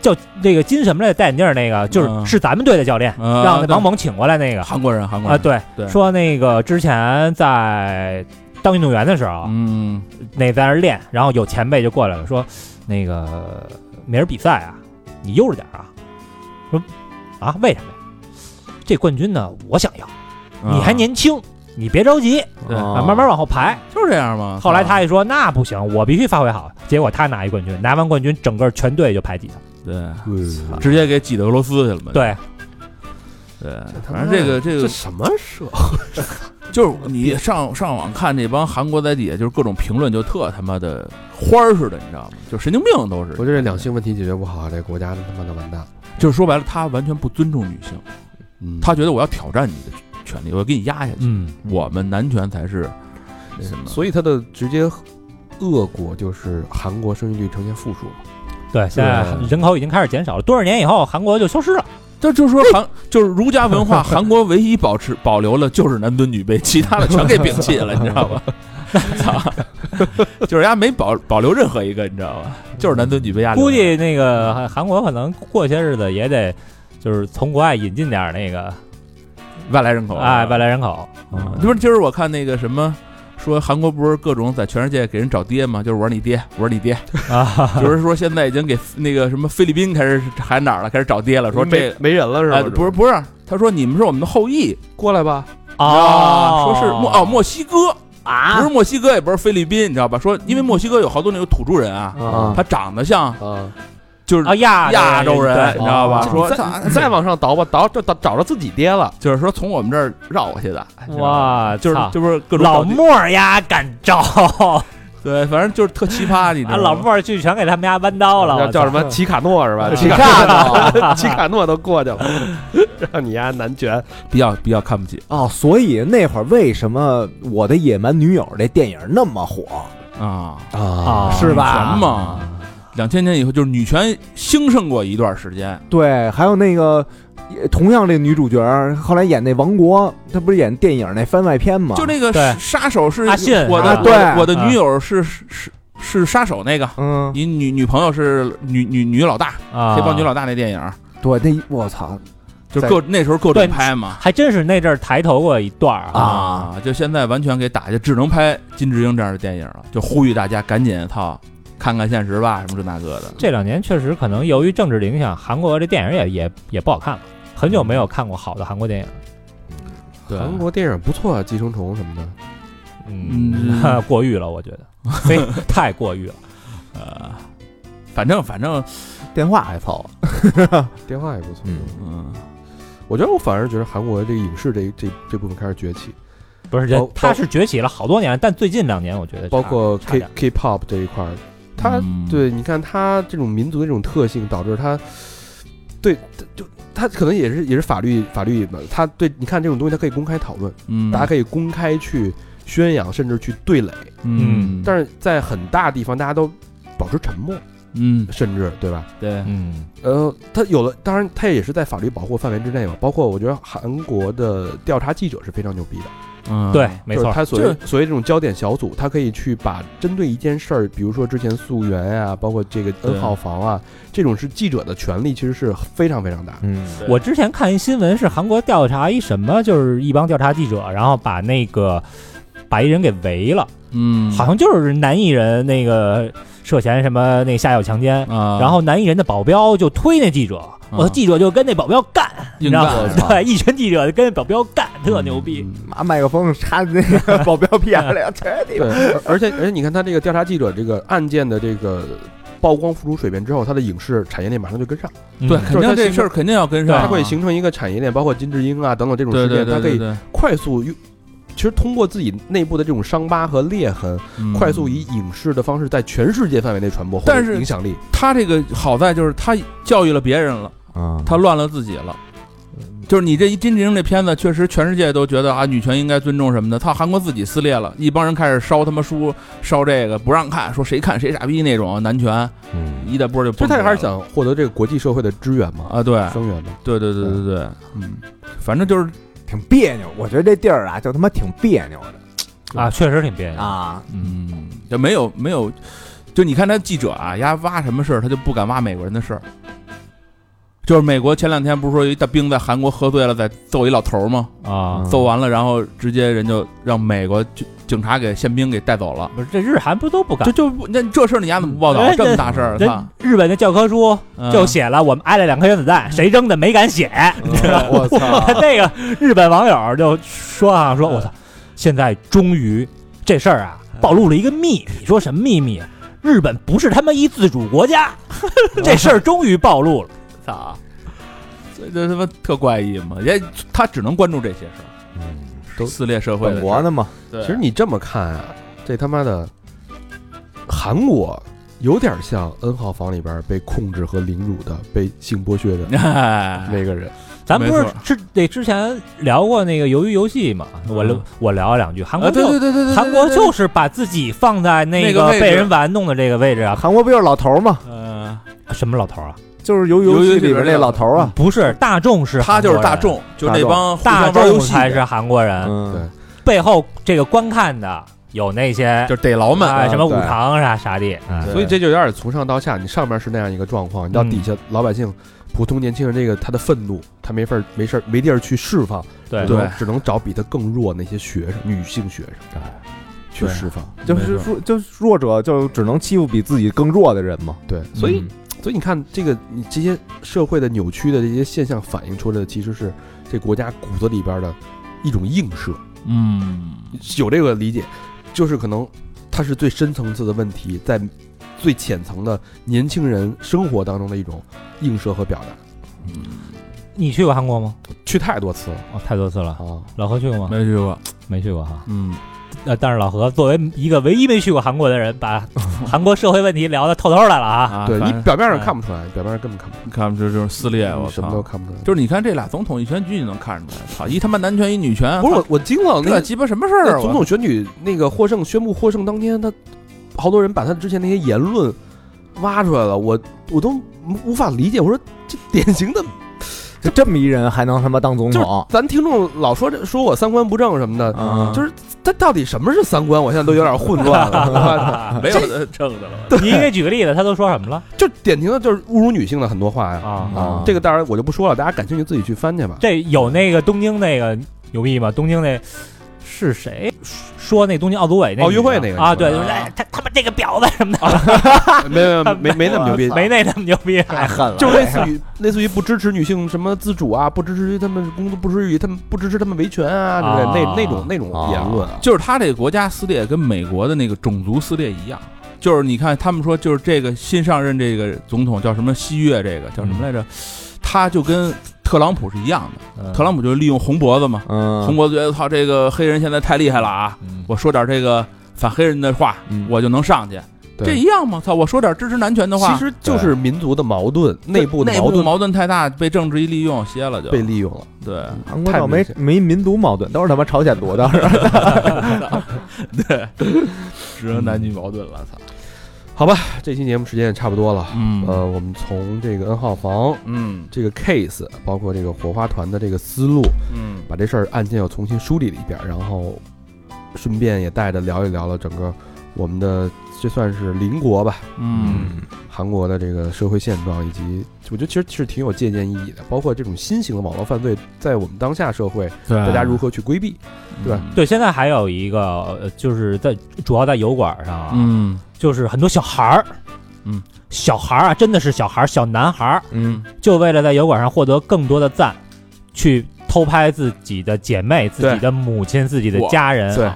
S6: 叫那个金什么来着戴眼镜儿那个，就是
S7: 嗯
S6: 是咱们队的教练，
S7: 嗯
S6: 让那
S7: 对
S6: 王蒙请过来那个
S7: 韩国人，韩国
S6: 啊，
S7: 人，
S6: 对，
S7: 对
S6: 说那个之前在当运动员的时候，
S7: 嗯，
S6: 那在那儿练，然后有前辈就过来了，说那个明儿比赛啊，你悠着点儿啊。说啊，为什么呀？这冠军呢，我想要，你还年轻，你别着急，
S7: 啊对
S6: 啊慢慢往后排。
S7: 就是这样嘛。
S6: 后来他一说那不行，我必须发挥好。结果他拿一冠军，拿完冠军，整个全队就排挤他。
S7: 对，直接给挤到俄罗斯去了嘛。
S6: 对，
S7: 对，反正这个这
S2: 这
S7: 个
S2: 什么社会？
S7: 就是你上上网看那帮韩国在底下就是各种评论，就特他妈的花儿似的，你知道吗？就神经病都是
S2: 我。觉得这两性问题解决不好，这国家他妈的完蛋了。
S7: 就是说白了，他完全不尊重女性，
S2: 嗯
S7: 他觉得我要挑战你的权利，我要给你压下去。
S6: 嗯，
S7: 我们男权才是那什么。
S2: 所以他的直接恶果就是韩国生育率呈现负数。
S6: 对，现
S7: 啊
S6: 在
S2: 对
S6: 人口已经开始减少了，多少年以后韩国就消失了。
S7: 这就是说韩就是儒家文化，韩国唯一保持保留了就是男尊女卑，其他的全给摒弃了，你知道吧？ 操，就是人家没保保留任何一个，你知道吧？就是男尊女卑压力。
S6: 估计那个韩韩国可能过些日子也得就是从国外引进点儿那个
S7: 外来人口啊
S6: 哎外来人口。
S7: 嗯，这不是今儿我看那个什么，说韩国不是各种在全世界给人找爹吗？就是我是你爹，我是你爹，
S6: 啊，
S7: 就是说现在已经给那个什么菲律宾开始还哪儿了，开始找爹了，说这呃
S2: 没没人了是吧？
S7: 哎不是不是，他说你们是我们的后裔，
S2: 过来吧，
S6: 啊，
S7: 说是墨哦墨西哥，不
S6: 啊
S7: 是墨西哥，也不是菲律宾，你知道吧？说因为墨西哥有好多那个土著人啊，
S4: 嗯
S2: 啊
S7: 他长得像
S2: 啊！
S7: 就是
S6: 啊亚
S7: 哦亚洲人，你知道吧？
S2: 啊
S7: 说
S2: 再再往上倒吧，倒就找找着自己爹了。
S7: 就是说从我们这儿绕过去的，
S6: 对，哇，
S7: 就是
S6: 操
S7: 就是各种
S6: 老
S7: 道具
S6: 莫儿呀敢 招，啊，
S7: 对，反正就是特奇葩，你知道吗？
S6: 老莫儿去全给他们家弯刀了，
S2: 叫
S6: 我
S2: 叫
S6: 操
S2: 什么？奇卡诺是吧？
S6: 啊
S2: 奇卡 诺，奇卡诺都过去了， 让你丫南拳。
S7: 比较比较看不起
S4: 哦，所以那会儿为什么我的野蛮女友这电影那么火，
S7: 啊，
S6: 啊，
S4: 是吧
S7: 女权？嘛，两千年以后就是女权兴盛过一段时间，
S4: 对，还有那个也同样这女主角儿后来演那王国，她不是演电影那番外篇吗？
S7: 就那个
S6: 对
S7: 杀手是
S6: 阿信
S7: 我
S4: 啊
S7: 的
S4: 对
S7: 我的女友是是是是杀手那个，
S4: 嗯，
S7: 你女女朋友是女女女老大，
S6: 啊，
S7: 黑帮女老大那电影，
S4: 对，那我操，
S7: 就是
S4: 在
S7: 各那时候各
S6: 对
S7: 种拍嘛。
S6: 还真是那阵儿抬头过一段儿啊，
S7: 啊，就现在完全给打下，只能拍金智英这样的电影了，就呼吁大家赶紧操，看看现实吧，什么这那个的。
S6: 这两年确实可能由于政治的影响，韩国这电影也也也不好看了，很久没有看过好的韩国电影。
S7: 对，啊
S2: 韩国电影不错，啊《寄生虫》什么的。
S6: 嗯， 过誉了，我 觉得，非太过誉了。
S7: 呃，反正反正，
S4: 电话还凑合，
S2: 电话也不错。
S4: 嗯
S7: 嗯，
S2: 我觉得我反而觉得韩国这个影视这这这部分开始崛起，
S6: 不是，
S2: 包
S6: 人
S2: 包
S6: 他是崛起了好多年，但最近两年我觉得差
S2: 包括
S6: 差
S2: K
S6: 点
S2: K-pop 这一块儿，它
S7: 嗯
S2: 对，你看它这种民族的这种特性，导致它对它就它可能也是也是法律法律嘛，它对你看这种东西，它可以公开讨论，
S7: 嗯，
S2: 大家可以公开去宣扬，甚至去对垒，
S7: 嗯，
S2: 但是在很大地方大家都保持沉默，
S7: 嗯
S2: 甚至对吧？
S7: 对，
S6: 嗯
S2: 呃，它有了，当然它也是在法律保护范围之内嘛。包括我觉得韩国的调查记者是非常牛逼的。
S7: 嗯
S6: 对，没
S2: 啊就是
S6: 错，
S2: 他所谓所谓这种焦点小组，他可以去把针对一件事儿，比如说之前溯源啊，包括这个 N
S7: 对
S2: 号房啊，这种是记者的权利，其实是非常非常大的。
S4: 嗯，
S6: 我之前看一新闻是韩国调查一什么，就是一帮调查记者，然后把那个把一人给围了，
S7: 嗯，
S6: 好像就是男艺人那个涉嫌什么那下药强奸，
S7: 啊，
S6: 然后男艺人的保镖就推那记者，我的记者就跟那保镖干，你
S7: 硬
S6: 知道
S7: 干嗯
S6: 吗？ 对，一群记者就跟那保镖干，特牛逼。
S2: 嗯
S4: 拿麦克风插那个保镖屁眼 里，去你
S2: 对，而而且而且你看他这个调查记者这个案件的这个曝光浮出水面之后，他的影视产业链马上就跟上，
S7: 对，
S6: 嗯
S7: 肯定这事儿肯定要跟上，
S2: 它会形成一个产业链，包括金智英啊等等这种
S7: 啊对
S2: 事
S7: 对
S2: 件，它
S7: 对
S2: 可
S7: 对
S2: 以
S7: 对，
S2: 快速用。其实通过自己内部的这种伤疤和裂痕，
S7: 嗯
S2: 快速以影视的方式在全世界范围内传播，
S7: 但
S2: 或者
S7: 是啊
S2: 影响力
S7: 他这个好在就是他教育了别人了，
S4: 啊，
S7: 他乱了自己了。就是你这一金智英这片子，确实全世界都觉得啊，女权应该尊重什么的。他韩国自己撕裂了，一帮人开始烧他妈书，烧这个不让看，说谁看谁傻逼那种男权，
S4: 嗯
S7: 一带波就
S2: 其实
S7: 崩
S2: 他
S7: 出来
S2: 也
S7: 了。
S2: 还是想获得这个国际社会的支援嘛，
S7: 啊，对
S2: 生源嘛。
S7: 对对对对对，嗯，反正就是
S4: 挺别扭，我觉得这地儿啊，就他妈挺别扭的
S6: 啊，确实挺别扭。
S4: 啊，
S7: 嗯，就没有没有，就你看他记者啊，丫挖什么事儿，他就不敢挖美国人的事儿。就是美国前两天不是说有一大兵在韩国喝醉了，在揍一老头儿吗？
S6: 啊，
S7: 揍完了，然后直接人就让美国警警察给宪兵给带走了。
S6: 不是这日韩不都不干
S7: 这？就不那这事儿你丫怎么不报道？
S6: 哎
S7: 这么大事儿，
S6: 人
S7: 操
S6: 日本的教科书就写了，我们挨了两颗原子弹，
S7: 嗯
S6: 谁扔的没 敢写。
S7: 啊
S2: 我操！
S6: 那个日本网友就说啊，
S7: 嗯
S6: 说我操，现在终于这事儿啊暴露了一个秘密，说什么秘密？日本不是他妈一自主 国家，这事儿终于暴露了。
S7: 操，这这他妈特怪异嘛！人家他只能关注这些事儿，
S2: 都
S7: 撕裂社会的
S4: 本
S7: 事儿
S4: 国的嘛，
S7: 对
S2: 其实你这么看啊，这他妈的韩国有点像 N 号房里边被控制和凌辱的、被性剥削的
S7: 哎
S2: 那个人。
S6: 咱们不是
S7: 没错
S6: 之那之前聊过那个鱿鱼游戏嘛？我聊我聊了两句，韩
S7: 嗯
S6: 国
S7: 啊，对
S6: 就
S7: 对对对对，
S6: 韩国就是把自己放在那
S7: 那个
S6: 个
S7: 位置
S6: 被人玩弄的这个位置啊，
S4: 韩国不就是老头儿吗？
S7: 嗯，
S6: 什么老头啊？
S4: 就是游
S7: 游
S4: 戏
S7: 戏
S4: 里
S7: 里
S4: 边
S7: 边
S4: 那
S7: 那
S4: 老头儿啊，
S6: 不是大众是
S7: 他就是大
S6: 韩国
S7: 众，
S6: 人，
S7: 就那帮互
S6: 大
S7: 相玩游
S6: 众
S7: 戏
S6: 才是韩国人。
S4: 嗯，
S2: 对
S6: 背后这个观看的有那 些
S7: 就是逮牢们
S6: 啊什么武
S4: 对
S6: 堂啥啥的，啊
S2: 所以这就有点从上到下，你上面是那样一个状况，你到
S6: 嗯
S2: 底下老百姓、普通年轻人这个他的愤怒，他没法儿没事儿没地儿去释放，
S6: 对
S2: 只能只能找比他更弱那些学生、女性学生去
S7: 对
S2: 释放。
S4: 就是弱，就是弱者就只能欺负比自己更弱的人嘛。
S2: 对，所以所以你看，这个你这些社会的扭曲的这些现象反映出来的，其实是这国家骨子里边的一种映射，
S5: 嗯，
S2: 有这个理解，就是可能它是最深层次的问题，在最浅层的年轻人生活当中的一种映射和表达。
S6: 你去过韩国吗？
S2: 去太多次了
S6: 哦，太多次了。
S2: 啊，
S6: 老何去过吗？
S5: 没去过，
S6: 没去过哈。
S5: 嗯，
S6: 呃，但是老何作为一个唯一没去过韩国的人， 把韩国社会问题聊得透透来了啊。
S5: 啊
S2: 对
S5: 反
S2: 你
S5: 正
S2: 表面上
S5: 哎
S2: 看不出来，表面上根本看不出
S7: 你看这就是撕裂，
S2: 来，
S7: 哎我
S2: 你什么都
S7: 操！
S2: 看不出来。
S7: 就是你看这俩总统一选举，你能看出来，操，一他妈男权一女权，
S2: 不是我，我惊了，那
S7: 这
S2: 个
S7: 鸡巴什么事儿啊？
S2: 那总
S7: 我
S2: 统选举那个获胜宣布获胜当天，他好多人把他之前那些言论挖出来了，我我都无法理解。我说这典型的，
S4: 就这么一人还能他妈当总
S2: 就是
S4: 统？
S2: 咱听众老说这说我三观不正什么的，
S4: 啊
S2: 就是他到底什么是三观，我现在都有点混乱了。
S7: 没有的正的了。
S6: 你给举个例子，他都说什么了
S2: 就典型的就是侮辱女性的很多话呀。
S6: 啊？
S4: 啊
S2: 这个当然我就不说了，大家感兴趣自己去翻去吧。
S6: 这有那个东京那个牛逼吗？东京那是谁说那东京奥组委那
S2: 奥运会那
S6: 女的
S2: 个
S6: 啊？
S2: 是吧
S6: 对，就是哎他他妈这个婊子什么的，
S2: 没没没没那么牛逼，
S6: 没那那么牛逼。
S4: 太狠了，
S2: 就是类
S7: 哎
S2: 似于类似于不支持女性什么自主啊，不支持他们工作，不支持他们不支持他们维权啊之类的
S6: 啊
S2: 那那种那种言论啊。
S7: 就是他这个国家撕裂跟美国的那个种族撕裂一样，就是你看他们说就是这个新上任这个总统叫什么西月，这个叫
S2: 嗯
S7: 什么来着？他就跟特朗普是一样的，
S2: 嗯
S7: 特朗普就是利用红脖子嘛，
S4: 嗯，
S7: 红脖子觉得操这个黑人现在太厉害了啊，
S2: 嗯
S7: 我说点这个反黑人的话，
S4: 嗯
S7: 我就能上去，
S2: 对
S7: 这一样吗？操，我说点支持男权的话，
S2: 其实就是民族的矛盾，
S7: 对
S2: 内部的
S7: 内
S2: 矛
S7: 部
S2: 盾
S7: 矛盾太大，被政治一利用，歇了就
S2: 被嗯利用了。
S7: 对。
S4: 韩国
S2: 太
S4: 倒没
S2: 明显
S4: 没民族矛盾，都是他妈朝鲜族的。
S7: 对，只能男女矛盾了，操！
S2: 这期节目时间也差不多了，
S7: 嗯
S2: 呃，我们从这个 N 号房
S7: 嗯
S2: 这个 case，包括这个火花团的这个思路，
S7: 嗯，
S2: 把这事儿案件又重新梳理了一遍，然后顺便也带着聊一聊了整个我们的这算是邻国吧，
S7: 嗯，
S2: 韩国的这个社会现状，以及我觉得其实是挺有借鉴意义的，包括这种新型的网络犯罪在我们当下社会
S5: 对，
S6: 嗯
S2: 大家如何去规避。对
S7: 嗯
S2: 吧
S6: 对，现在还有一个，呃就是在主要在油管上啊，
S7: 嗯
S6: 就是很多小孩儿，
S7: 嗯，
S6: 小孩儿啊，真的是小孩儿，小男孩儿，
S7: 嗯
S6: 就为了在油管上获得更多的赞，去偷拍自己的姐妹、自己的母亲、自己的家人。
S2: 对，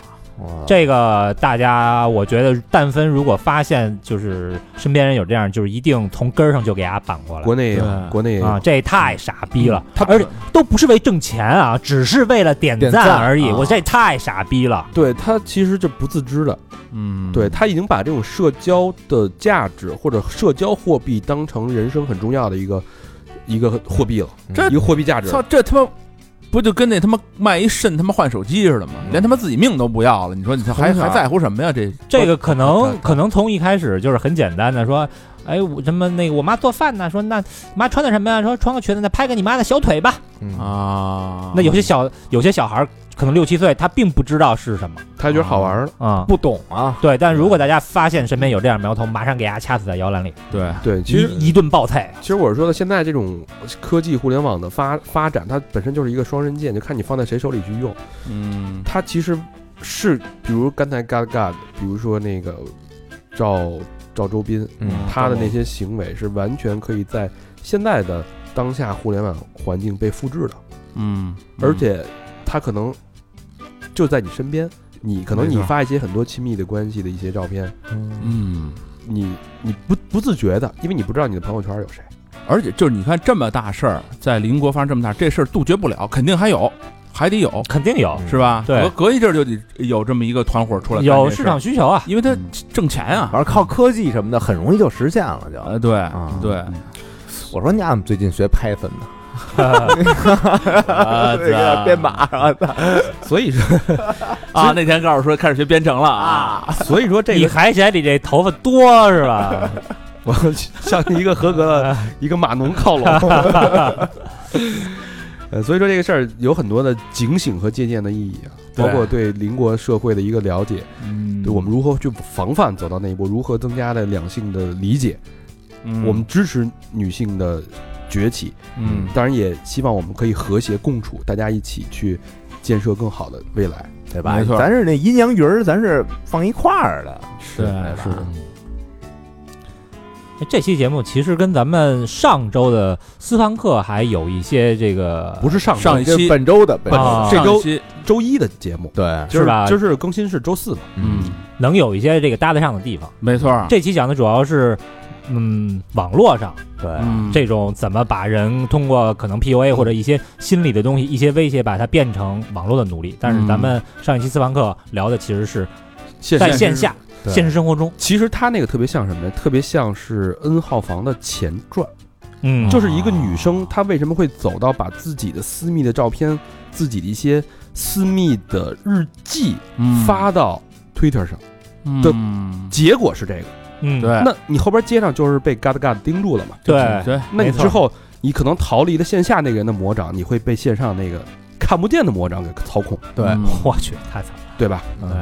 S6: 这个大家，我觉得，但分如果发现就是身边人有这样，就是一定从根儿上就给他绑过来
S2: 国内也有
S7: 对
S2: 国内也有
S6: 啊！这太傻逼了，而且都不是为挣钱啊，只是为了点
S4: 嗯点
S6: 赞
S4: 赞
S6: 而已。
S4: 啊
S6: 我这太傻逼了。
S2: 对他其实这不自知的，
S7: 嗯，
S2: 对他已经把这种社交的价值或者社交货币当成人生很重要的一个一个货币了，
S7: 这
S2: 一个货币价值。
S7: 嗯操，这他妈不就跟那他妈卖一肾他妈换手机似的吗？
S2: 嗯
S7: 连他妈自己命都不要了，你说你这还还在乎什么呀？这
S6: 这个可
S7: 我
S6: 能可能从一开始就是很简单的说，哎，我什么那个我妈做饭呢，说那妈穿的什么呀？说穿个裙子，那拍个你妈的小腿吧。
S4: 嗯
S7: 啊，
S6: 那有些小有些小孩儿可能六七岁，他并不知道是什么
S2: 他觉得好玩儿了，
S6: 啊、
S4: 不懂啊，
S6: 对，但如果大家发现身边有这样苗头，马上给他掐死在摇篮里，
S7: 对，
S2: 嗯
S6: 哎
S2: 对，其实。
S6: 一一顿暴菜。
S2: 其实我是说的，现在这种科技互联网的发发展，它本身就是一个双刃剑，就看你放在谁手里去用。
S7: 嗯
S2: 它其实是，比如刚才 God God，比如说那个赵赵周斌，
S4: 嗯
S2: 他的那些行为是完全可以在现在的当下互联网环境被复制的，
S7: 嗯，
S2: 而且他可能就在你身边，你可能
S7: 没
S2: 你
S7: 错
S2: 发一些很多亲密的关系的一些照片，
S7: 嗯，
S2: 你你不不自觉的，因为你不知道你的朋友圈有谁，
S7: 而且就是你看这么大事儿，在邻国发生这么大，这事儿杜绝不了，肯定还有，还得有，
S6: 肯定有
S7: 是吧？
S6: 对
S7: 隔隔一阵儿就得有这么一个团伙出来，
S6: 嗯有市场，需求啊，
S7: 因为他挣钱啊
S4: 反，正靠科技什么的很容易就实现了。就
S7: 呃，对
S4: 啊
S7: 对，
S4: 我说你俺们最近学 Python 呢，
S7: 啊
S4: 这个编码
S2: 所以说
S7: 啊，那天告诉说开始学编程了啊，
S2: 所以说这
S6: 你
S2: 个
S6: 还嫌你这头发多是吧？
S2: 我像一个合格 的一个码农靠拢。 呃，所以说这个事儿有很多的警醒和借鉴的意义啊，包括对邻国社会的一个了解，
S7: 嗯
S2: 对我们如何去防范走到那一步，如何增加的两性的理解，我们支持女性的崛起，
S7: 嗯
S2: 当然也希望我们可以和谐共处，大家一起去建设更好的未来。
S4: 对吧
S7: 没？错
S4: 咱是那阴阳鱼儿，咱是放一块儿的。
S7: 是是
S4: 是
S6: 这期节目其实跟咱们上周的私房课还有一些这个
S2: 不是上周
S7: 呃上一
S4: 这
S7: 期
S4: 本周的本
S6: 啊
S2: 这周
S7: 上一期
S2: 周一的节目，
S4: 对，
S2: 就是
S6: 是吧
S2: 就是更新是周四嘛，
S7: 嗯，
S6: 能有一些这个搭得上的地方。
S7: 没错儿，
S6: 这期讲的主要是，嗯，网络上
S4: 对
S7: 嗯
S6: 这种怎么把人通过可能 PUA 或者一些心理的东西、一些威胁，把它变成网络的奴隶。但是咱们上一期私房课聊的其实是
S2: 线
S6: 在
S2: 下
S6: 线下、
S4: 对
S6: 现实生活中，
S2: 其实他那个特别像什么呢？特别像是 N 号房的前传，
S6: 嗯，
S2: 就是一个女生，她为什么会走到把自己的私密的照片、自己的一些私密的日记
S7: 嗯
S2: 发到 Twitter 上？
S7: 对
S2: 结果是这个。
S6: 嗯，
S7: 对
S2: 那呃你后边接上就是被嘎达嘎达盯住了嘛？
S6: 对
S7: 对，
S2: 那你
S6: 没错
S2: 之后你可能逃离了线下那个人的魔掌，你会被线上那个 看不见的魔掌给操控，
S4: 对
S7: 嗯
S6: 我去，太惨了，
S2: 对吧？
S4: 嗯
S6: 对，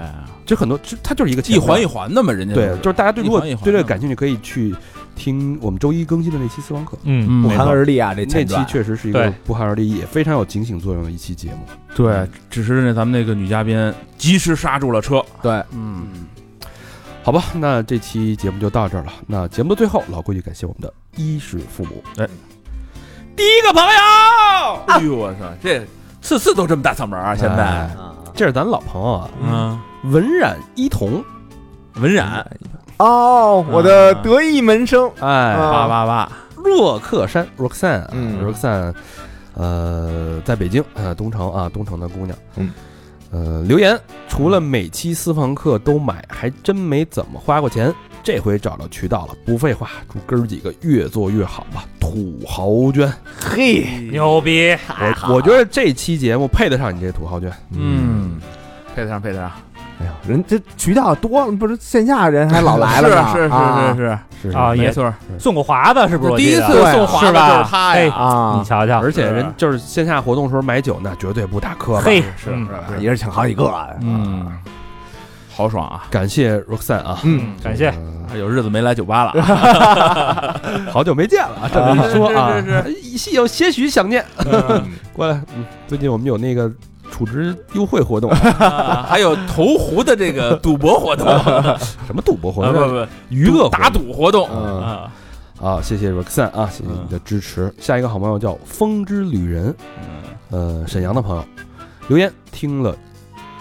S2: 这很多，这它就是一个
S7: 一环一
S2: 环。
S7: 环的嘛，人家
S2: 对，就是大家对如果
S7: 一环一环
S2: 对
S7: 的
S2: 这个感兴趣，可以去听我们周一更新的那期私房课。
S6: 嗯，
S4: 不
S7: 嗯，
S4: 寒而栗啊，这
S2: 那
S4: 前
S2: 期
S4: 传
S2: 确实是一个
S6: 对
S2: 不寒而栗，也非常有警醒作用的一期节目。
S7: 对，只是那咱们那个女嘉宾及时刹住了车，
S4: 对，
S7: 嗯，
S2: 好吧，那这期节目就到这儿了。那节目的最后，老规矩，感谢我们的衣食父母。
S7: 第一个朋友，哎呦我操，这次次都这么大嗓门啊，现在，
S2: 哎这是咱老朋友啊，
S7: 嗯，
S2: 文染一童。
S7: 文冉
S4: 哦，我的得意门生，
S2: 哎
S4: 啊
S7: 八八八，
S2: 若克山 Roxanne，啊
S4: 嗯
S2: ，Roxanne，呃，在北京，呃，东城啊，东城的姑娘，
S4: 嗯，
S2: 呃，留言除了每
S7: 嗯
S2: 期私房课都买，还真没怎么花过钱，这回找到渠道了，不废话，祝哥儿几个越做越好吧，土豪捐，
S4: 嘿，
S6: 牛逼，
S2: 我我觉得这期节目配得上你这土豪捐，
S7: 嗯，配得上配得上，
S4: 哎呀，人这渠道多了，不是线下人还老来了呢，
S7: 是是
S4: 啊
S7: 是是
S2: 是
S6: 啊，
S7: 是，没
S6: 也
S7: 错，
S6: 送过华子，是不是？我
S7: 第一
S6: 记
S7: 次
S6: 得
S7: 送华
S6: 是
S7: 子
S6: 吧
S7: 就是他哎呀，嗯
S4: 啊，
S6: 你瞧瞧，
S2: 而且人
S7: 是
S2: 就是线下活动时候买酒，那绝对不打磕吧。
S6: 嘿，
S7: 是
S6: 嗯
S7: 是吧
S4: 也是请好几个啊，
S7: 嗯，豪爽啊，
S2: 感谢 Roxanne 啊，
S6: 嗯，感谢，
S2: 呃
S7: 有日子没来酒吧了，
S2: 好久没见了啊，这么一说啊，
S7: 是是
S2: 有些许想念。 过来，嗯，最近我们有那个储值优惠活动，
S7: 啊还有投壶的这个赌博活动，啊
S2: 什么赌博
S7: 不
S2: 活动，
S7: 啊不，
S2: 娱乐活动
S7: 打赌活动
S4: 嗯
S7: 啊，
S2: 啊！谢谢 Roxanne 啊，谢谢你的支持。下一个好朋友叫风之旅人，
S7: 嗯
S2: 呃，沈阳的朋友留言听了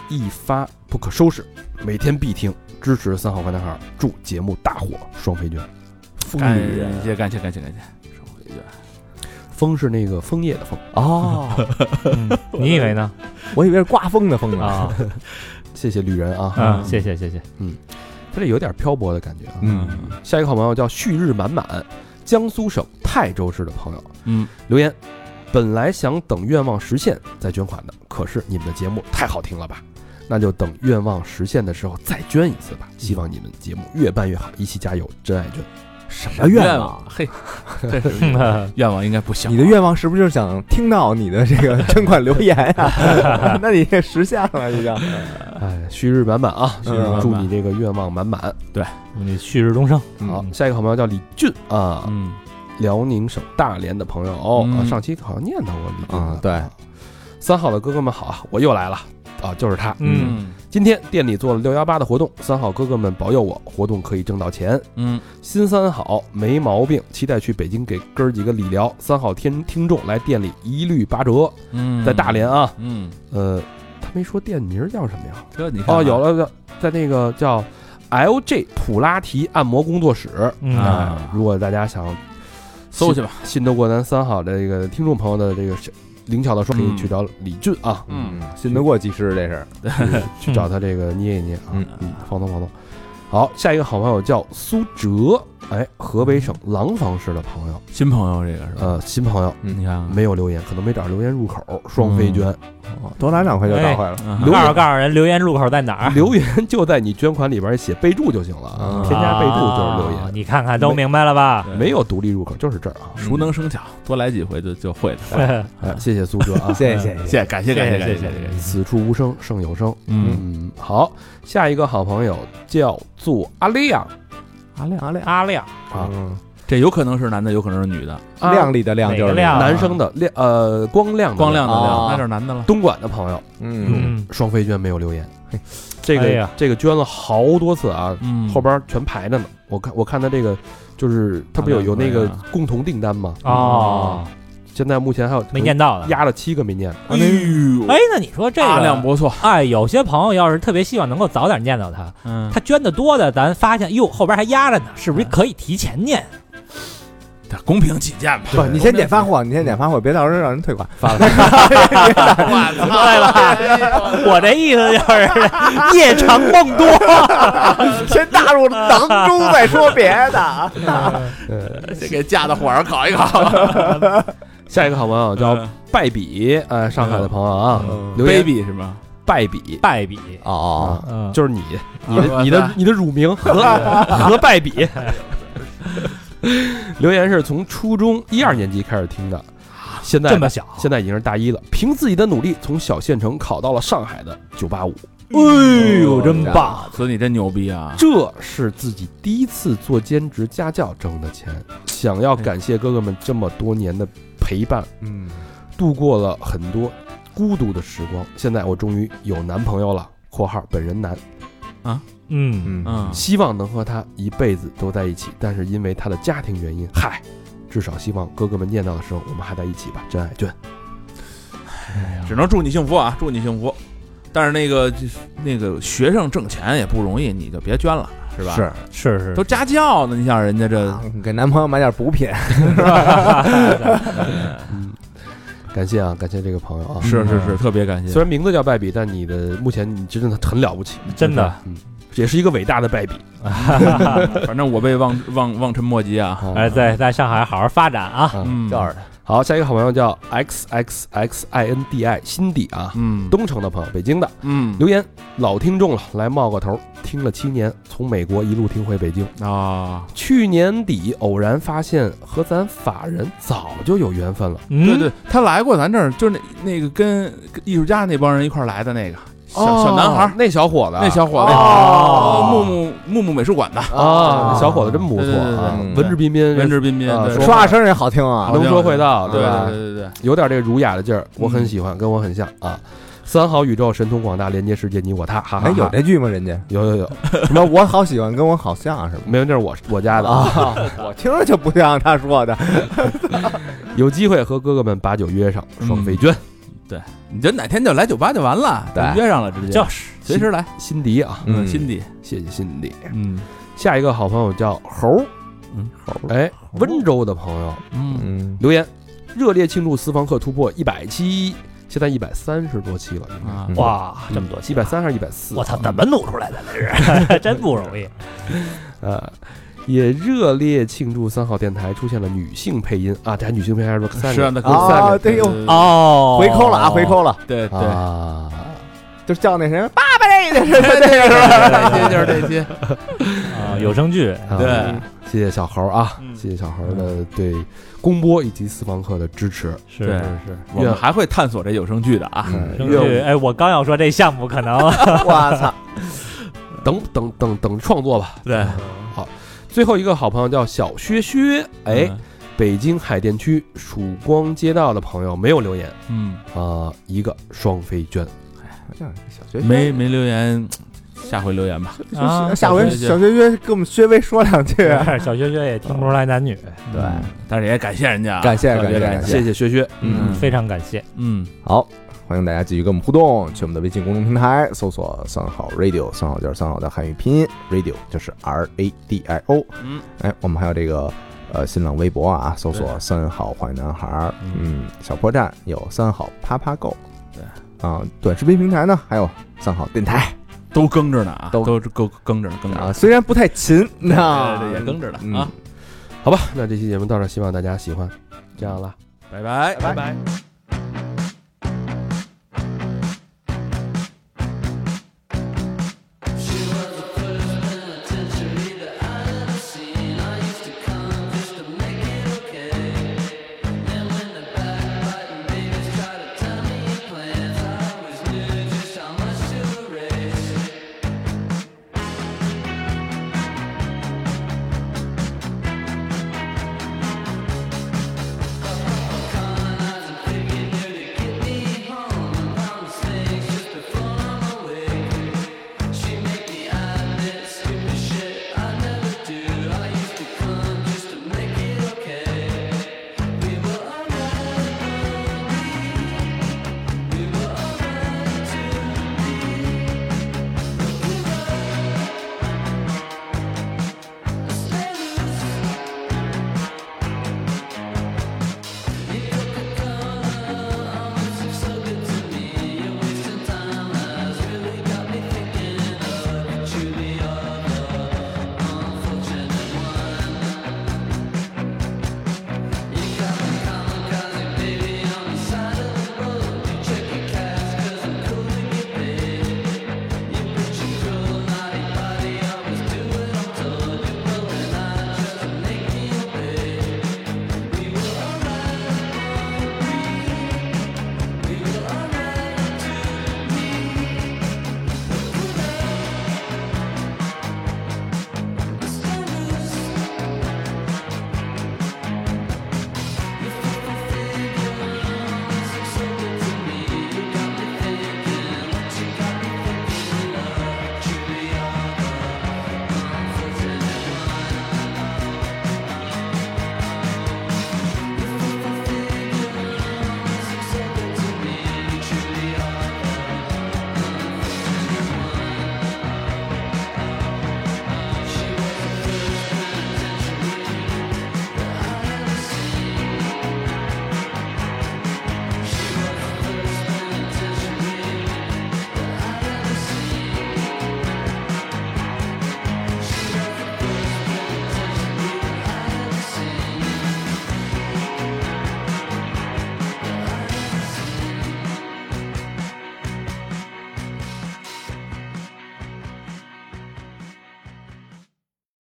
S2: 一发不可收拾，每天必听，支持三好坏男孩，祝节目大火，双飞娟。风
S7: 感
S2: 旅人，
S7: 谢感谢感谢感谢，收回去
S2: 风是那个枫叶的枫。
S4: 哦，
S6: 嗯你以为 呢？
S4: 我以为是刮风的风呢，
S6: 啊，
S2: 谢谢旅人啊，
S6: 嗯，谢谢谢谢，
S2: 他这有点漂泊的感觉啊。
S7: 嗯
S2: 下一个好朋友叫旭日满满，江苏省泰州市的朋友，
S7: 嗯，
S2: 留言，本来想等愿望实现再捐款的，可是你们的节目太好听了吧，那就等愿望实现的时候再捐一次吧。希望你们节目越办越好，一起加油，真爱捐。
S4: 什么愿望
S7: 望？？嘿，这是愿望应该不小啊，
S4: 你的愿望是不是就是想听到你的这个捐款留言 啊？那你这实现了已经。
S2: 哎，旭日满满啊，
S4: 嗯旭日满满
S2: 祝你这个愿望满满。
S6: 你旭日东升，
S2: 好，
S6: 嗯
S2: 下一个好朋友叫李俊啊，
S7: 嗯
S2: 辽宁省大连的朋友哦，
S7: 嗯
S2: 啊上期好像念叨过李俊
S4: 啊对
S2: 三好的哥哥们好啊，我又来了啊，就是他，
S6: 嗯，
S2: 今天店里做了六幺八的活动，三好哥哥们保佑我，活动可以挣到钱。
S7: 嗯，
S2: 新三好没毛病，期待去北京给哥儿几个理疗。三好听听众来店里一律八折，
S7: 嗯，
S2: 在大连，啊，
S7: 嗯，
S2: 呃，他没说店名叫什么呀？
S7: 这你看
S2: 哦，有了，在那个叫 LJ 普拉提按摩工作室。
S6: 嗯
S7: 啊
S2: 哎如果大家想
S7: 搜去吧，
S2: 信得过咱三好的这个听众朋友的这个灵巧的双，可以
S7: 嗯
S2: 去找李俊啊，
S7: 嗯，
S4: 信得过技师这是，
S2: 去找他这个捏一捏啊，
S4: 嗯
S2: 嗯，放松放松。好，下一个好朋友叫苏哲，哎，河北省廊坊市的朋友，
S7: 新朋友这个是吧？
S2: 呃，新朋友
S7: 你看啊看
S2: 没有留言，可能没找着留言入口，双飞捐，
S4: 哦多拿两块就到位了。
S7: 嗯
S2: 留
S6: 告
S2: 言
S6: 诉告诉人留言入口在哪儿，
S2: 留言就在你捐款里边写备注就行了啊，
S4: 嗯，
S2: 添加备注就是留
S6: 啊
S2: 言，
S6: 你看看都明白了吧？
S7: 对嗯
S2: 没有独立入口，就是这儿啊。
S7: 熟能生巧，多来几回就就会了。
S2: 哎，谢谢苏哲啊
S4: 谢谢谢
S7: 谢
S4: 谢，
S7: 谢，感谢，感谢，感谢，感谢。
S2: 此处无声胜有声。
S7: 嗯，
S2: 嗯，好，下一个好朋友叫做阿亮
S4: 阿亮阿亮
S6: 阿亮，
S2: 啊，
S4: 嗯
S7: 这有可能是男的，有可能是女的，
S2: 啊
S4: 亮丽的亮
S6: 哪
S4: 就
S6: 个
S4: 是
S6: 亮啊
S2: 男生的亮，呃，光亮的
S7: 光亮的
S4: 啊
S7: 亮，那就是男的了。
S2: 东莞的朋友，
S4: 嗯，
S6: 嗯，
S2: 双飞娟没有留言，这个、
S6: 哎呀
S2: 这个捐了好多次啊，
S7: 嗯
S2: 后边全排着呢。我看我看他这个就是他不是有有那个共同订单吗？
S6: 哦，
S2: 现在目前还有
S6: 没念到的。
S2: 压了七个没念，
S7: 哎呦，
S6: 哎，那你说这
S7: 大量
S6: 个，
S7: 不错，
S6: 哎，有些朋友要是特别希望能够早点念到他，
S7: 嗯，
S6: 他捐的多的，咱发现哟后边还压着呢，是不是可以提前念？
S7: 公平起见吧。
S4: 不，你先点发货，你先点发货，别到时候让人退款。
S6: 对了， 我这意思就是夜长梦多。
S4: 先纳入囊中再说别的。
S7: 这给架到火上烤一烤。
S2: 下一个好朋友叫拜比，呃，上海的朋友啊，留言
S7: baby 是吗？
S2: 拜比
S6: 败笔，
S4: 哦，
S2: 啊，
S6: 嗯，
S2: 就是你，你的你的你的乳名 和和拜比。留言是从初中一二年级开始听的，现在
S6: 啊这么小，
S2: 现在已经是大一了，凭自己的努力从小县城考到了上海的九八五，
S6: 哎呦，
S4: 嗯
S6: 真
S4: 啊
S6: 棒！
S7: 所以你真牛逼啊！
S2: 这是自己第一次做兼职家教挣的钱，想要感谢哥哥们这么多年的陪伴，
S4: 嗯，
S2: 度过了很多孤独的时光。现在我终于有男朋友了（括号本人男
S6: 嗯，
S4: 嗯
S7: 嗯），，
S2: 希望能和他一辈子都在一起，但是因为他的家庭原因，嗨，至少希望哥哥们念叨的时候我们还在一起吧。真爱娟，
S7: 只能祝你幸福啊，祝你幸福。但是那个就是那个学生挣钱也不容易，你就别捐了，是啊吧？
S4: 是，
S6: 是是，
S7: 都家教呢，你想人家这
S4: 给男朋友买点补品。
S6: 嗯
S2: 感谢啊，感谢这个朋友啊。
S7: 是是是，特别感谢
S2: 虽。然名字叫败笔，但你的目前你真的很了不起，嗯
S6: 真的，
S2: 也是一个伟大的败笔。
S7: 反正我被望望望尘莫及啊。
S2: 啊
S6: 哎，在在上海好好发展啊！
S7: 嗯，
S4: 就是
S2: 好，下一个好朋友叫 x x x i n d i 辛迪啊，
S7: 嗯
S2: 东城的朋友，北京的
S7: 嗯
S2: 留言，老听众了，来冒个头，听了七年，从美国一路听回北京。
S7: 啊，
S2: 去年底偶然发现和咱法人早就有缘分了，
S7: 对
S6: 嗯，
S7: 对，他来过咱这儿，就是那那个跟跟艺术家那帮人一块儿来的那个小小男孩
S2: 哦
S7: 儿，
S2: 那小伙子啊，
S7: 那小伙子，
S4: 哦
S7: 木木木木美术馆的，
S2: 啊，那小伙子真不
S7: 对
S2: 错
S7: 对
S2: 啊，
S7: 对对，嗯
S2: 文质彬彬，
S7: 文质彬彬，
S2: 啊
S7: 对
S2: 说
S4: 说话声儿也好听啊。
S2: 能说会道，
S7: 对
S2: 吧？
S7: 对对对，
S2: 有点这个儒雅的劲儿，我很喜欢，跟我很像
S7: 嗯
S2: 啊。三好宇宙，神通广大，连接世界，你我他，哈哈
S4: 哎，
S2: 哈。
S4: 有这句吗？人家
S2: 有有有，
S4: 什么？我好喜欢，跟我好像是吗？
S2: 没有，那是我我家的。
S4: 啊，我听着就不像他说的。
S2: 有机会和哥哥们把酒约上，双飞娟、
S7: 你就哪天就来酒吧就完了，
S4: 对
S7: 约上了直接，
S6: 就是
S7: 随时来，
S2: 辛迪啊，
S4: 嗯
S7: 辛迪，
S2: 谢谢辛迪。
S7: 嗯
S2: 下一个好朋友叫猴儿，
S7: 嗯，
S2: 哎，温州的朋友
S7: 嗯，
S4: 嗯，
S2: 留言，热烈庆祝私房课突破一百期，现在一百三十多期了，应该
S7: 啊
S4: 嗯
S6: 哇，这么多
S2: 一
S6: 期
S2: 百，三还是一百四？
S6: 我操，怎 么努出来的？这是真不容易。
S2: 呃，也热烈庆祝三好电台出现了女性配音啊！这还女性配音还是三
S7: 是啊，
S2: 个
S7: 那
S4: 啊，对哟，
S7: 啊，
S6: 哦
S4: 回扣了啊，回扣了，
S7: 对对，
S2: 啊，
S4: 就是叫那谁， 爸爸这个是那个。
S7: 这就是这些，
S6: 啊，有声剧，
S2: 啊
S7: 对，
S2: 谢谢小猴啊，
S7: 嗯
S2: 谢谢小猴的对公播以及私房课的支持。
S6: 是
S7: 对
S6: 是，
S7: 我们还会探索这有声剧的啊，
S2: 嗯
S6: 声剧。哎，我刚要说这项目可能
S4: 我操，
S2: 等等等等创作吧。
S7: 对，
S2: 最后一个好朋友叫小薛薛，哎，
S7: 嗯
S2: 北京海淀区曙光街道的朋友没有留言
S7: 嗯，
S2: 啊、一个双飞娟，
S4: 小学
S7: 没没留言，下回留言吧，
S6: 啊，
S4: 下回小学约跟我们薛微说两句。啊
S6: 是小学学也听不出来男女，
S4: 对，
S7: 嗯但是也感谢人家啊，
S4: 感谢
S7: 特
S4: 感谢
S7: 别感
S4: 感
S7: 谢，
S2: 谢谢薛薛。
S7: 嗯
S6: 非常感谢。
S7: 嗯，
S4: 好，欢迎大家继续跟我们互动，去我们的微信公众平台搜索“三好 radio”，三好就是三好的汉语拼音，radio 就是 R A D I O。
S7: 嗯，
S4: 哎，我们还有这个呃新浪微博啊，搜索“三好坏男孩儿”，嗯，小破站有三好啪啪购，对啊，短视频平台呢还有三好电台
S7: 都更着呢啊，
S4: 都
S7: 都更更着呢，更着
S4: 啊，
S7: 呢，
S4: 虽然不太勤，那嗯
S7: 对对对也更着呢啊，
S2: 好吧，那这期节目到这儿，希望大家喜欢，这样了。
S7: 拜拜
S4: 拜
S7: 拜。